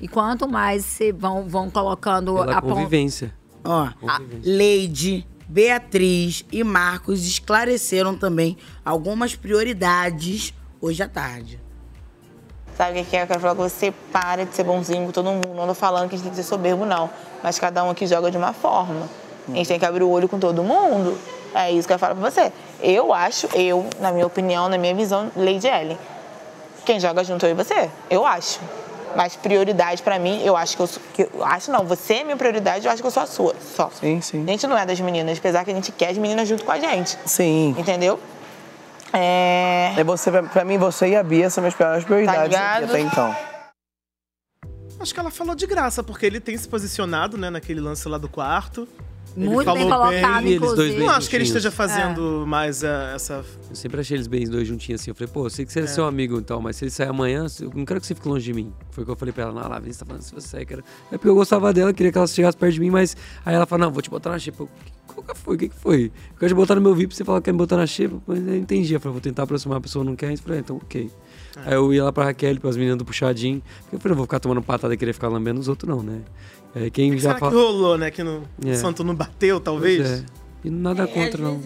S3: E quanto mais se vão, vão colocando
S1: Pela
S3: a pon-
S1: convivência. Ó, a Leide, Beatriz e Marcos esclareceram também algumas prioridades hoje à tarde.
S11: Sabe o que que é? Eu quero falar com você, para de ser bonzinho com todo mundo. Não tô falando que a gente tem que ser soberbo, não. Mas cada um aqui joga de uma forma. A gente tem que abrir o olho com todo mundo. É isso que eu falo pra você. Eu acho, eu, na minha opinião, na minha visão, Lady Ellen. Quem joga junto é eu e você, eu acho. Mas prioridade pra mim, eu acho que eu, sou- que eu acho não, você é minha prioridade, eu acho que eu sou a sua, só. Sim, sim. A gente não é das meninas, apesar que a gente quer as meninas junto com a gente.
S16: Sim.
S11: Entendeu? É. Tá
S16: É você, pra, pra mim, você e a Bia são minhas maiores prioridades
S2: ligado?
S16: aqui até então.
S2: Acho que ela falou de graça, porque ele tem se posicionado, né, naquele lance lá do quarto.
S3: Muito bem colocado,
S2: Eles dois
S3: inclusive.
S2: bem Não acho que ele
S4: juntinhos. É.
S2: esteja fazendo mais eh, essa.
S4: Eu sempre achei eles bem os dois juntinhos assim. Eu falei, pô, eu sei que você é, seu amigo e tal, mas se ele sair amanhã, eu não quero que você fique longe de mim. Foi o que eu falei pra ela, na lá, você tá falando se você sair, cara. É porque eu gostava dela, queria que ela chegasse perto de mim, mas aí ela fala, não, vou te botar na xepa. Eu, qual que foi? O que, que foi? Eu quero te botar no meu VIP, você fala que quer me botar na xepa, mas eu entendi. Eu falei, vou tentar aproximar a pessoa, não quer, eu falei, ah, então ok.
S2: É.
S4: Aí eu ia lá pra Raquel, pras meninas do puxadinho, eu falei, não vou ficar tomando patada e querer ficar lambendo os outros, não, né? Aí quem já
S2: Será que
S4: fala.
S2: rolou, né? Que no
S4: É.
S2: o santo não bateu, talvez?
S4: é. E nada contra, não.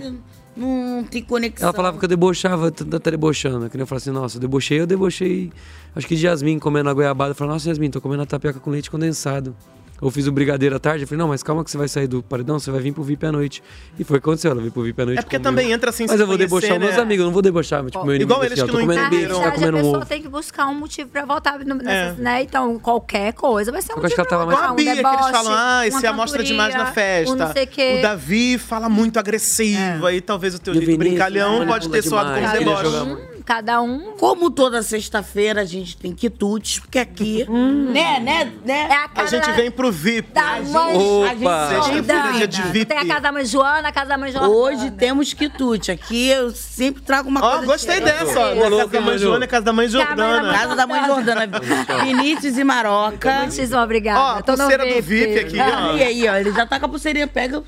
S1: Não tem conexão.
S4: Ela falava que eu debochava, tá tá debochando. Que nem eu falava assim, nossa, eu debochei, eu debochei. Acho que de Yasmin comendo a goiabada. Eu falei, nossa, Yasmin, tô comendo a tapioca com leite condensado. Eu fiz o brigadeiro à tarde, eu falei, não, mas calma que você vai sair do paredão, você vai vir pro VIP à noite. E foi o que aconteceu, ela veio pro VIP à noite.
S2: É porque
S4: comeu.
S2: também entra assim,
S4: Mas
S2: se
S4: eu vou
S2: conhecer,
S4: debochar
S2: né?
S4: meus amigos, eu não vou debochar, tipo, meu inimigo.
S2: Igual eles
S4: assim, ó,
S2: que
S4: tô
S2: não
S4: comendo
S3: Na
S4: bicho, tá
S3: realidade, a
S4: comendo um
S3: pessoa
S4: ovo.
S3: tem Ah, que buscar um motivo pra voltar. no- nessas,
S2: É.
S3: né? Então, qualquer coisa vai ser um
S4: Eu acho que ela tava
S2: Com
S4: mais.
S2: a
S3: um
S2: Bia, que eles
S3: deboche,
S2: falam, ah,
S3: uma
S2: esse é a amostra
S3: cantoria,
S2: demais na festa.
S3: um não sei quê. É.
S2: O Davi fala muito agressivo, aí talvez o teu jeito
S4: né,
S2: brincalhão pode ter soado como deboche.
S1: Cada um. Como toda sexta-feira a gente tem quitutes, porque aqui. né, né, né?
S3: É a
S2: A
S3: cara
S2: gente vem pro VIP.
S3: da mãe.
S2: Opa!
S1: Sexta-feira é dia de VIP.
S3: Tem a casa da mãe Joana, a casa da mãe Joana.
S1: Hoje temos quitute. Aqui eu sempre trago uma coisa.
S2: gostei
S1: diferente.
S2: dessa, ó. Ô, Na casa louco, da mãe hein, Ju? Joana, casa da mãe
S1: Que a mãe da
S2: Jordana.
S1: mãe Casa da mãe Jordana. Vinícius e Maroca.
S3: Muitíssimo obrigada.
S1: Ó,
S3: Tô no pulseira do VIP. VIP aqui, ó.
S1: E aí, ó, ele já tá com a pulseirinha, pega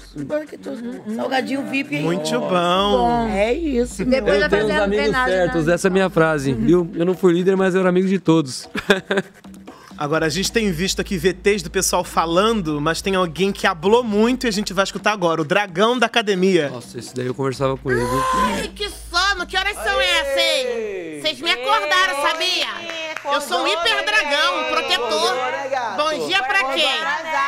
S1: salgadinho VIP aí.
S2: Muito bom.
S1: É isso.
S3: Depois
S1: meu
S3: vai
S1: Deus.
S3: fazer a drenagem. né?
S4: Certos, essa é a minha frase,
S3: Uhum.
S4: viu? Eu não fui líder, mas eu era amigo de todos.
S2: Agora, a gente tem visto aqui VTs do pessoal falando, mas tem alguém que hablou muito e a gente vai escutar agora. O dragão da academia.
S4: Nossa, esse daí eu conversava com ele. viu?
S5: Ai, que sono! Que horas são essas, hein? Vocês me acordaram, sabia? Eu sou um
S13: né,
S5: hiperdragão, um protetor. Bom dia pra quem?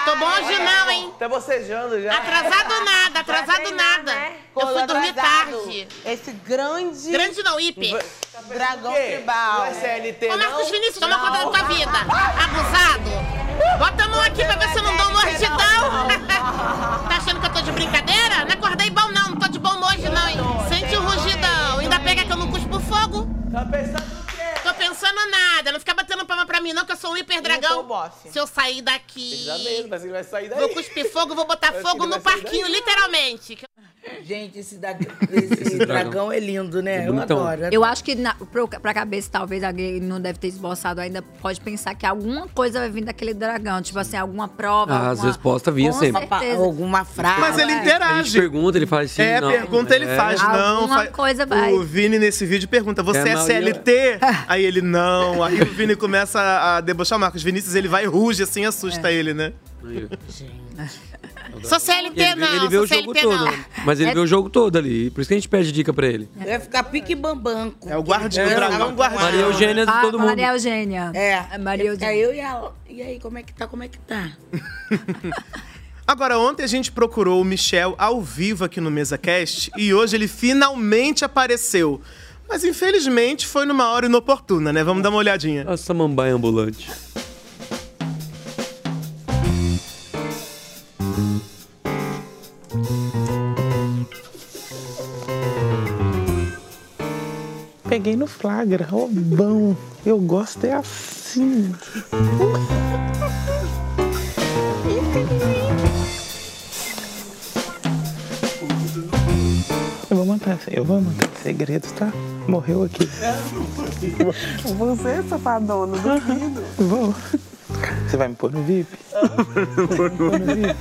S5: Tô bom hoje não, hein?
S13: Tá bocejando já.
S5: Atrasado nada, atrasado nada. Eu fui dormir
S13: né? Atrasado.
S5: tarde.
S13: Esse grande...
S5: Grande não, hiper.
S13: Dragão tribal. Não é CLT,
S5: Ô, Marcos
S13: não?
S5: Vinícius, toma
S13: Não.
S5: conta da tua vida. Abusado. Bota a mão aqui pra ver se eu não dou um mordidão. tá achando que eu tô de brincadeira? Não acordei bom, não. Não tô de bom humor hoje, não, hein? Sente o rugidão. Ainda pega que eu não cuspo fogo. Tá pensando no quê? Tô pensando nada. Não fica batendo palma pra mim, não, que eu sou um
S13: Não sou
S5: hiperdragão.
S13: bofe.
S5: Se eu sair daqui...
S13: Já mesmo, parece Tá assim que ele vai sair daí.
S5: Vou cuspir fogo, vou botar
S13: Parece que
S5: fogo
S13: ele
S5: no
S13: vai sair
S5: parquinho,
S13: daí.
S5: literalmente.
S1: Gente, esse, da... esse, dragão é lindo, né? eu
S4: bonitão.
S1: adoro.
S3: Eu acho que na, pro, pra cabeça, talvez, alguém não deve ter esboçado ainda, pode pensar que alguma coisa vai vir daquele dragão. Tipo assim, alguma prova.
S4: Ah, as
S3: alguma...
S4: respostas vinham
S3: Com
S4: sempre.
S3: certeza.
S1: Alguma frase.
S2: Mas ele interage.
S4: A gente pergunta, ele faz sim,
S2: é,
S4: não.
S2: pergunta ele
S4: É.
S2: faz, não.
S3: Ah, Alguma
S2: faz-
S3: coisa vai.
S2: O Vini nesse vídeo pergunta: você
S4: É,
S2: é,
S4: não,
S2: CLT? Aí ele não. Aí o Vini começa a debochar o Marcos Vinícius, ele vai e ruge assim,
S3: É.
S2: assusta ele, né?
S1: é.
S5: Sou CLT,
S4: Ele,
S5: não.
S4: ele vê
S5: sou
S4: o jogo
S5: CLT,
S4: todo,
S5: não.
S4: né? mas
S3: É
S4: ele vê o jogo todo ali. Por isso que a gente pede dica pra ele.
S1: Vai ficar pique bambanco. É
S2: o guardião,
S4: o dragão guardião. Maria Eugênia de
S3: Ah,
S4: todo mundo.
S3: Maria Eugênia.
S1: É,
S3: Maria
S1: Fica
S3: Eugênia.
S1: eu e ela. E aí, como é que tá? Como é que tá?
S2: Agora, ontem a gente procurou o Michel ao vivo aqui no MesaCast e hoje ele finalmente apareceu. Mas infelizmente foi numa hora inoportuna, né? Vamos dar uma olhadinha.
S4: Nossa, mambaia ambulante.
S20: Peguei no flagra, roubão. Eu gosto é assim. Eu vou matar, eu vou matar. Segredo, tá? Morreu aqui.
S13: Você, é safadona, duvido.
S20: Vou. Você vai me pôr no VIP? Pôr no VIP.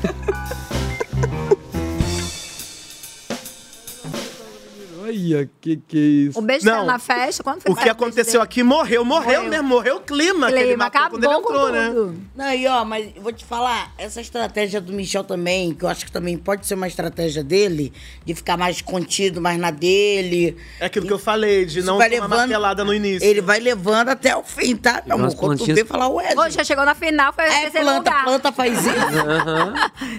S4: Olha, que que é isso?
S3: O beijo saiu na festa. Quando foi
S2: O que aconteceu aqui morreu, morreu, né? Morreu o clima, que ele
S1: Clima,
S2: matou quando ele
S1: acabou
S2: entrou,
S1: com
S2: né?
S1: Não, e ó, mas vou te falar, essa estratégia do Michel também, que eu acho que também pode ser uma estratégia dele, de ficar mais contido, mais na dele.
S2: É aquilo que eu falei, de não tomar uma pelada no início.
S1: Ele vai levando até o fim, tá? Meu amor,
S2: umas
S1: quando tu
S2: plantinhas-
S1: vê, falar, ué,
S3: Hoje já chegou na final, foi é, terceiro
S1: planta,
S3: lugar.
S1: planta faz isso.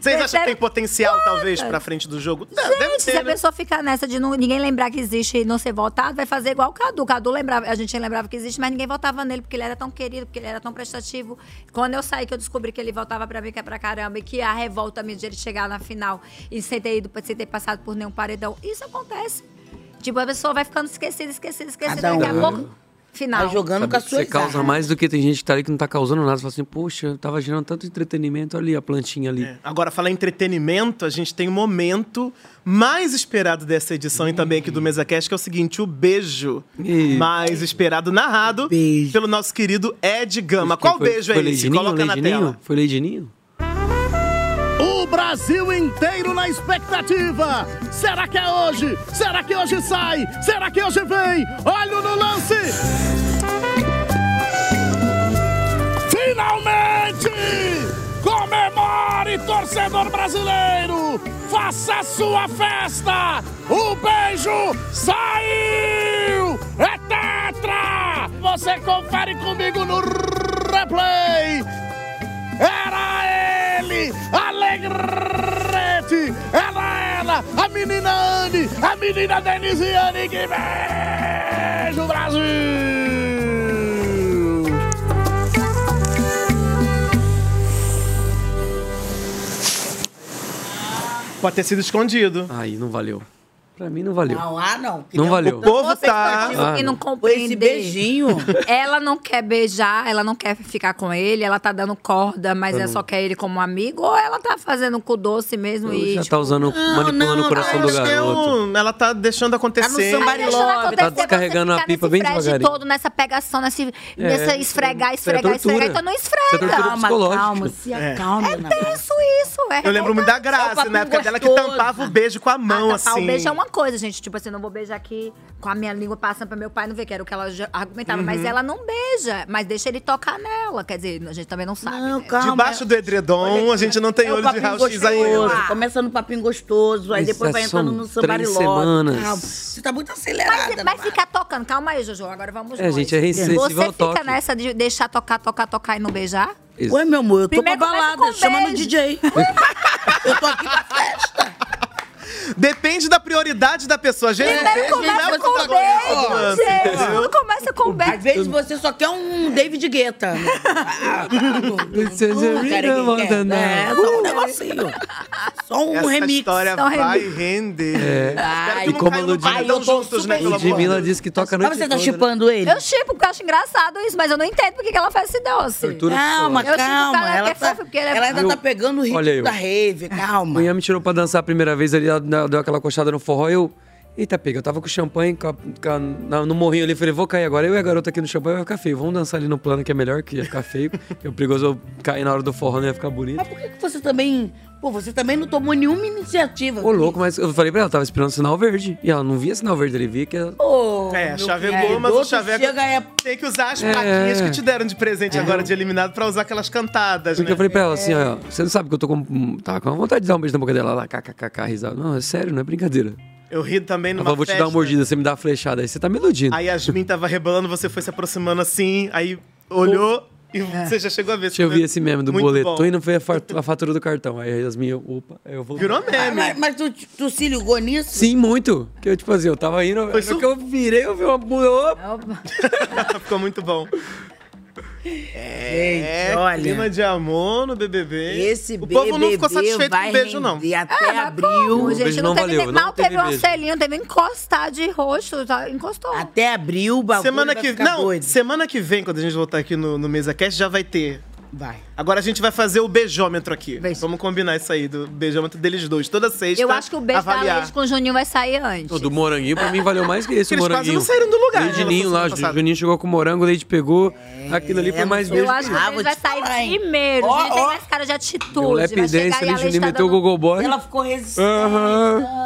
S2: Vocês acham que tem potencial, talvez, pra frente do jogo? Deve
S3: Gente, se a pessoa ficar nessa de não- ninguém lembrar que existe e não ser votado, vai fazer igual o Cadu. O Cadu lembrava, a gente lembrava que existe, mas ninguém votava nele, porque ele era tão querido, porque ele era tão prestativo. Quando eu saí, que eu descobri que ele votava pra mim, que é pra caramba, e que a revolta minha de ele chegar na final e sem ter ido, sem ter passado por nenhum paredão, isso acontece. Tipo, a pessoa vai ficando esquecida, esquecida, esquecida.
S4: Cada
S3: Daqui a
S4: um.
S3: pouco, final.
S1: né? Vai jogando
S4: Sabe,
S1: com a
S4: você
S1: sua
S4: causa mais do que tem gente que tá ali que não tá causando nada. Você fala assim, poxa, eu tava gerando tanto entretenimento ali, a plantinha ali.
S2: É. Agora, falar em entretenimento, a gente tem o momento mais esperado dessa edição e também
S4: Uhum.
S2: aqui do MesaCast, que é o seguinte, o beijo mais esperado, narrado pelo nosso querido Ed Gama. Qual
S4: Foi-
S2: beijo
S4: foi
S2: é esse?
S4: Leidinho,
S2: Coloca na
S4: Leidinho?
S2: tela.
S4: Foi Leidinho?
S2: O Brasil!
S9: Brasil inteiro na expectativa. Será que é hoje? Será que hoje sai? Será que hoje vem? Olho no lance! Finalmente! Comemore, torcedor brasileiro! Faça sua festa! O beijo saiu! É tetra! Você confere comigo no replay! É Era ele! Alegrete! Era ela! A menina Anne! A menina Denisiane! Que beijo, Brasil!
S2: Pode ter sido escondido.
S4: Aí, não valeu. Pra mim não valeu.
S1: Não, ah, não. que deu-
S4: Não
S3: um
S4: valeu. O povo
S1: Você
S4: tá-
S1: pode-
S4: Ah,
S3: e não
S4: não.
S3: compreender.
S1: Esse beijinho.
S3: Ela não quer beijar, ela não quer ficar com ele, ela tá dando corda, mas
S4: Eu
S3: ela
S4: não-
S3: só quer ele como amigo, ou ela tá fazendo cu doce mesmo e. tipo,
S4: Já tá usando, manipulando o coração do garoto.
S2: ela tá deixando acontecer.
S3: Aí deixa ela acontecer,
S4: Tá
S3: você
S4: descarregando a
S3: ficar
S4: pipa
S3: nesse
S4: bem
S3: frete
S4: devagarinho.
S3: todo, nessa pegação, nesse,
S4: É,
S3: nessa esfregar,
S4: isso é
S3: esfregar, esfregar.
S4: tortura.
S3: Então não
S4: Isso é
S3: esfrega.
S4: tortura Calma, psicológica. calma, se
S1: acalma,
S3: É tenso isso. É
S2: Eu lembro muito da
S3: revoltante.
S2: Graça, na época dela que tampava o beijo com a mão,
S3: Ah,
S2: assim.
S3: O beijo é uma coisa, gente. Tipo assim, não vou beijar aqui com a minha língua passando pra meu pai, não ver que era o que ela já argumentava.
S2: Uhum.
S3: Mas ela não beija, mas deixa ele tocar nela. Quer dizer, a gente também não sabe. né? Não,
S2: Debaixo do edredom, a gente não tem
S1: É o
S2: olho de
S1: papinho
S2: raio-x ainda.
S3: Ah.
S1: gostoso, Começa no papinho gostoso, aí
S2: Isso,
S1: depois vai
S2: são
S1: entrando no
S2: três
S1: sambariló.
S4: semanas.
S1: Você tá muito acelerada.
S3: Mas, mas ficar tocando, calma aí, Jojo. Agora vamos.
S4: É,
S3: nós.
S4: gente, é sensível ao
S3: Você fica
S4: toque.
S3: nessa de deixar tocar, tocar, tocar e não beijar?
S4: Isso. Ué,
S1: meu amor, eu
S3: tô Primeiro pra balada, começa com chama no beijo.
S1: DJ.
S2: Depende da prioridade da pessoa. Gente,
S1: Primeiro
S2: não é
S1: começa
S2: o
S1: com o
S2: protagonista do
S1: beijo,
S2: lance,
S1: gente.
S2: entendeu?
S1: Tudo
S3: começa com o
S1: beijo. Às vezes você só quer um David Guetta. Ah,
S2: né,
S1: É, só um negocinho. Só um
S2: Essa
S1: remix.
S2: história
S1: Só um
S2: vai
S1: remix.
S2: render.
S4: É.
S2: Espero que
S4: e
S2: não
S4: como a
S2: caia no
S4: Ludmilla-
S2: pai, tão
S1: é um
S4: Eu tô
S2: juntos, né?
S4: super
S2: pelo amor. Tá
S4: Ludmilla disse que toca a noite toda, né?
S1: tá ele?
S3: Eu chipo, porque eu acho engraçado isso, mas eu não entendo por que que ela faz esse doce.
S4: Tortura
S1: Calma,
S3: Eu chipo o
S1: calma,
S3: cara
S1: ela
S3: que é
S1: tá-
S3: fofo, porque ele é
S1: ela ainda
S4: Eu-
S1: tá pegando o ritmo
S4: Olha eu.
S1: da rave, calma.
S4: O Ian me tirou pra dançar a primeira vez, ali ela deu deu aquela coxada no forró, eu... Eita, pega, eu tava com champanhe com a- com a- na- no morrinho ali, falei, vou cair agora. Eu e a garota aqui no champanhe vai ficar feio. Vamos dançar ali no plano que é melhor, que ia ficar feio. Eu perigoso eu cair na hora do forró, não ia ficar bonito.
S1: Por que que você também. Pô, você também não tomou nenhuma iniciativa.
S4: Ô, louco, mas eu falei pra ela, eu tava esperando sinal verde. E ela não via sinal verde, ele via que ela...
S1: Ô,
S2: É,
S1: meu
S2: chavegou,
S1: querido,
S2: mas o
S1: outro
S2: chaveco
S1: chega, é-
S2: tem que usar as
S4: É.
S2: plaquinhas que te deram de presente agora de eliminado pra usar aquelas cantadas,
S4: Porque
S2: né?
S4: eu falei pra
S3: É.
S4: ela assim, ó, você não sabe que eu tô com, tava com vontade de dar um beijo na boca dela, lá, kkkk, risada. Não, é sério, não é brincadeira.
S2: Eu ri também
S4: Ela
S2: numa
S4: falou, vou te dar um uma
S2: festa.
S4: mordida, você me dá uma flechada, aí você tá me iludindo.
S2: Aí a Yasmin tava rebolando, você foi se aproximando assim, aí olhou e você já chegou a ver.
S4: É. Deixa eu ver esse meme do
S2: Muito
S4: boleto.
S2: bom.
S4: E não foi a, fatu- a fatura do cartão. Aí as minhas, opa, aí eu vou.
S2: Virou
S1: Ah, Mas, mas tu, tu se ligou nisso?
S4: Sim, muito. Que eu, tipo assim, eu tava indo. Foi que eu virei, eu vi uma bunda.
S2: Ficou muito bom. É,
S1: Gente, olha.
S2: clima de amor no BBB.
S1: Esse
S2: o povo não ficou
S1: BBB
S2: satisfeito com
S1: vai
S2: o beijo, não.
S1: render até
S3: Ah, mas
S1: abril.
S3: como,
S1: O
S3: gente?
S1: beijo não
S3: não teve
S1: valeu,
S3: nem-
S1: não
S3: mal
S1: teve
S3: teve, um
S1: beijo.
S3: selinho, teve encostar de rosto, tá? encostou.
S1: Até abril, o bagulho
S2: Semana
S1: vai
S2: que,
S1: ficar
S2: não,
S1: doido.
S2: semana que vem, quando a gente voltar aqui no, no MesaCast, já vai ter.
S1: Vai.
S2: Agora a gente vai fazer o beijômetro aqui. Vamos combinar isso aí, do beijômetro deles dois. Toda sexta,
S3: Eu acho que o beijo tá da
S2: avaliar.
S3: Leite com o Juninho vai sair antes.
S4: O tá do moranguinho pra mim valeu mais que esse
S2: Eles quase
S4: moranguinho.
S2: não saíram do lugar,
S4: Leite
S2: né,
S4: Ninho lá, o Juninho chegou com o morango, o Leite pegou.
S3: É,
S4: Aquilo ali foi mais beijo.
S3: Eu acho que o beijo vai sair primeiro.
S1: Ó,
S3: gente tem
S1: ó.
S3: mais cara de
S4: Deu
S3: atitude.
S4: lap
S3: Vai chegar
S4: dance
S3: e a
S4: ali,
S3: Leite
S4: Juninho
S3: tá
S4: meteu o
S3: dando...
S4: Google Boy.
S1: Ela ficou resistente.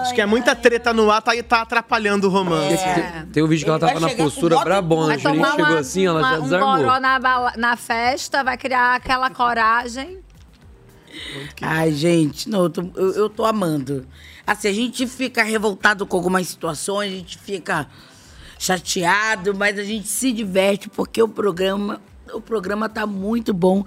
S2: Acho que é muita treta no ar, tá, e tá atrapalhando o romance.
S4: Tem, tem um vídeo que ela tava na postura brabona. O
S3: Vai
S4: Juninho
S3: tomar
S4: chegou
S3: uma-
S4: assim, ela
S3: uma-
S4: já
S3: Um
S4: desarmou.
S3: goró na, bala- na festa, vai criar aquela coragem.
S1: Ai, gente, não, eu tô, eu, eu tô amando. Assim, a gente fica revoltado com algumas situações, a gente fica chateado, mas a gente se diverte porque o programa, o programa tá muito bom.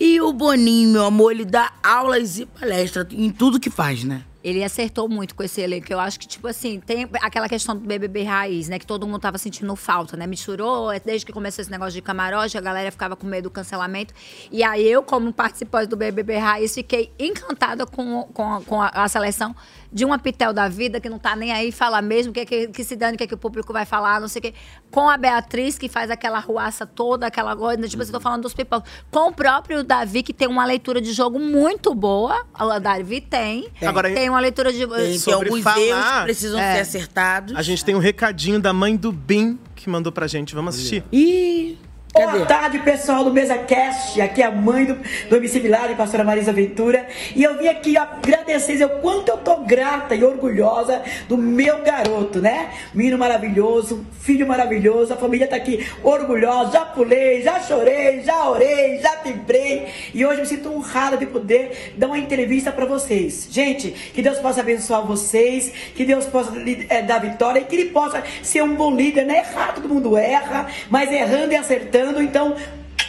S1: E o Boninho, meu amor, ele dá aulas e palestras em tudo que faz, né?
S3: Ele acertou muito com esse elenco. Eu acho que, tipo assim, tem aquela questão do BBB raiz, né? Que todo mundo tava sentindo falta, né? Misturou, desde que começou esse negócio de camarote, a galera ficava com medo do cancelamento. E aí eu, como participante do BBB raiz, fiquei encantada com, com, a- com a, a seleção de uma pitel da vida que não tá nem aí, fala mesmo, que, que, que se dane, o que, que o público vai falar, não sei o quê. Com a Beatriz, que faz aquela ruaça toda, aquela coisa, tipo, assim, tô falando dos pipocos. Com o próprio Davi, que tem uma leitura de jogo muito boa, o Davi tem.
S2: Tem. Agora,
S3: tem uma leitura de. É.
S2: tem sobre alguns falar- erros que precisam ser
S1: acertados.
S2: A gente tem um recadinho da mãe do Bim que mandou pra gente. Vamos assistir?
S1: Ih!
S6: Boa tarde, pessoal do MesaCast. Aqui é a mãe do, do MC Milagre, pastora Marisa Ventura. E eu vim aqui agradecer o quanto eu tô grata e orgulhosa do meu garoto, né? Menino maravilhoso, filho maravilhoso. A família tá aqui orgulhosa. Já pulei, já chorei, já orei, já vibrei. E hoje eu me sinto honrada de poder dar uma entrevista para vocês. Gente, que Deus possa abençoar vocês. Que Deus possa lhe, eh, dar vitória. E que ele possa ser um bom líder, né? Errar, todo mundo erra. Mas errando e acertando acertando. Então,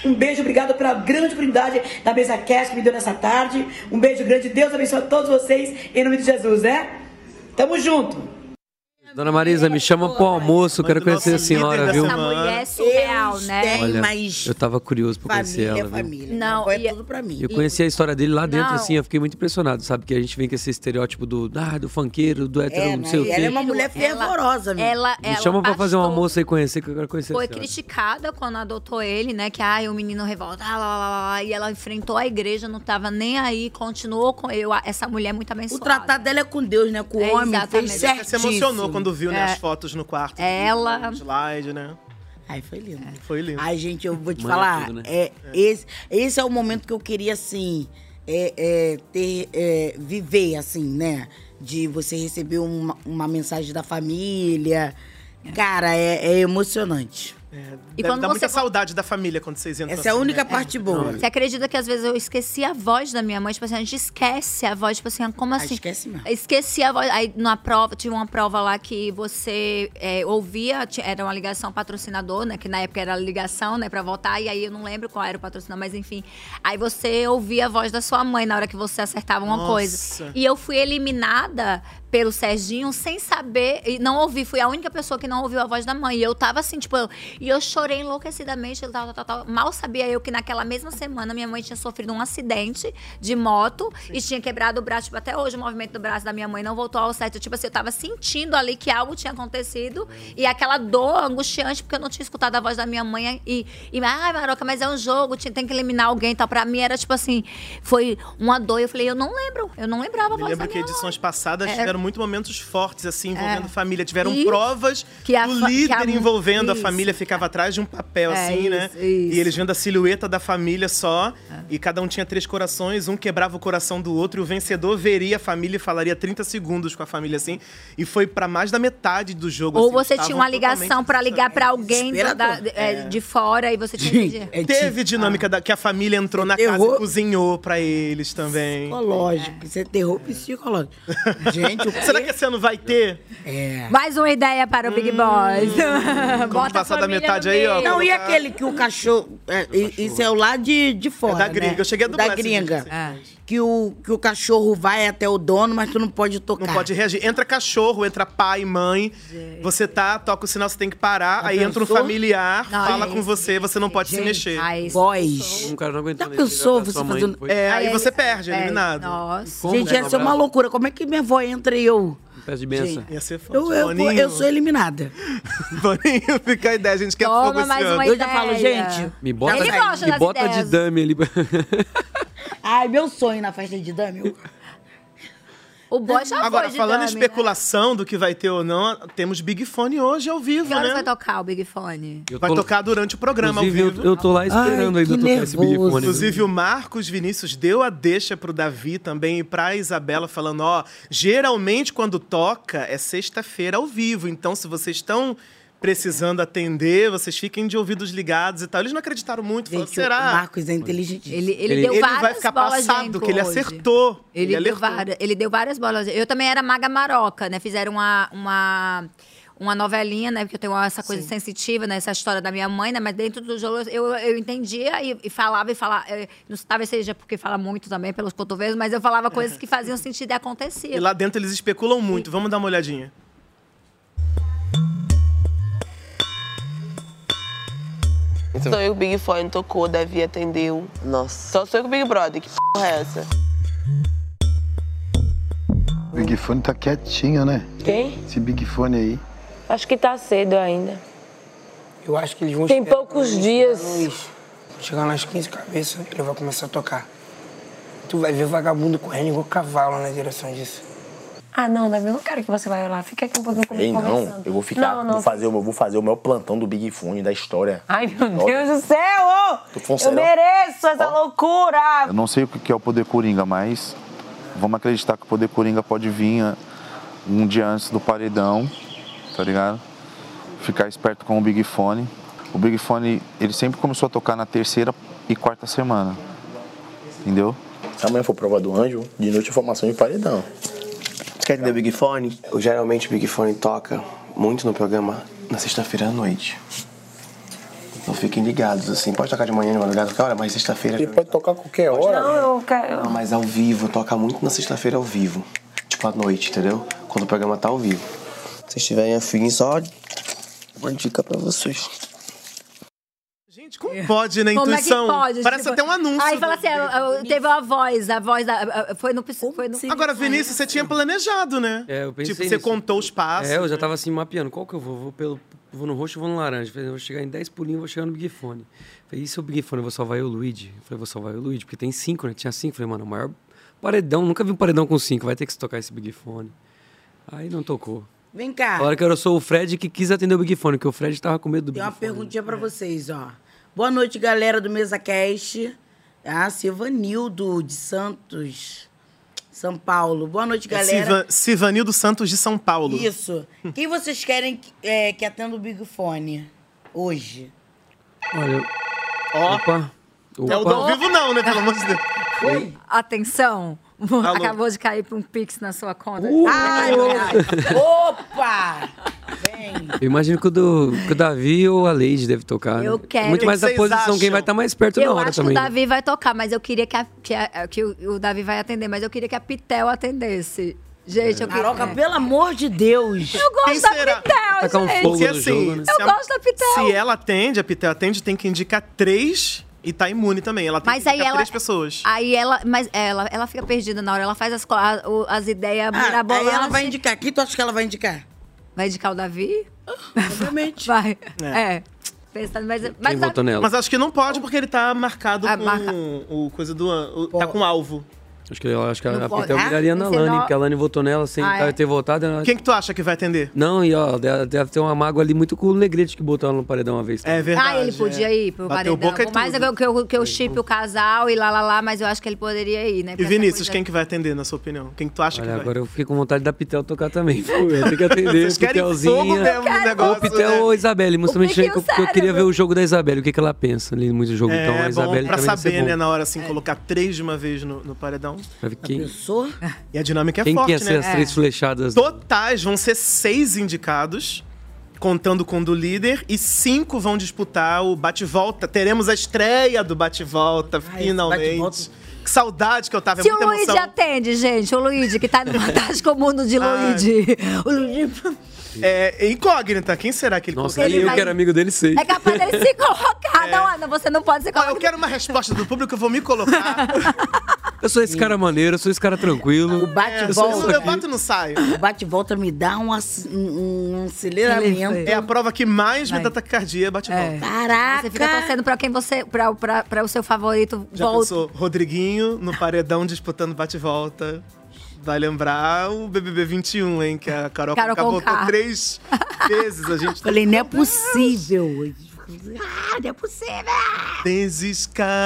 S6: um beijo, obrigado pela grande oportunidade da mesa cast que me deu nessa tarde. Um beijo grande, Deus abençoe a todos vocês, em nome de Jesus, né? Tamo junto!
S4: Dona Marisa, me chama pro almoço, quero conhecer a senhora, viu?
S3: Essa mulher é surreal, né?
S4: Olha, eu tava curioso pra conhecer ela, viu?
S3: Não, é tudo pra mim.
S4: Eu conheci a história dele lá dentro,
S3: Não.
S4: assim, eu fiquei muito impressionado, sabe? Que a gente vem com esse estereótipo do, ah, do funkeiro, do
S1: É,
S4: hétero, não
S1: né?
S4: sei o quê.
S1: mulher
S3: fervorosa, mesmo. Ela,
S4: Me
S3: ela
S4: chama pra
S3: passou-
S4: fazer um almoço aí conhecer, que eu quero conhecer a
S3: Foi
S4: senhora.
S3: criticada quando adotou ele, né? Que ai, o menino revolta, ah, lá, lá, lá, lá, e ela enfrentou a igreja, não tava nem aí, continuou com eu. Essa mulher é muito abençoada. O tratado
S1: dela é com Deus, né? Com
S3: o
S1: homem, fez
S2: Você se emocionou quando viu né,
S1: É.
S2: as fotos no quarto.
S1: Ela-
S2: no slide, né?
S1: Ai, foi lindo.
S2: É. Foi lindo.
S1: Ai, gente, eu vou te
S2: Manda
S1: falar.
S2: tudo, né?
S1: é, Esse, esse é o momento que eu queria, assim, é, é, ter, é, viver, assim, né? De você receber uma, uma mensagem da família. Cara, é, é emocionante.
S2: E dá É, muita saudade da família quando vocês entram assim, né?
S1: Essa é a única parte boa.
S3: Você é acredita que às vezes eu esqueci a voz da minha mãe? Tipo assim, a gente esquece a voz, tipo assim, ah, como assim?
S1: esquece mesmo.
S3: Esqueci a voz. Aí numa prova, tinha uma prova lá que você é, ouvia, ti- era uma ligação patrocinador, né? Que na época era ligação, né, pra votar, e aí eu não lembro qual era o patrocinador, mas enfim. Aí você ouvia a voz da sua mãe na hora que você acertava uma
S10: Nossa.
S3: coisa. E eu fui eliminada pelo Serginho sem saber, e não ouvi, fui a única pessoa que não ouviu a voz da mãe. E eu tava assim, tipo, eu- e eu chorei enlouquecidamente, tal, tal, tal, tal. Mal sabia eu que naquela mesma semana minha mãe tinha sofrido um acidente de moto e tinha quebrado o braço, tipo, até hoje o movimento do braço da minha mãe não voltou ao certo. Tipo assim, eu tava sentindo ali que algo tinha acontecido e aquela dor angustiante, porque eu não tinha escutado a voz da minha mãe e, e ai, Maroca, mas é um jogo, tinha- tem que eliminar alguém e tal. Pra mim era tipo assim, foi uma dor. Eu falei, eu não lembro, eu não lembrava a
S2: Me
S3: voz da
S2: lembro que edições passadas
S3: É.
S2: tiveram muito momentos fortes, assim, envolvendo
S3: É.
S2: família. Tiveram
S3: Isso.
S2: provas
S3: Que a
S2: do
S3: fa- que
S2: líder
S3: a-
S2: envolvendo
S3: isso.
S2: a família, ficava atrás de um papel,
S3: É,
S2: assim,
S3: isso,
S2: né?
S3: isso. É.
S2: E eles vendo a silhueta da família só, e cada um tinha três corações, um quebrava o coração do outro, e o vencedor veria a família e falaria 30 segundos com a família, assim. E foi pra mais da metade do jogo.
S3: Ou
S2: assim,
S3: você
S2: eles
S3: tinha uma
S2: estavam
S3: ligação pra ligar pra alguém da- da-
S2: desesperador.
S3: é,
S2: É.
S3: de fora e você tinha
S1: é
S3: que.
S2: Teve dinâmica
S1: Ah.
S2: da, que a família entrou na casa e cozinhou pra eles também.
S1: Psicológico, isso é terror psicológico. Gente, o
S2: Será que esse ano vai ter?
S1: É.
S3: Mais uma ideia para o
S2: Hum.
S3: Big Boys. Bota a família no meio.
S1: Não, e aquele que o cachorro. é, i- Isso é o lá de, de fora.
S2: da gringa,
S1: né?
S2: eu cheguei a
S1: O
S2: dublar
S1: Da
S2: esse
S1: gringa.
S2: vídeo, assim,
S1: Que o, que o cachorro vai até o dono, mas tu não pode tocar.
S3: Tá.
S2: Não pode reagir. Entra cachorro, entra pai, mãe. Você tá, toca o sinal, você tem que parar.
S1: Já
S2: aí entra um
S1: pensou?
S2: familiar,
S1: Não,
S3: é
S2: fala
S1: gente,
S2: com você, você não pode se mexer.
S3: ah,
S1: Voz.
S4: Um cara não aguentou.
S1: Pensou você fazendo.
S3: um-
S1: Ah,
S2: É, aí você perde, eliminado.
S3: Nossa.
S4: Como,
S1: Gente,
S4: né,
S1: essa é uma
S4: cobrar?
S1: loucura. Como é que minha avó entra e eu.
S4: Peço de benção.
S1: Gente,
S2: Ia ser foda.
S1: Eu, eu, vou- eu sou eliminada.
S2: Boninho, fica a ideia, a gente quer
S1: Toma
S2: fogo esse
S1: mais
S2: ano.
S1: uma Eu já falo, ideia. gente,
S4: Me bota,
S1: Ele gosta
S4: me
S1: das
S4: bota de
S1: ideias.
S4: dame ali.
S1: Ai, meu sonho na festa de Dami. eu-
S3: O boy já
S2: Agora,
S3: foi de né?
S2: falando em
S3: dummy,
S2: especulação do que vai ter ou não, temos Big Fone hoje ao vivo,
S3: Que horas
S2: né?
S3: vai tocar o Big Fone?
S2: Vai tocar durante o programa
S4: Inclusive,
S2: ao
S4: eu-
S2: vivo.
S4: eu tô lá esperando Ai, ainda que tocar esse Big nervoso. Fone.
S2: Inclusive, o Marcos Vinícius deu a deixa pro Davi também e pra Isabela, falando, ó, geralmente quando toca é sexta-feira ao vivo, então se vocês estão precisando atender, vocês fiquem de ouvidos ligados e tal. Eles não acreditaram muito, falaram,
S1: o
S2: será?
S1: Marcos é inteligente.
S3: Ele, ele, deu várias
S2: vai ficar
S3: bolas de
S2: passado,
S3: encro
S2: que ele
S3: hoje.
S2: acertou.
S3: Ele, deu
S2: alertou.
S3: várias, ele deu várias bolas. Eu também era maga maroca, né? Fizeram uma, uma, uma novelinha, né? Porque eu tenho essa coisa sensitiva, né? Essa história da minha mãe, né? Mas dentro do jogo eu, eu entendia e, e falava e falava. eh, Não sei, talvez seja porque fala muito também pelos cotovelos, mas eu falava coisas que faziam sentido e acontecia.
S2: E lá dentro eles especulam muito. Vamos dar uma olhadinha.
S11: Só eu que o Big Fone tocou, Davi atendeu. Nossa. Só sou eu que o Big Brother. Que porra é essa?
S12: Big Fone tá quietinho, né?
S13: Quem?
S12: Esse Big Fone aí.
S13: Acho que tá cedo ainda.
S12: Eu acho que eles vão
S13: Tem
S12: esperar
S13: poucos
S12: uns-
S13: dias.
S12: uns- Chegar nas 15 cabeças, ele vai começar a tocar. Tu vai ver vagabundo correndo igual cavalo na direção disso.
S21: Ah, não, Davi, eu não quero que você vá lá. Fica aqui um pouquinho comigo
S7: Ei, não,
S21: conversando.
S7: eu vou ficar,
S21: Não, não.
S7: Vou, fazer, o- eu vou fazer o meu plantão do Big Fone da história.
S21: Ai, meu
S7: Nossa.
S21: Deus do céu! ô!
S7: Tô um falando
S21: Eu
S7: sério.
S21: mereço essa loucura!
S10: Eu não sei o que que é o poder coringa, mas vamos acreditar que o poder coringa pode vir ah, um dia antes do paredão, tá ligado? Ficar esperto com o Big Fone. O Big Fone, ele sempre começou a tocar na terceira e quarta semana. Entendeu?
S7: Amanhã for prova do anjo, de noite informação de paredão.
S16: Você quer entender o Big Fone? Eu, geralmente o Big Fone toca muito no programa na sexta-feira à noite. Então fiquem ligados, assim. Pode tocar de manhã, de madrugada, qualquer hora, mas sexta-feira. Ele pode tocar qualquer hora.
S21: Não, eu quero.
S16: Não, Ah, mas ao vivo, toca muito na sexta-feira ao vivo. Tipo à noite, entendeu? Quando o programa tá ao vivo. Se vocês tiverem afim, só uma dica pra vocês.
S2: Gente, como pode, né?
S3: Como é que
S2: Intuição.
S3: pode?
S2: Parece
S3: Tipo,
S2: até um anúncio.
S3: Aí fala assim, eu- eu- teve uma voz, a voz da... a- a- Foi no... Foi no
S4: assim?
S2: Agora, Vinícius, você tinha um planejado, né?
S4: É, eu pensei
S2: Tipo, você
S4: nisso.
S2: contou os passos. né?
S4: É, eu já tava assim mapeando. Qual que eu vou? Vou, pelo, vou no roxo, vou no laranja. Falei, eu vou chegar em 10 pulinhos, vou chegar no Big Fone. Falei, e se o Big Fone eu vou salvar eu, o Luigi? Eu Falei, vou salvar eu, o Luigi, porque tem cinco, né? Tinha cinco. Falei, mano, o maior paredão. Nunca vi um paredão com cinco. Vai ter que se tocar esse Big Fone. Aí não tocou.
S1: Vem cá.
S4: Falaram que eu sou o Fred que quis atender o Big Fone, porque o Fred tava com medo do
S1: Tem
S4: Big
S1: uma perguntinha pra vocês, ó. Boa noite, galera do MesaCast. Ah, Silvanildo de Santos, São Paulo. Boa noite, galera.
S2: Siva- Sivanildo Santos de São É Paulo.
S1: Isso. Quem vocês querem que, é, que atenda o Big Fone hoje?
S4: Olha. Opa.
S2: É o do ao vivo, não, né? Pelo amor de Deus.
S3: Oi? Atenção.
S2: Alô.
S3: Acabou de cair pra um pix na sua conta.
S4: Uh!
S1: Ai, ai. Opa!
S4: Eu imagino que o, do, que o Davi ou a Lady deve tocar. né?
S3: Eu quero.
S4: Muito
S3: O que
S4: mais
S3: que
S4: da
S3: vocês
S4: posição, quem
S3: acham?
S4: vai estar mais perto na
S3: eu
S4: hora
S3: acho
S4: também.
S3: que o
S4: né?
S3: Davi vai tocar, mas eu queria que, a- que a- que o, o Davi vai atender, mas eu queria que a Pitel atendesse. Gente, eu
S4: É.
S3: queria... É.
S1: Maroca, pelo amor de Deus!
S3: Eu gosto da Pitel,
S4: um
S3: gente.
S2: Porque assim,
S4: né?
S2: se
S3: Eu
S2: a-
S3: gosto da Pitel.
S2: Se ela atende, a Pitel atende, tem que indicar três e tá imune também. Ela tem
S3: Mas
S2: que
S3: aí
S2: indicar
S3: ela-
S2: três pessoas.
S3: Aí ela, mas ela, ela fica perdida na hora, ela faz as, co- a- o- as ideias mirabolantes.
S1: Ah, aí ela vai indicar. Quem tu acha que ela vai indicar?
S3: Vai indicar o Davi?
S1: Obviamente.
S3: Vai.
S2: É.
S3: É. Pensando, mas, mas a-
S2: Mas acho que não pode, porque ele tá marcado com o coisa do. an- o- tá com alvo.
S4: Acho que, eu acho que
S2: Não
S4: a, a
S2: pode.
S4: Pitel
S2: Ah,
S4: viraria na
S2: você
S4: Lani,
S2: não-
S4: porque a Lani votou nela sem
S2: Ah, é?
S4: ter votado. Ela...
S2: Quem que tu acha que vai atender?
S4: Não, e ó, deve, deve ter uma mágoa ali muito com o Legrete que botou ela no paredão uma vez.
S2: É
S3: ah, ele podia ir pro paredão.
S4: Bateu boca e
S3: Por mais que eu, que eu, que eu chip o casal e lá, lá, lá, mas eu acho que ele poderia ir, né?
S2: E
S3: Porque essa
S2: Vinícius,
S3: coisa-
S2: quem que vai atender, na sua opinião? Quem que tu acha
S4: Olha,
S2: que vai?
S4: agora eu fiquei com vontade da Pitel tocar também. Pô, Eu tenho que atender,
S2: Vocês querem fogo
S4: Pitelzinha.
S2: mesmo no Eu quero.
S4: Ou Pitel
S2: né?
S4: ou Isabelle. Mas
S2: O é
S4: também
S2: pique e
S4: achei
S2: o
S4: que eu, que eu
S2: né?
S4: queria ver o jogo da Isabelle, o que, que ela pensa ali muito jogo.
S2: É,
S4: então, a
S2: bom
S4: Isabelle
S2: pra
S4: também deve ser
S2: saber,
S4: bom.
S2: né, na hora,
S3: É.
S2: assim, colocar três de uma vez no, no paredão.
S4: Pra ver quem-
S2: Uhum. E a dinâmica é
S4: Quem que
S2: forte,
S4: ia ser
S2: né?
S4: as três flechadas?
S2: Totais vão ser seis indicados, contando com o do líder, e cinco vão disputar o bate-volta. Teremos a estreia do
S3: Ah,
S2: bate-volta, finalmente. Que saudade que eu tava, é
S3: Se o
S2: muita
S3: Luigi
S2: emoção. Ah,
S3: atende, gente, o Luigi, que tá no fantástico mundo de Luigi. O Luigi.
S2: É, é incógnita, quem será que ele
S4: Nossa,
S2: colocaria?
S4: nem eu que era amigo dele sei.
S3: É capaz dele se colocar. Não, Ana, você não pode se colocar.
S2: É. eu quero uma resposta do público, eu vou me colocar.
S4: Eu sou esse cara maneiro, eu sou esse cara tranquilo. O
S2: É,
S1: Bate-volta.
S2: não sai.
S1: O bate-volta me dá um, ac- um, um aceleramento. É.
S2: É
S1: Ah,
S2: a prova que mais me dá taquicardia, bate-volta.
S1: Caraca!
S3: Você fica torcendo pra quem você. pra, pra, pra o seu favorito
S2: Já
S3: volta.
S2: pensou, Rodriguinho no paredão disputando bate-volta. Vai lembrar o BBB 21, hein? Que a Carol,
S1: Carol
S2: Carol
S1: Conká.
S2: votou três vezes. A gente tá
S1: Falei, não é possível. Ah, não é possível.
S2: This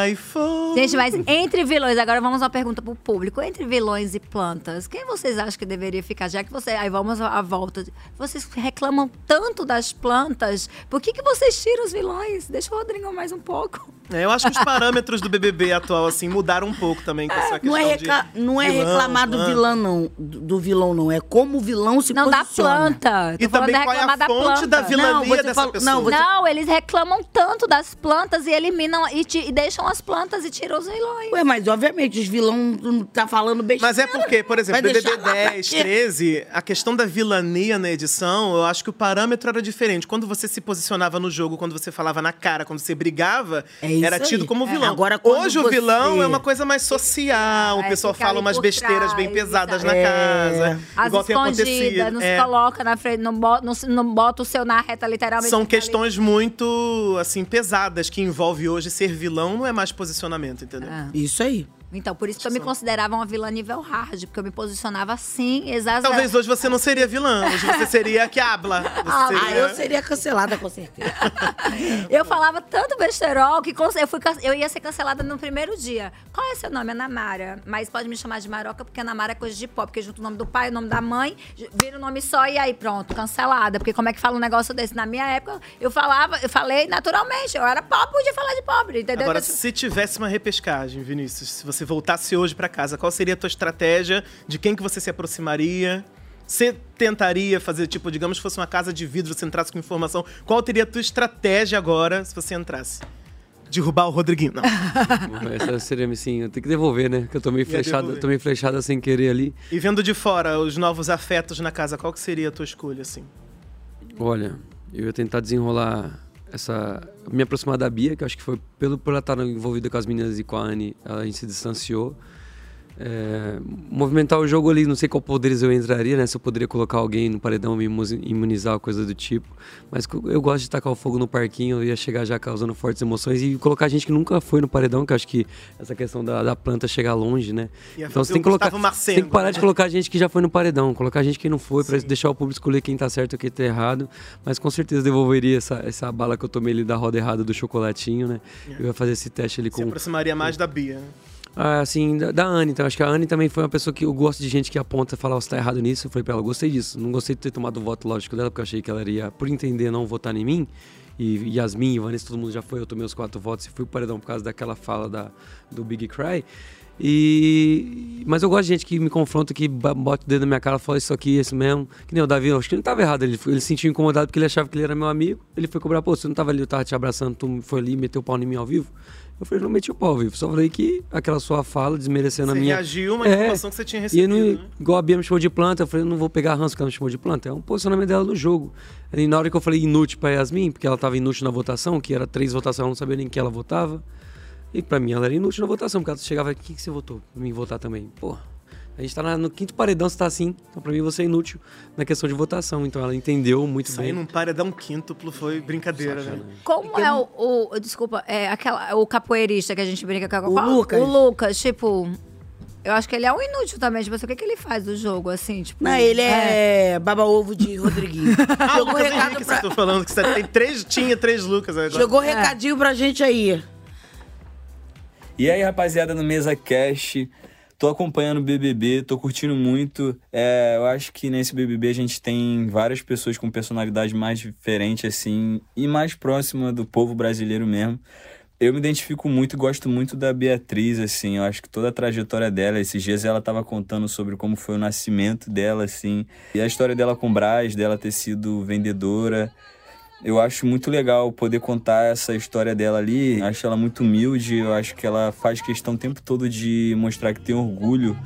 S2: Skyfall.
S3: Gente, mas entre vilões, agora vamos a uma pergunta pro público. Entre vilões e plantas, quem vocês acham que deveria ficar? Já que você. Aí vamos à volta. Vocês reclamam tanto das plantas, por que, que vocês tiram os vilões? Deixa o Rodrigo mais um pouco.
S2: É, eu acho que os parâmetros do BBB atual, assim, mudaram um pouco também com essa questão
S1: Não é,
S2: reclamado
S1: recla- não é reclamar
S2: né?
S1: do vilão, não. Do do vilão, não. É como o vilão se
S3: Não, da
S1: posiciona.
S3: planta. Tô falando
S2: é
S1: é
S3: reclamar da planta.
S1: Não, você falou- Não, você-
S3: Não, eles reclamam tanto das plantas e eliminam e, ti- e deixam as plantas e tiram os vilões.
S1: Ué, mas obviamente os vilão não tá falando besteira.
S2: Mas é porque, por exemplo,
S1: Vai
S2: BBB
S1: deixar lá pra
S2: 10,
S1: quê?
S2: 13, a questão da vilania na edição, eu acho que o parâmetro era diferente. Quando você se posicionava no jogo, quando você falava na cara, quando você brigava,
S1: isso
S2: era tido
S1: aí.
S2: como
S1: É,
S2: vilão.
S1: agora, quando
S2: Hoje o
S1: você-
S2: vilão é uma coisa mais social, o pessoal
S3: fica
S2: fala
S3: ali
S2: umas
S3: por
S2: besteiras
S3: trás,
S2: bem pesadas
S3: sabe?
S2: na
S3: É.
S2: casa.
S3: As
S2: igual tem acontecido.
S3: escondidas, não
S2: É.
S3: se coloca na frente, não bota, não, se- não bota o seu na reta, literalmente.
S2: São
S3: fica ali.
S2: questões muito, assim, pesadas, que envolve hoje ser vilão não é mais posicionamento, entendeu?
S1: Ah. Isso aí.
S3: Então, por isso que eu me considerava uma vilã nível hard, porque eu me posicionava assim, exatamente.
S2: Talvez hoje você não seria vilã, hoje você seria a Kiabla. Você
S1: Ah, eu seria cancelada com certeza.
S3: Eu falava tanto besterol que cance- eu, fui, can- eu ia ser cancelada no primeiro dia. Qual é seu nome? Ana Mara. Mas pode me chamar de Maroca, porque Ana Mara é coisa de pop. Porque junta o nome do pai, o nome da mãe, ju- vira o nome só e aí pronto, cancelada. Porque como é que fala um negócio desse? Na minha época, eu falava, eu falei naturalmente. Eu era pobre, podia falar de pobre, entendeu? Então,
S2: Agora,
S3: Eu-
S2: se tivesse uma repescagem, Vinícius, se você voltasse hoje pra casa, qual seria a tua estratégia? De quem que você se aproximaria? Você tentaria fazer, tipo, digamos que fosse uma casa de vidro, você entrasse com informação. Qual teria a tua estratégia agora se você entrasse? Derrubar o Rodriguinho. Não.
S4: Essa seria assim, eu tenho que devolver, né? Que eu tomei flechada,
S2: devolver.
S4: tomei flechada sem querer ali.
S2: e vendo de fora os novos afetos na casa, qual que seria a tua escolha, assim?
S4: Olha, eu ia tentar desenrolar essa. Me aproximar da Bia, que eu acho que foi pelo por ela estar envolvida com as meninas e com a Anne, a gente se distanciou. É, movimentar o jogo ali, não sei qual poderes eu entraria, né? Se eu poderia colocar alguém no paredão, me imu- imunizar, coisa do tipo. Mas co- eu gosto de tacar o fogo no parquinho, eu ia chegar já causando fortes emoções e colocar gente que nunca foi no paredão, que eu acho que essa questão da, da planta chegar longe, né?
S2: Ia
S4: Então
S2: fazer
S4: você tem
S2: um
S4: que colocar.
S2: Gustavo
S4: Você
S2: Marcengo,
S4: tem que parar
S2: né?
S4: de colocar gente que já foi no paredão, colocar gente que não foi, pra deixar o público escolher quem tá certo e quem tá errado. Mas com certeza devolveria essa, essa bala que eu tomei ali da roda errada do chocolatinho, né? Eu ia fazer esse teste ali
S2: É. Se
S4: com.
S2: aproximaria mais da Bia.
S4: Ah, assim, da, da Anne, então. Acho que a Anne também foi uma pessoa que eu gosto de gente que aponta e fala, "Ó, você tá errado nisso. Eu falei pra ela, gostei disso. Não gostei de ter tomado o voto lógico dela, porque eu achei que ela iria, por entender, não votar em mim. E Yasmin, Vanessa, todo mundo já foi, eu tomei os quatro votos e fui pro paredão por causa daquela fala da, do Big Cry. E. Mas eu gosto de gente que me confronta, que ba- bota o dedo na minha cara, fala isso aqui, é isso mesmo. Que nem o Davi, eu acho que ele não tava errado. Ele, ele se sentiu incomodado porque ele achava que ele era meu amigo. Ele foi cobrar, pô, você não tava ali, eu tava te abraçando, tu foi ali e meteu o pau em mim ao vivo. Eu falei, não meti o pau ao vivo. Só falei que aquela sua fala desmerecendo
S2: Você
S4: a minha.
S2: reagiu a uma
S4: É,
S2: informação que você tinha
S4: e eu
S2: recebido. né?
S4: não, igual a Bia me chamou de planta, eu falei, eu não vou pegar ranço que ela me chamou de planta. É um posicionamento dela no jogo. E na hora que eu falei inútil pra Yasmin, porque ela tava inútil na votação, que era três votações, ela não sabia nem que ela votava. E pra mim ela era inútil na votação, porque ela chegava aqui, quem que você votou? Pra mim votar também. Pô, a gente tá na- no quinto paredão, você tá assim. Então pra mim você é inútil na questão de votação. Então ela entendeu muito
S2: Isso
S4: bem.
S2: aí num paredão quíntuplo foi brincadeira, né?
S3: Como é
S1: Então,
S3: o, o- Desculpa, é aquela, o capoeirista que a gente brinca com a
S2: O Lucas.
S3: O Lucas, tipo. Eu acho que ele é um inútil também. Tipo assim, o que, que ele faz do jogo, assim? Tipo,
S1: Não, ele é, baba-ovo de Rodriguinho.
S2: Ah, o Lucas Henrique, você tá falando que você tem três, tinha três Lucas é. agora.
S1: Jogou
S3: É.
S1: recadinho pra gente aí.
S25: E aí, rapaziada, no Mesa Cash. Tô acompanhando o BBB, tô curtindo muito. É, eu acho que nesse BBB a gente tem várias pessoas com personalidade mais diferente, assim, e mais próxima do povo brasileiro mesmo. Eu me identifico muito e gosto muito da Beatriz, assim. Eu acho que toda a trajetória dela, esses dias ela tava contando sobre como foi o nascimento dela, assim, e a história dela com o Brás, dela ter sido vendedora. Eu acho muito legal poder contar essa história dela ali. Acho ela muito humilde. Eu acho que ela faz questão o tempo todo de mostrar que tem orgulho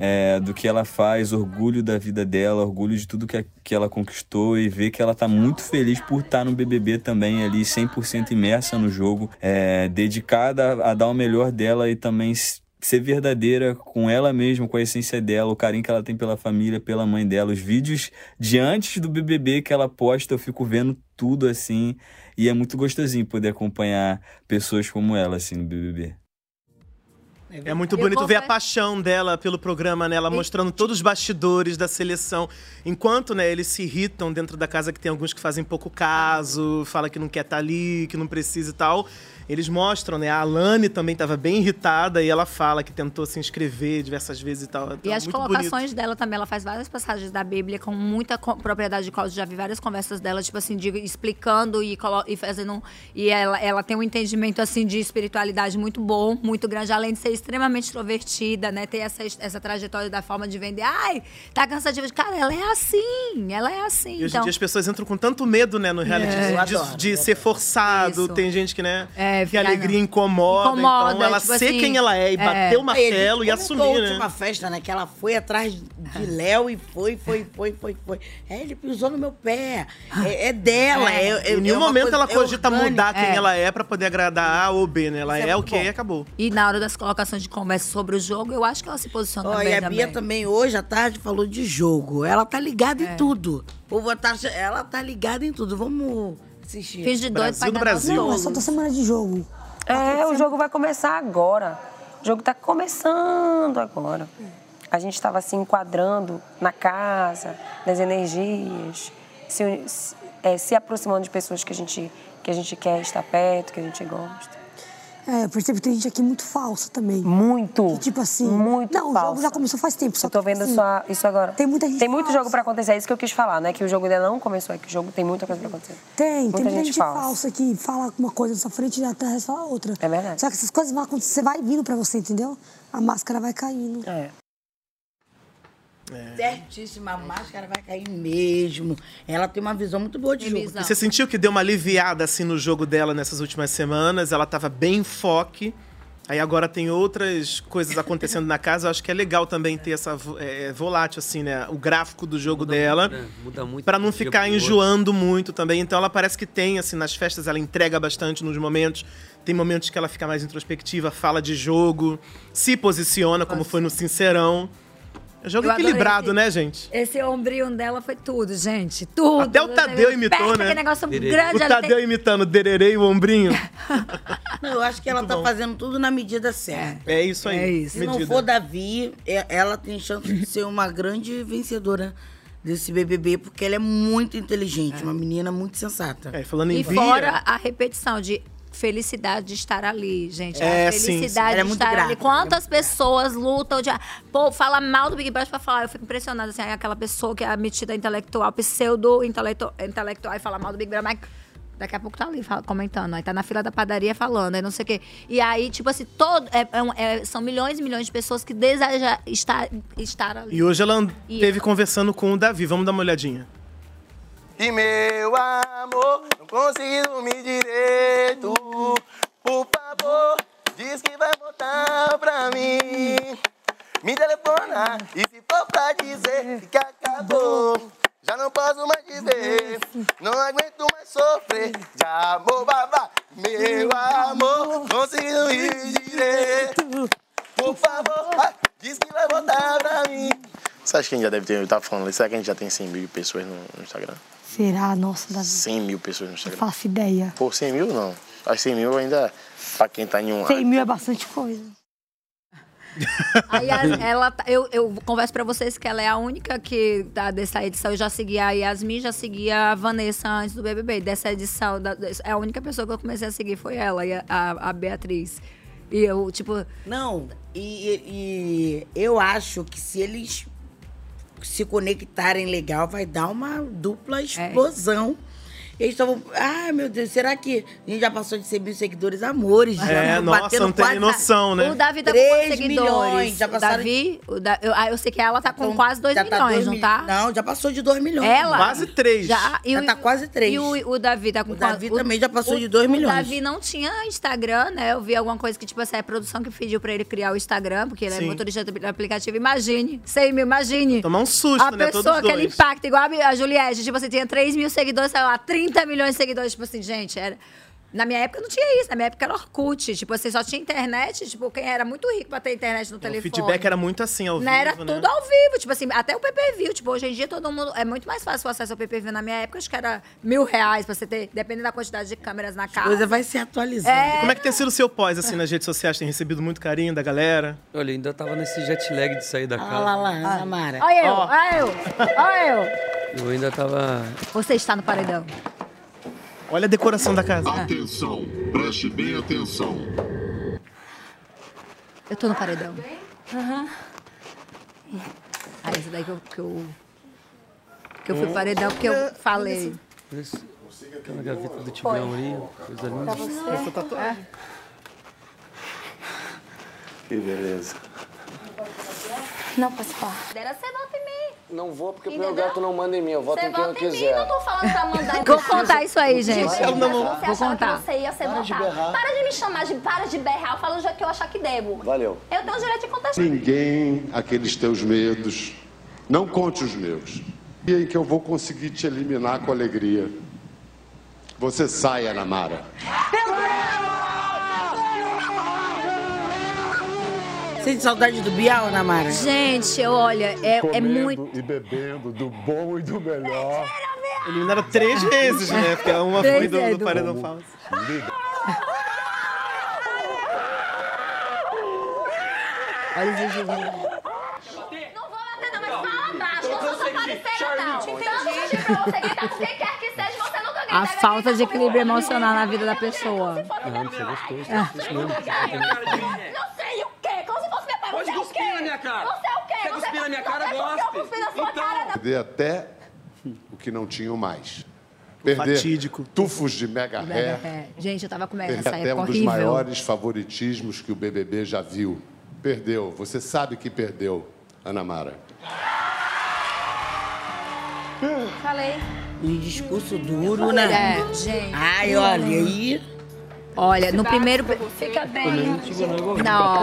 S25: é, do que ela faz, orgulho da vida dela, orgulho de tudo que, a- que ela conquistou e ver que ela tá muito feliz por estar no BBB também ali, 100% imersa no jogo, é, dedicada a, a dar o melhor dela e também s- ser verdadeira com ela mesma, com a essência dela, o carinho que ela tem pela família, pela mãe dela, os vídeos de antes do BBB que ela posta, eu fico vendo tudo assim e é muito gostosinho poder acompanhar pessoas como ela assim no BBB.
S2: É muito
S25: Eu
S2: bonito ver a
S25: confesso-
S2: paixão dela pelo programa, né? Ela mostrando todos os bastidores da seleção. Enquanto, né, eles se irritam dentro da casa, que tem alguns que fazem pouco caso, fala que não quer estar ali, que não precisa e tal. Eles mostram, né? A Alane também estava bem irritada e ela fala que tentou se inscrever diversas vezes e tal. Então,
S3: E as
S2: muito
S3: colocações
S2: bonito.
S3: dela também, ela faz várias passagens da Bíblia com muita co- propriedade de causa. Já vi várias conversas dela, tipo assim, de- explicando e, colo- e fazendo. um- E ela, ela tem um entendimento, assim, de espiritualidade muito bom, muito grande, além de ser extremamente extrovertida, né? Ter essa, es- essa trajetória da forma de vender. Ai, tá cansativa. Cara, ela é assim, ela é assim.
S2: E hoje em
S3: então,
S2: dia as pessoas entram com tanto medo, né, no reality
S3: É.
S2: de-
S3: Eu adoro,
S2: de, de ser forçado. Tem gente que, né,
S3: É,
S2: que
S3: fica,
S2: a alegria
S3: não.
S2: incomoda.
S1: Incomoda,
S2: Então ela
S1: tipo
S2: ser
S1: assim,
S2: quem ela é e bater o martelo
S1: Ele
S2: e
S1: comentou
S2: assumir,
S1: a
S2: né?
S1: última festa, né? Que ela foi atrás
S3: É.
S1: de Léo e foi, foi, foi, foi, foi. É, ele pisou no meu pé. É, é dela. É, é,
S2: em nenhum
S1: é uma
S2: momento
S1: coisa-
S2: ela
S1: é
S2: cogita
S1: orgânica.
S2: mudar quem
S1: É.
S2: ela é pra poder agradar A ou B, né? Ela
S1: Isso
S2: é,
S1: é
S2: o
S1: muito
S2: que é
S1: bom.
S2: e acabou.
S3: E na hora das colocações de conversa sobre o jogo, eu acho que ela se posiciona
S1: Ó,
S3: bem
S1: e a
S3: também.
S1: Bia também hoje à tarde falou de jogo. Ela tá ligada
S3: É.
S1: em tudo. O povo tá ach- ela tá ligada em tudo. Vamos assistir.
S3: Finge de doido Brasil pra do
S25: Brasil.
S26: Não, é só da semana de jogo.
S21: É, o jogo vai começar agora. O jogo está começando agora. A gente estava se enquadrando na casa, nas energias, se, se- é, se aproximando de pessoas que a, gente, que a gente quer estar perto, que a gente gosta.
S17: É, por exemplo, tem gente aqui muito falsa também.
S21: Muito.
S17: Que, tipo assim.
S21: Muito
S17: Não, o jogo
S21: falsa.
S17: já começou faz tempo. Só tipo assim,
S21: Eu tô vendo só isso agora. Tem muita gente Tem muito jogo pra acontecer, é isso que eu quis falar, né? Que o jogo ainda não começou, é que o jogo tem muita coisa pra acontecer.
S17: Tem,
S21: muita
S17: tem muita gente,
S21: gente
S17: falsa.
S21: falsa.
S17: que fala uma coisa na sua frente e atrás fala outra. É verdade. Só que essas coisas vão acontecer, vai vindo pra você, entendeu? A máscara vai caindo.
S21: É.
S1: É. Certíssima, a máscara vai cair mesmo. Ela tem uma visão muito boa de jogo.
S2: E você sentiu que deu uma aliviada assim no jogo dela nessas últimas semanas? Ela tava bem em foque. Aí agora tem outras coisas acontecendo na casa. Eu acho que é legal também ter essa vo- é, volátil, assim, né? O gráfico do jogo dela.
S4: muito, né? Muda muito
S2: Pra
S4: de
S2: não
S4: um dia
S2: ficar
S4: pro outro.
S2: enjoando muito também. Então ela parece que tem, assim, nas festas ela entrega bastante nos momentos. Tem momentos que ela fica mais introspectiva, fala de jogo, se posiciona, como foi no Sincerão. É jogo
S3: Eu adorei
S2: equilibrado,
S3: esse-
S2: né, gente?
S3: Esse ombrinho dela foi tudo, gente. Tudo.
S2: Até o
S3: Meu
S2: Tadeu
S3: Deus,
S2: imitou,
S3: perna,
S2: né?
S3: Que negócio grande.
S2: O
S3: ela tem-
S2: Tadeu imitando o dererê e o ombrinho.
S1: Não, eu acho que ela tá fazendo tudo na medida certa.
S2: É isso aí.
S1: Se não
S2: Medida.
S1: for Davi, é- ela tem chance de ser uma grande vencedora desse BBB, porque ela é muito inteligente, uma menina muito sensata.
S2: É, falando
S3: É. E fora a repetição de felicidade de estar ali, gente.
S1: É,
S3: a
S1: sim, sim.
S3: felicidade
S1: Ela é
S3: de
S1: muito
S3: estar
S1: grata,
S3: ali. Quantas pessoas lutam de. Pô, fala mal do Big Brother pra falar. Eu fico impressionada, assim, aí aquela pessoa que é metida intelectual, pseudo-intelectual, intelectual, e fala mal do Big Brother, mas. Daqui a pouco tá ali fala- comentando, aí tá na fila da padaria falando, aí não sei o quê. E aí, tipo assim, todo, é- é um- é- são milhões e milhões de pessoas que desejam estar, estar ali.
S2: E hoje ela and-
S3: E-
S2: teve conversando com o Davi. Vamos dar uma olhadinha.
S18: E meu amor, não consegui dormir direito. Por favor, diz que vai voltar pra mim. Me telefona e se for pra dizer que acabou. Já não posso mais viver, não aguento mais sofrer de amor babá. Meu amor, consegui dormir direito. Por favor, ah, diz que vai voltar pra mim.
S7: Você acha que a gente já deve ter, eu tava falando, será que a gente já tem 100 mil pessoas no, no Instagram?
S17: Será? Nossa, Davi.
S7: 100 mil pessoas no Instagram.
S17: Tá. Faço ideia.
S7: Pô, 100 mil não. As 100 mil ainda, pra quem tá em um...
S17: 100 mil é bastante coisa.
S3: Aí a- ela, tá- eu, eu converso pra vocês que ela é a única que tá dessa edição. Eu já seguia a Yasmin, já seguia a Vanessa antes do BBB. Dessa edição, da- des- é a única pessoa que eu comecei a seguir foi ela, e a, a- a Beatriz. E eu, tipo.
S1: Não, e, e- e eu acho que se eles se conectarem legal, vai dar uma dupla
S3: É.
S1: explosão. Eles estavam. Ai, meu Deus, será que a gente já passou de 100 mil seguidores? Amores, já
S2: É,
S1: tamo
S2: nossa,
S1: batendo
S2: não tem
S1: quase-
S2: noção, né?
S3: O Davi tá com
S1: Três
S3: quantos seguidores?
S1: milhões, já
S3: o
S1: passaram
S3: Davi, o da, eu, ah, eu sei que ela tá com
S1: Então,
S3: quase 2
S1: já tá
S3: milhões,
S1: dois
S3: não
S1: mil-
S3: tá?
S1: Não, já passou de 2 milhões.
S3: Ela?
S1: Quase três.
S3: Já,
S1: Já tá quase três.
S3: E o, o Davi tá com
S1: O Davi
S3: quase-
S1: também já passou de dois milhões.
S3: O Davi não tinha Instagram, né? Eu vi alguma coisa que, tipo, essa é a produção que pediu pra ele criar o Instagram, porque ele
S2: Sim.
S3: é motorista do aplicativo. Imagine, 100 mil, imagine.
S2: Tomar um susto,
S3: a
S2: né? Todos
S3: pessoa que
S2: dois.
S3: ele impacta, igual a a Juliette. Tipo assim, tinha 3 mil seguidores, saiu lá, 30 milhões de seguidores. Tipo assim, gente, era... Na minha época não tinha isso, na minha época era Orkut. Tipo assim, só tinha internet, tipo, quem era muito rico pra ter internet no
S2: O
S3: telefone.
S2: feedback era muito assim, ao
S3: Não, era
S2: vivo, né?
S3: tudo ao vivo, tipo assim, até o PPV. Tipo, hoje em dia todo mundo. É muito mais fácil o acesso ao PPV. Na minha época, acho que era mil reais pra você ter, dependendo da quantidade de câmeras na casa.
S1: coisa vai se atualizando.
S3: É.
S2: E como é que tem sido o seu pós, assim, nas redes sociais? Tem recebido muito carinho da galera?
S4: Olha, ainda tava nesse jet lag de sair da casa.
S1: Ah, lá, lá, lá, Mara.
S3: Olha eu,
S1: Ó.
S3: olha eu, olha eu.
S4: Eu ainda tava
S3: Você está no paredão.
S2: Olha a decoração da casa.
S22: Atenção, preste bem atenção.
S3: Eu tô no
S24: Tá
S3: paredão. Aham. Ah, isso daí que eu. Que eu, que eu fui
S4: Hum.
S3: paredão porque eu falei.
S4: Isso. Aquela gaveta do Tigrão ali, coisa
S3: Pra você.
S4: linda.
S3: é?
S7: Que beleza.
S3: É?
S17: Não posso falar.
S24: Dera, você vota em mim.
S27: Não vou porque
S24: Entendeu?
S27: meu gato não manda em mim, eu voto
S24: Você
S27: em quem um eu
S24: vota em mim,
S27: quiser.
S24: não tô falando pra mandar em
S3: Vou
S24: você.
S3: contar isso aí,
S24: Você
S3: gente.
S24: achava
S27: Não, não,
S24: que
S27: vou
S24: Você achava
S27: contar.
S24: que você ia ser
S27: Para de
S24: votada.
S27: berrar.
S24: Para de me chamar de para de berrar. Eu falo o jeito que eu achar que devo.
S27: Valeu.
S24: Eu tenho o direito de contestar.
S22: Ninguém, aqueles teus medos, não conte os meus. Dia em que eu vou conseguir te eliminar com alegria. Você sai, Anamara.
S1: Sente saudade do Bial, Namara?
S3: Gente, olha, é, é muito.
S22: E bebendo do bom e do melhor.
S2: Eliminaram três vezes, né? Porque uma
S3: Três
S2: foi do,
S3: vezes.
S2: do Paredão Falso.
S1: Olha o Juju vindo.
S24: Não vou bater, não, mas fala baixo.
S8: Eu
S24: Não sou sua
S8: consegui.
S24: parceira,
S8: Charlie,
S24: não.
S8: te
S24: Então, eu vou
S8: entendi.
S24: pedir pra você gritar com quem quer que seja, você nunca grita.
S3: A falta de equilíbrio emocional na vida da pessoa.
S4: Não, isso é gostoso.
S3: Ah.
S4: Isso mesmo.
S24: Não sei o quê, como se fosse meu pai.
S8: Pode
S24: Você é o
S8: cuspir
S24: quê?
S8: na minha cara.
S24: Você é o quê?
S8: Quer
S24: Você
S8: cuspir na minha cara, Então,
S24: Não é porque eu cuspi na sua cara, não.
S22: Perder até o que não tinham mais. Perder
S2: fatídico.
S22: tufos de mega ré.
S3: É, Gente, eu tava com medo
S22: Perder
S3: nessa
S22: até
S3: época
S22: um dos
S3: horrível.
S22: maiores favoritismos que o BBB já viu. Perdeu. Você sabe que perdeu, Ana Mara.
S3: Falei.
S1: Um discurso duro, né?
S3: É, gente.
S1: Ai, olha, aí.
S3: Olha, no primeiro. Fica bem. Não.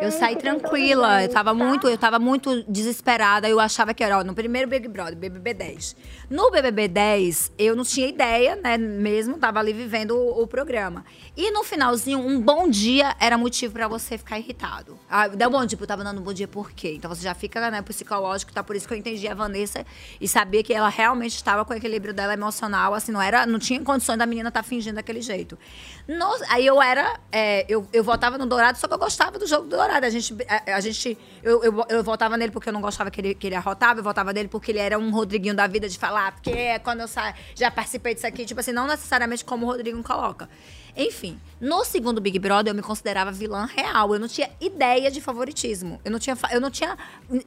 S3: Eu saí tranquila, eu tava muito, eu tava muito desesperada, eu achava que era, ó, no primeiro Big Brother, BBB 10. No BBB 10, eu não tinha ideia, né, mesmo, tava ali vivendo o, o programa. E no finalzinho, um bom dia era motivo pra você ficar irritado. Ah, deu bom dia, eu tava dando um bom dia por quê? Então você já fica, né, psicológico, tá por isso que eu entendi a Vanessa e sabia que ela realmente estava com o equilíbrio dela emocional, assim, não era, não tinha condições da menina estar fingindo daquele jeito. Nos- aí eu era, é, eu, eu votava no Dourado, só que eu gostava do jogo do Dourado. A gente, é, a, a gente eu, eu, eu votava nele porque eu não gostava que ele, que ele arrotava, eu votava nele porque ele era um Rodriguinho da vida de falar, porque é quando eu sa já participei disso aqui, tipo assim, não necessariamente como o Rodrigo coloca. Enfim, no segundo Big Brother eu me considerava vilã real, eu não tinha ideia de favoritismo. Eu não tinha, fa- eu não tinha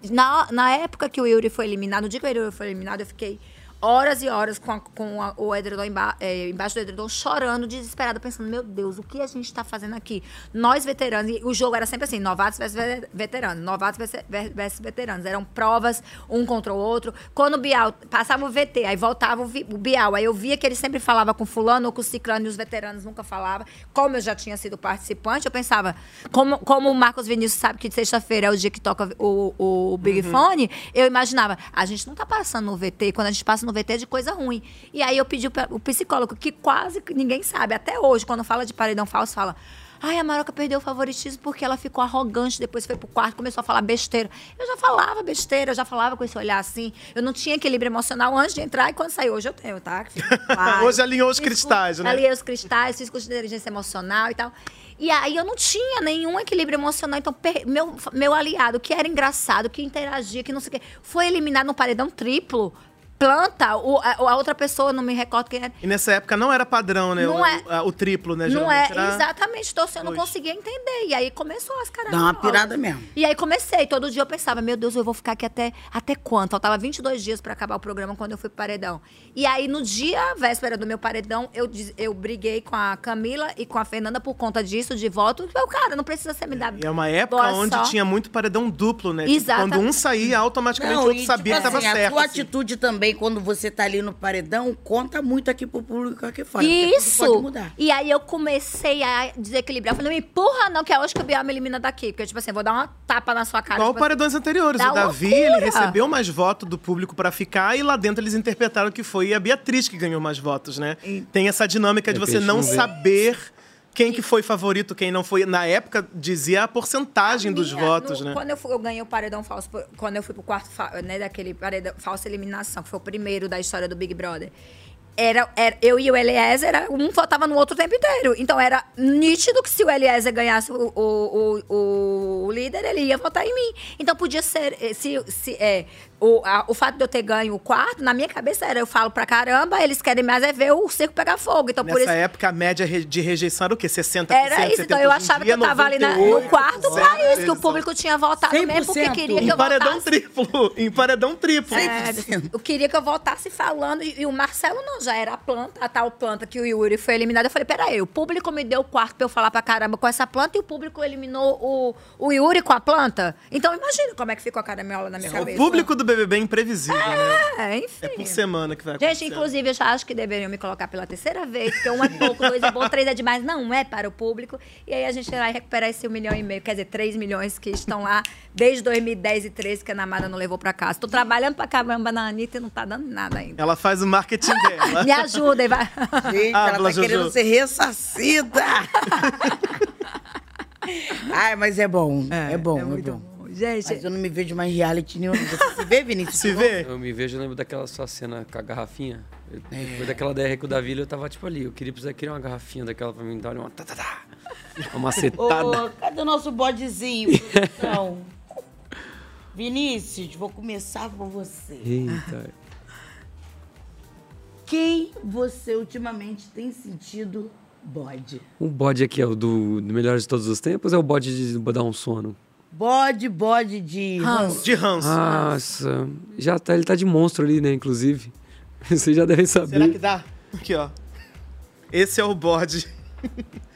S3: na, na época que o Yuri foi eliminado, no dia que o Yuri foi eliminado, eu fiquei horas e horas com, a- com a- o edredom emba- eh, embaixo do edredom, chorando, desesperada, pensando, meu Deus, o que a gente tá fazendo aqui? Nós, veteranos, e o jogo era sempre assim, novatos versus ve- veteranos, novatos versus- versus veteranos. Eram provas, um contra o outro. Quando o Bial, passava o VT, aí voltava o, Vi- o Bial, aí eu via que ele sempre falava com fulano ou com ciclano, e os veteranos nunca falavam. Como eu já tinha sido participante, eu pensava, como, como o Marcos Vinícius sabe que sexta-feira é o dia que toca o, o Big
S8: Uhum.
S3: Fone, Tony, eu imaginava, a gente não tá passando no VT, quando a gente passa no VT é de coisa ruim. E aí eu pedi para o psicólogo, que quase que ninguém sabe, até hoje, quando fala de paredão falso, fala. Ai, a Maroca perdeu o favoritismo porque ela ficou arrogante, depois foi pro quarto, começou a falar besteira. Eu já falava besteira, eu já falava com esse olhar assim. Eu não tinha equilíbrio emocional antes de entrar e quando saiu. Hoje eu tenho, tá?
S2: Hoje alinhou os cristais, né?
S3: Ali os cristais, fiz curso de inteligência emocional e tal. E aí eu não tinha nenhum equilíbrio emocional. Então, per- meu, meu aliado, que era engraçado, que interagia, que não sei o quê, foi eliminado no paredão triplo. Planta, o, a, a outra pessoa, não me recordo quem era.
S2: E nessa época não era padrão, né?
S3: Não
S2: o,
S3: é.
S2: a- o triplo, né?
S3: Não é,
S2: geralmente era-
S3: exatamente, tô, assim, eu não conseguia entender. E aí começou as caras.
S1: Dá uma pirada mesmo.
S3: E aí comecei, todo dia eu pensava, meu Deus, eu vou ficar aqui até, até quanto? Faltava 22 dias pra acabar o programa quando eu fui pro paredão. E aí no dia véspera do meu paredão, eu, diz- eu briguei com a Camila e com a Fernanda por conta disso, de voto. Tipo, Eu, cara, não precisa ser me dar.
S2: E é uma época
S3: bola
S2: onde
S3: só.
S2: tinha muito paredão duplo, né?
S3: Exata-
S2: Quando um saía, automaticamente o
S1: Não,
S2: outro
S1: e,
S2: sabia
S1: tipo
S2: que
S1: assim,
S2: tava
S1: A
S2: certo.
S1: tua atitude também, quando você tá ali no paredão, conta muito aqui pro público aqui fora. porque tudo Pode
S3: Isso!
S1: mudar.
S3: E aí eu comecei a desequilibrar. Eu falei, não me empurra não, que é hoje que o Biel me elimina daqui. Porque, tipo assim, eu vou dar uma tapa na sua cara.
S2: Igual
S3: tipo
S2: paredões
S3: assim,
S2: anteriores.
S3: da
S2: o Davi,
S3: loucura.
S2: ele recebeu mais voto do público pra ficar e lá dentro eles interpretaram que foi a Beatriz que ganhou mais votos, né? Tem essa dinâmica de
S4: De
S2: você
S4: repente
S2: não
S4: não vê.
S2: saber quem que foi favorito, quem não foi. Na época, dizia a porcentagem dos
S3: minha,
S2: votos,
S3: no-
S2: né?
S3: Quando eu, fui- eu ganhei o paredão falso, por- quando eu fui pro quarto, fa- né, daquele paredão, falsa eliminação, que foi o primeiro da história do Big Brother. Era, era- eu e o Eliezer, era- um votava no outro o tempo inteiro. Então era nítido que se o Eliezer ganhasse o, o, o- o líder, ele ia votar em mim. Então podia ser. eh, Se, se, eh, o, a- o fato de eu ter ganho o quarto, na minha cabeça era: eu falo pra caramba, eles querem mais é ver o circo pegar fogo. Então por
S2: Nessa
S3: isso.
S2: época, a média re- de rejeição era o quê? 60%?
S3: Era isso, então eu
S2: 70%,
S3: achava que
S2: hoje em
S3: eu tava ali
S2: um dia, um,
S3: na-
S2: 98%,
S3: no quarto pra isso, que o
S2: 100%.
S3: público tinha votado mesmo, porque queria que
S2: em
S3: eu
S2: Um paredão
S3: votasse.
S2: triplo. Em paredão triplo.
S3: É, eu queria que eu voltasse falando, e, e o Marcelo não, já era a planta, a tal planta que o Yuri foi eliminado. Eu falei, peraí, o público me deu o quarto pra eu falar pra caramba com essa planta e o público eliminou o, o Yuri com a planta? Então imagina como é que ficou a carameola na minha
S2: O
S3: cabeça.
S2: público do BBB é imprevisível, né?
S3: É, enfim.
S2: É por semana que vai acontecer.
S3: Gente, inclusive, eu já acho que deveriam me colocar pela terceira vez, porque um é pouco, dois é bom, três é demais. Não é para o público. E aí a gente vai recuperar esse um milhão e meio, quer dizer, três milhões que estão lá desde 2010 e 13 que a Namara não levou pra casa. Tô trabalhando pra caramba na Anitta e não tá dando nada ainda.
S2: Ela faz o marketing dela.
S3: Me ajuda, vai.
S1: Gente,
S2: Ah,
S1: ela tá querendo ser ressarcida. Ai, mas é bom. É, bom, é, bom.
S3: Gente,
S1: mas eu não me vejo mais reality nenhum. Você se vê, Vinícius? Se vê?
S4: Eu me vejo, eu lembro daquela sua cena com a garrafinha. Eu- Depois daquela DR com o Davi, eu tava tipo ali. Eu queria precisar criar uma garrafinha daquela pra mim dar uma. Tá, tá, tá. Uma macetada.
S1: Ô, cadê o nosso bodezinho, produção? Vinícius, vou começar por você.
S4: Eita.
S1: Quem você ultimamente tem sentido bode?
S4: Um bode aqui, ó, do, do Melhores de Todos os Tempos, é o bode de dar um sono.
S1: Bode, bode de ranço.
S2: De ranço.
S4: Ah, Nossa. Já tá, ele tá de monstro ali, né, inclusive. Vocês já devem saber.
S2: Será que dá? Aqui, ó. Esse é o bode.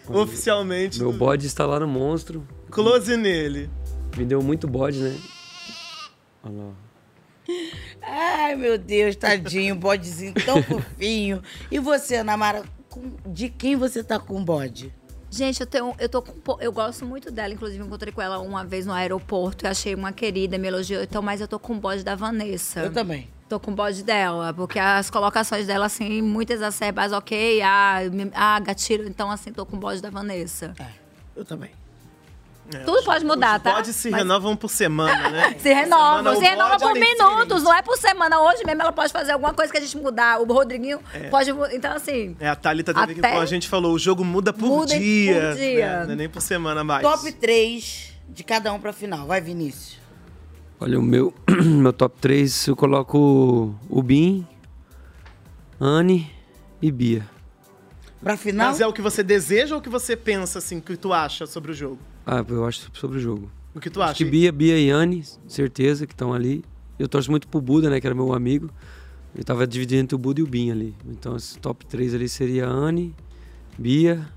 S2: Oficialmente.
S4: Meu bode está lá no monstro.
S2: Close nele.
S4: Me deu muito bode, né? Olha lá.
S1: Ai, meu Deus, tadinho, bodezinho tão fofinho. E você, Ana Mara, com- de quem você tá com bode?
S3: Gente, eu tenho, eu tô com, po- eu gosto muito dela, inclusive encontrei com ela uma vez no aeroporto, eu achei uma querida, me elogiou, então, mas eu tô com o bode da Vanessa.
S1: Eu também.
S3: Tô com o bode dela, porque as colocações dela, assim, muito exacerbas, ok, ah, me- ah gatilho, então, assim, tô com o bode da Vanessa.
S1: Eu também.
S2: É,
S3: Tudo pode mudar, tá?
S2: Pode se renovam por semana, né?
S3: Se renova,
S2: Semana
S3: se
S2: o
S3: renova
S2: bode
S3: por
S2: tem que ser
S3: minutos, não é por semana. Hoje mesmo ela pode fazer alguma coisa que a gente mudar. O Rodriguinho
S2: É.
S3: pode. mu- Então, assim.
S2: É, a Thalita teve que
S3: Até-
S2: a gente falou, o jogo muda por
S3: Muda por
S2: dia.
S3: dia.
S2: né? Não é nem por semana mais.
S1: Top 3 de cada um pra final. Vai, Vinícius.
S4: Olha, o meu, meu top 3, eu coloco o Bin, Anne e Bia.
S1: Pra final?
S2: Mas é o que você deseja ou o que você pensa, assim, o que tu acha sobre o jogo?
S4: Ah, eu acho sobre o jogo.
S2: O que tu
S4: Acho
S2: acha?
S4: que Bia, Bia e Anne, certeza, que estão ali. Eu torço muito pro Buda, né, que era meu amigo. Eu tava dividindo entre o Buda e o Bin ali. Então, esse top 3 ali seria Anne, Bia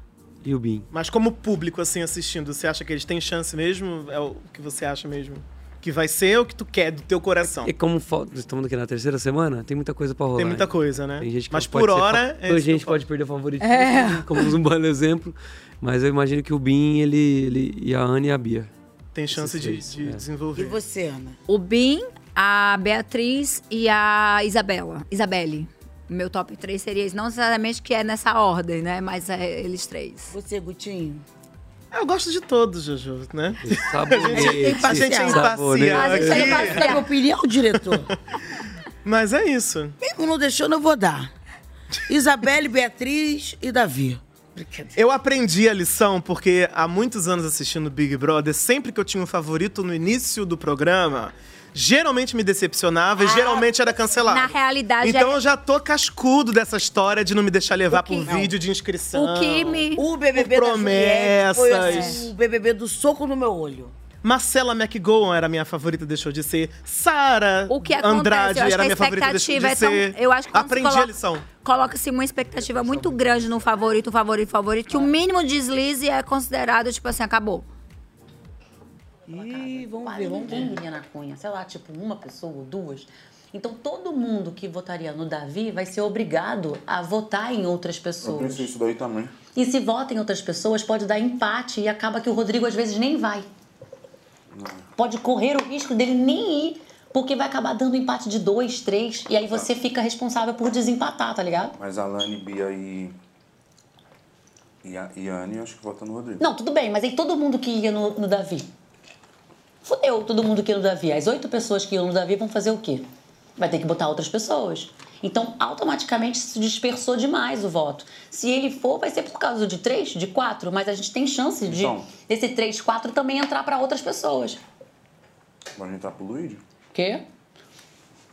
S4: e o Bin.
S2: Mas como público, assim, assistindo, você acha que eles têm chance mesmo? É o que você acha mesmo? Que vai ser o que tu quer do teu coração.
S4: E como falta, estamos aqui na terceira semana, tem muita coisa pra rolar.
S2: muita
S4: ainda.
S2: coisa, né?
S4: Tem gente que
S2: Mas
S4: pode
S2: por
S4: ser
S2: hora,
S4: fa-
S2: é isso que
S4: gente
S2: eu
S4: pode perder o favorito,
S2: É.
S4: como um bom exemplo. Mas eu imagino que o Bin, ele, ele e a Anne e a Bia.
S2: Tem chance de, de
S1: é.
S2: desenvolver.
S1: E você, Ana?
S3: O Bin, a Beatriz e a Isabela. Isabelle. Meu top 3 seria isso. Não necessariamente que é nessa ordem, né? Mas é eles três.
S1: Você, Gutinho?
S2: Eu gosto de todos, Juju, né?
S4: Sabonete,
S2: a gente é imparcial. né?
S4: sabonete.
S1: A gente é imparcial. Pega opinião, diretor.
S2: Mas é isso.
S1: Mesmo não deixando, eu vou dar. Isabelle, Beatriz e Davi.
S2: Eu aprendi a lição porque há muitos anos assistindo Big Brother, sempre que eu tinha um favorito no início do programa, geralmente me decepcionava e geralmente era cancelado.
S3: Na realidade,
S2: então
S3: é-
S2: eu já tô cascudo dessa história de não me deixar levar por vídeo de inscrição.
S1: O BBB
S2: por
S1: da Juliette foi
S2: promessas.
S1: assim, o BBB do soco no meu olho.
S2: Marcela McGowan era minha favorita, deixou de ser. Sara
S3: O que acontece?
S2: Andrade
S3: eu acho
S2: era
S3: que a
S2: minha favorita, deixou de
S3: expectativa é tão.
S2: ser.
S3: Eu acho que quando se
S2: Aprendi a
S3: coloca-
S2: lição.
S3: Coloca-se uma expectativa muito grande no favorito, favorito, favorito, que o mínimo deslize é considerado, tipo assim, acabou.
S12: Ih, vamos ver, vamos ver. iria na um, Cunha, sei lá, tipo uma pessoa ou duas. Então todo mundo que votaria no Davi vai ser obrigado a votar em outras pessoas.
S8: isso daí também.
S12: E se vota em outras pessoas, pode dar empate e acaba que o Rodrigo às vezes nem vai. Pode correr o risco dele nem ir, porque vai acabar dando empate de dois, três, e aí você fica responsável por desempatar, tá ligado?
S8: Mas Alane, Bia e. E, a, e a Anne, eu acho que vota no Rodrigo.
S12: Não, tudo bem, mas aí todo mundo que ia no, no Davi. Fudeu todo mundo que ia no Davi. As oito pessoas que iam no Davi vão fazer o quê? Vai ter que botar outras pessoas. Então, automaticamente se dispersou demais o voto. Se ele for, vai ser por causa de três, de quatro, mas a gente tem chance de
S8: Então.
S12: esse três, quatro também entrar para outras pessoas.
S8: Pode entrar tá pro Luigi.
S12: Quê?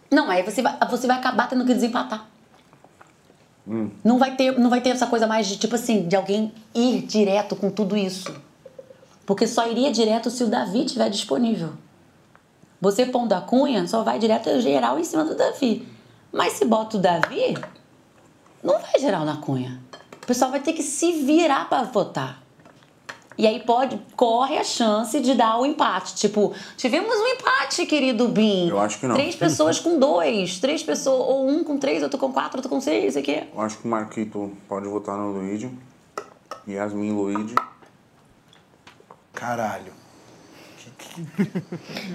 S12: Não, aí você vai, você vai acabar tendo que desempatar.
S8: Hum.
S12: Não vai, ter, não vai ter essa coisa mais de, tipo assim, de alguém ir direto com tudo isso. Porque só iria direto se o Davi estiver disponível. Você, Pão da Cunha, só vai direto geral em cima do Davi. Mas se bota o Davi, não vai geral na Cunha. O pessoal vai ter que se virar pra votar. E aí pode, corre a chance de dar o empate. Tipo, tivemos um empate, querido Bim.
S8: Eu acho que não.
S12: Três pessoas com dois, três pessoas, ou um com três, outro com quatro, outro com seis, não sei o quê.
S8: Eu acho que o Marquito pode votar no Luigi. Yasmin Luigi.
S15: Caralho.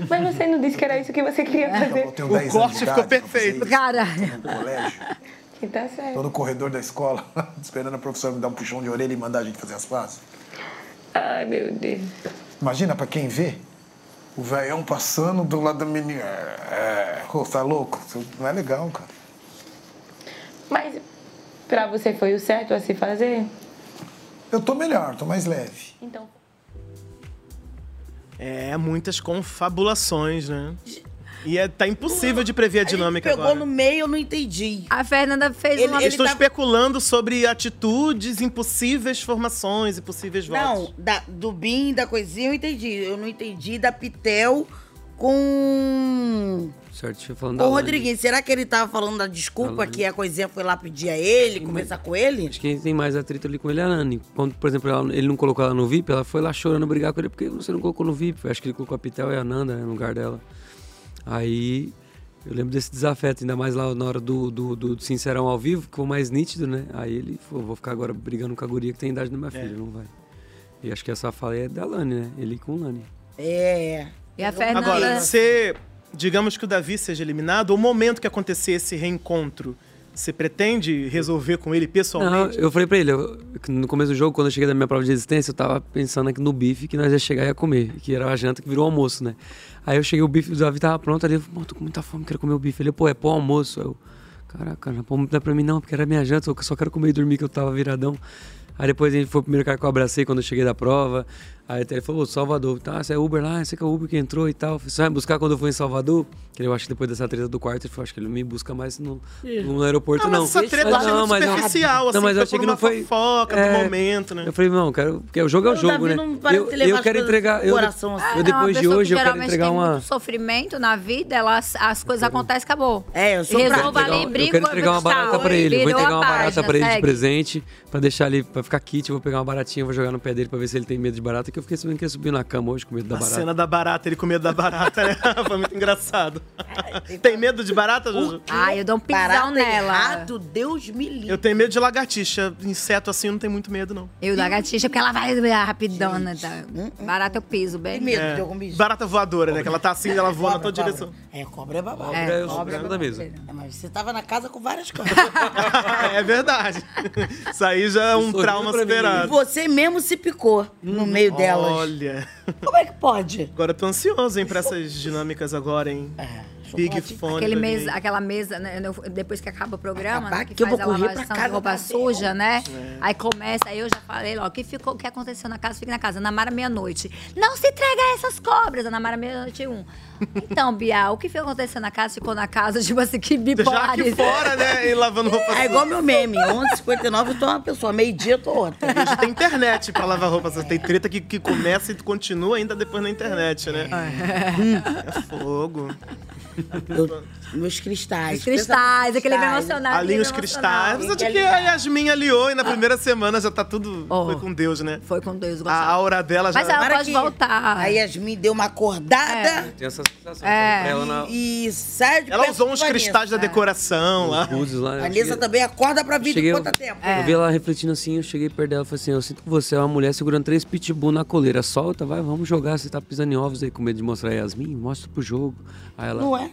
S21: Mas você não disse que era isso que você queria
S5: É,
S21: fazer.
S15: Eu tenho 10 anos de idade,
S21: perfeito. Cara. Que tá
S15: Tô
S21: certo.
S15: no corredor da escola, esperando a professora me dar um puxão de orelha e mandar a gente fazer as pazes.
S21: Ai, meu Deus.
S15: Imagina pra quem vê, o velhão passando do lado da menina. É, Ô, tá louco? Isso não é legal, cara.
S21: Mas pra você foi o certo a se fazer?
S5: Eu tô melhor, tô mais leve.
S14: Então.
S2: É, muitas confabulações, né? E é, tá impossível de prever a dinâmica
S1: Pegou
S2: agora.
S1: no meio, eu não entendi.
S3: A Fernanda fez
S1: ele, tá
S2: Eles
S1: ele
S2: estão
S3: tá
S1: tava-
S2: especulando sobre atitudes, impossíveis formações, impossíveis votos.
S1: Não, da- do Bim, da coisinha, eu entendi. Eu não entendi da Pitel com...
S4: Certo, falando
S1: Com
S4: da
S1: o
S4: Lani.
S1: Rodriguinho, será que ele tava falando da desculpa
S4: Alane.
S1: que a coisinha foi lá pedir a ele, conversar com ele?
S4: Acho que quem tem mais atrito ali com ele é a Nani. Quando, por exemplo, ela- ele não colocou ela no VIP, ela foi lá chorando brigar com ele porque você não colocou no VIP. Acho que ele colocou a Pitel e a Nanda né, no lugar dela. Aí eu lembro desse desafeto, ainda mais lá na hora do, do, do Sincerão ao vivo, ficou mais nítido, né? Aí ele falou: vou ficar agora brigando com a guria que tem a idade da
S1: É.
S4: minha filha, não vai. E acho que essa fala aí é da Lani, né? Ele com Lani.
S1: É.
S3: E a Fernanda.
S2: Agora, se, digamos que o Davi seja eliminado, o momento que acontecer esse reencontro, você pretende resolver com ele
S4: Não,
S2: pessoalmente?
S4: eu falei pra ele, eu- que no começo do jogo, quando eu cheguei da minha prova de resistência, eu tava pensando aqui no bife que nós ia chegar e ia comer, que era a janta que virou almoço, né? Aí eu cheguei, o bife do Davi tava pronto, ali eu falei, "Mô, tô com muita fome, quero comer o bife. Ele, pô, é pão almoço. Aí eu, caraca, não é pão, não dá pra mim não, porque era minha janta, eu só quero comer e dormir, que eu tava viradão. Aí depois ele foi o primeiro cara que eu abracei quando eu cheguei da prova. Aí até ele falou, "Ô, Salvador, tá, você é Uber lá, você que é o Uber que entrou e tal. Eu falei, Você vai me buscar quando eu for em Salvador? Que eu acho que depois dessa treta do quarto, ele falou, acho que ele não me busca mais no, no aeroporto,
S2: Ah,
S4: não.
S2: mas essa treta
S4: Mas
S2: achei
S4: não,
S2: muito
S4: mas não.
S2: superficial, assim,
S4: não, mas eu
S2: foi
S4: achei
S2: por
S4: que não
S2: uma
S4: foi
S2: fofoca do momento, né?
S4: Eu falei, não, quero, porque o jogo é o
S2: O
S4: jogo,
S2: Davi
S4: né?
S2: não parece
S4: eu,
S2: de levar
S4: eu
S2: as
S4: quero
S2: coisas
S4: entregar,
S2: pro
S4: eu,
S2: coração, assim.
S4: eu
S2: É, é
S4: depois de hoje eu quero
S3: Ah, geralmente
S4: entregar
S3: tem
S4: uma,
S3: muito sofrimento na vida, ela, as- as coisas acontecem, acabou.
S1: É, eu
S4: sou
S3: Resolva
S4: prático.
S3: ali,
S4: Eu
S3: brinco,
S4: quero entregar uma barata pra ele. Vou entregar uma barata pra ele de presente, pra deixar ali, pra ficar kit. Vou pegar uma baratinha, vou jogar no pé dele pra ver se ele tem medo de barata. Que eu fiquei sabendo que ele subiu na cama hoje com medo da
S2: A
S4: barata.
S2: cena da barata, ele com medo da barata, né? Foi muito engraçado.
S1: É, então.
S2: Tem medo de barata, Juju?
S3: Ah, eu dou um pisão
S1: Barata
S3: nela.
S1: é errado, Deus me livre.
S2: Eu tenho medo de lagartixa. Inseto assim, eu não tenho muito medo, não.
S3: Eu da gatinha, porque ela vai rapidona. Tá? Barata eu piso, bem.
S2: É. Barata voadora, né? Que ela tá assim, ela voa na tua direção.
S1: É, cobra é babado.
S2: Cobra é o
S1: cobra
S2: sobrano da mesa.
S1: babado. É, mas você tava na casa com várias coisas.
S2: é verdade. Isso aí já é um trauma
S1: E
S2: superado.
S1: você mesmo se picou no meio delas.
S2: Olha.
S1: Como é que pode?
S2: Agora eu tô ansioso, hein, pra essas dinâmicas agora, hein?
S1: É,
S2: Big Fone.
S3: Aquele
S2: pra mim.
S3: mesa, aquela mesa, né, no- depois que acaba o programa, né, que,
S1: que eu
S3: faz
S1: vou
S3: a
S1: correr pra
S3: lavação de
S1: casa
S3: roupa
S1: da
S3: suja,
S1: Bel.
S3: né?
S1: É.
S3: Aí começa, aí eu já falei, ó, o que, ficou, o que aconteceu na casa, fica na casa. Namara meia-noite. Não se entrega a essas cobras, a Namara meia-noite um. Então, Bia, o que foi acontecer na casa, ficou na casa, tipo assim, que bipolar.
S2: aqui fora, né, e lavando roupa
S1: É igual meu meme. 11h59 eu tô uma pessoa, meio-dia eu tô outra.
S2: Hoje tem internet pra lavar roupa. Tem treta que, que começa e continua ainda depois na internet, né? É, fogo.
S1: meus cristais.
S3: Os cristais, aquele bem emocionado.
S2: Ali
S3: aquele
S2: os
S3: bem
S2: cristais.
S3: emocionado.
S2: Apesar de que a Yasmin aliou e na primeira semana já tá tudo.
S1: Oh.
S2: foi com Deus, né?
S3: Foi com Deus,
S2: A aura dela já.
S1: Mas ela pode voltar. A Yasmin deu uma acordada.
S4: Tem essa sensação.
S1: É.
S4: Pra ela um né? na-
S1: E, e é. sai de
S2: Ela
S1: perto
S2: usou
S1: de
S2: uns
S1: Vanessa.
S2: cristais da decoração lá.
S4: Búzios lá, né?
S1: A Vanessa também acorda pra vida
S4: Cheguei,
S1: em quanto tempo?
S4: Eu vi ela refletindo assim, eu cheguei perto dela e falei assim: eu sinto que você é uma mulher segurando três pitbull na coleira. Solta, vai, vamos jogar. Você tá pisando em ovos aí com medo de mostrar a Yasmin? Mostra pro jogo. Aí ela.
S1: é?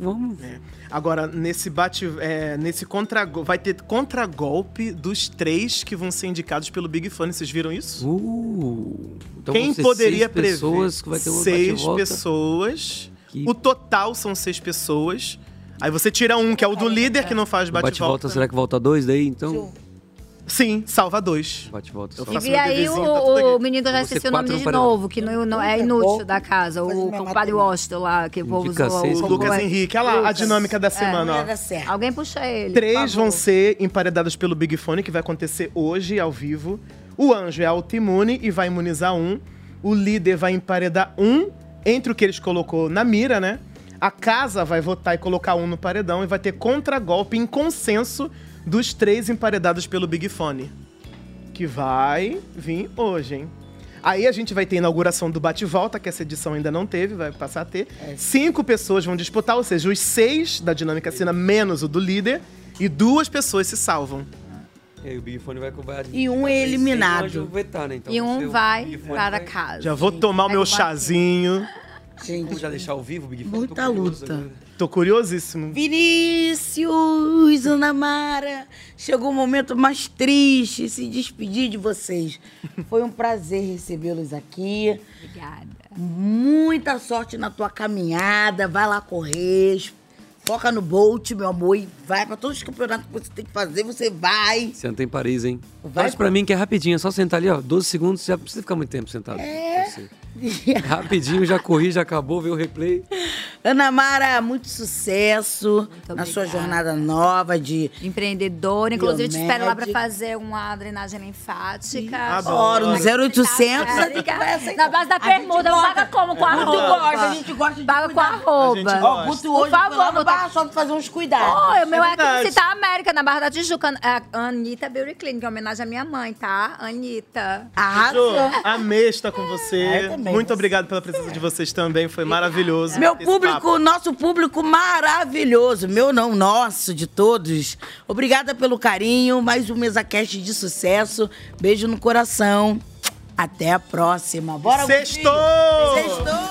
S4: Vamos.
S2: é? Agora, nesse bate. é, nesse contra Vai ter contragolpe dos três que vão ser indicados pelo Big Fun. Vocês viram isso?
S4: Uh, então
S2: Quem
S4: vão ser
S2: poderia
S4: seis
S2: prever?
S4: pessoas que vai ter um
S2: seis
S4: bate-volta?
S2: pessoas. O total são seis pessoas. Aí você tira um, que é o do líder, que não faz
S4: O
S2: bate-volta.
S4: Bate-volta, será que volta dois daí? Então.
S2: Sim, salva dois.
S4: Bate-volta,
S2: Eu
S4: salva
S3: E
S2: faço
S3: vi
S2: meu
S3: aí
S2: desenho,
S3: o,
S2: tá tudo aqui.
S3: o menino que eu já
S2: Vão ser
S3: esqueci o nome
S2: quatro,
S3: dele
S2: um
S3: de
S2: para
S3: novo, que não, não- é inútil da casa, o compadre Washington lá, que o povo
S2: Fica
S3: zoa.
S2: seis,
S3: o-
S2: o Lucas
S3: como é?
S2: Henrique. Olha lá, a dinâmica da semana,
S3: não é
S2: ó.
S3: ia dar certo. Alguém puxa ele. tá por
S2: Três
S3: favor.
S2: vão ser emparedados pelo Big Fone, que vai acontecer hoje, ao vivo. O anjo é autoimune e vai imunizar um. O líder vai emparedar um entre o que eles colocou na mira, né? A casa vai votar e colocar um no paredão e vai ter contragolpe em consenso dos três emparedados pelo Big Fone. Que vai vir hoje, hein? Aí a gente vai ter a inauguração do bate-volta, que essa edição ainda não teve, vai passar a ter.
S1: É.
S2: Cinco pessoas vão disputar, ou seja, os seis da dinâmica cena menos o do líder, e duas pessoas se salvam.
S4: E aí o Big Fone vai cobrar.
S1: E um é eliminado.
S4: Vetar, né? então,
S3: e
S4: você-
S3: um vai para casa.
S2: Já vou tomar o meu
S3: pega o barquinho.
S2: chazinho.
S1: É um Gente,
S4: já deixar ao vivo, Big
S2: Fone?
S1: Muita luta.
S2: Tô curiosíssimo.
S1: Vinícius, Ana Mara, chegou o momento mais triste, se despedir de vocês. Foi um prazer recebê-los aqui.
S3: Obrigada.
S1: Muita sorte na tua caminhada, vai lá correr, Foca no Bolt, meu amor, e vai pra todos os campeonatos que você tem que fazer, você vai.
S4: Senta em Paris, hein?
S1: Vai,
S4: Faz pra mim que é rapidinho, é só sentar ali, ó. 12 segundos, já não precisa ficar muito tempo sentado.
S1: É.
S4: Rapidinho, já corri, já acabou, veio o replay.
S1: Ana Mara, muito sucesso na sua jornada nova de
S3: empreendedora. Inclusive, te espero lá pra
S1: Biomédica.
S3: fazer uma drenagem linfática.
S1: Adoro, no 0800.
S3: Na base da permuta, paga como? Com a
S1: Muito
S3: roupa.
S1: gosta, a gente
S3: gosta de Paga com a roupa.
S1: Ó, o Guto hoje foi lá no bar só pra fazer uns cuidados.
S3: Oh, meu é
S1: É
S3: aqui no
S1: verdade.
S3: Citar América, na Barra da Tijuca. A Anitta Beauty Clinic, em homenagem à minha mãe, tá? Anitta.
S2: Ju, amei estar com você.
S1: É, também,
S2: Muito obrigado pela presença de vocês também, foi maravilhoso.
S1: Meu
S2: esse
S1: público,
S2: papo.
S1: nosso público maravilhoso, meu não, nosso, de todos. Obrigada pelo carinho, mais um MesaCast de sucesso. Beijo no coração. Até a próxima. Bora,
S2: Sextou!
S1: Gutinho! Sextou!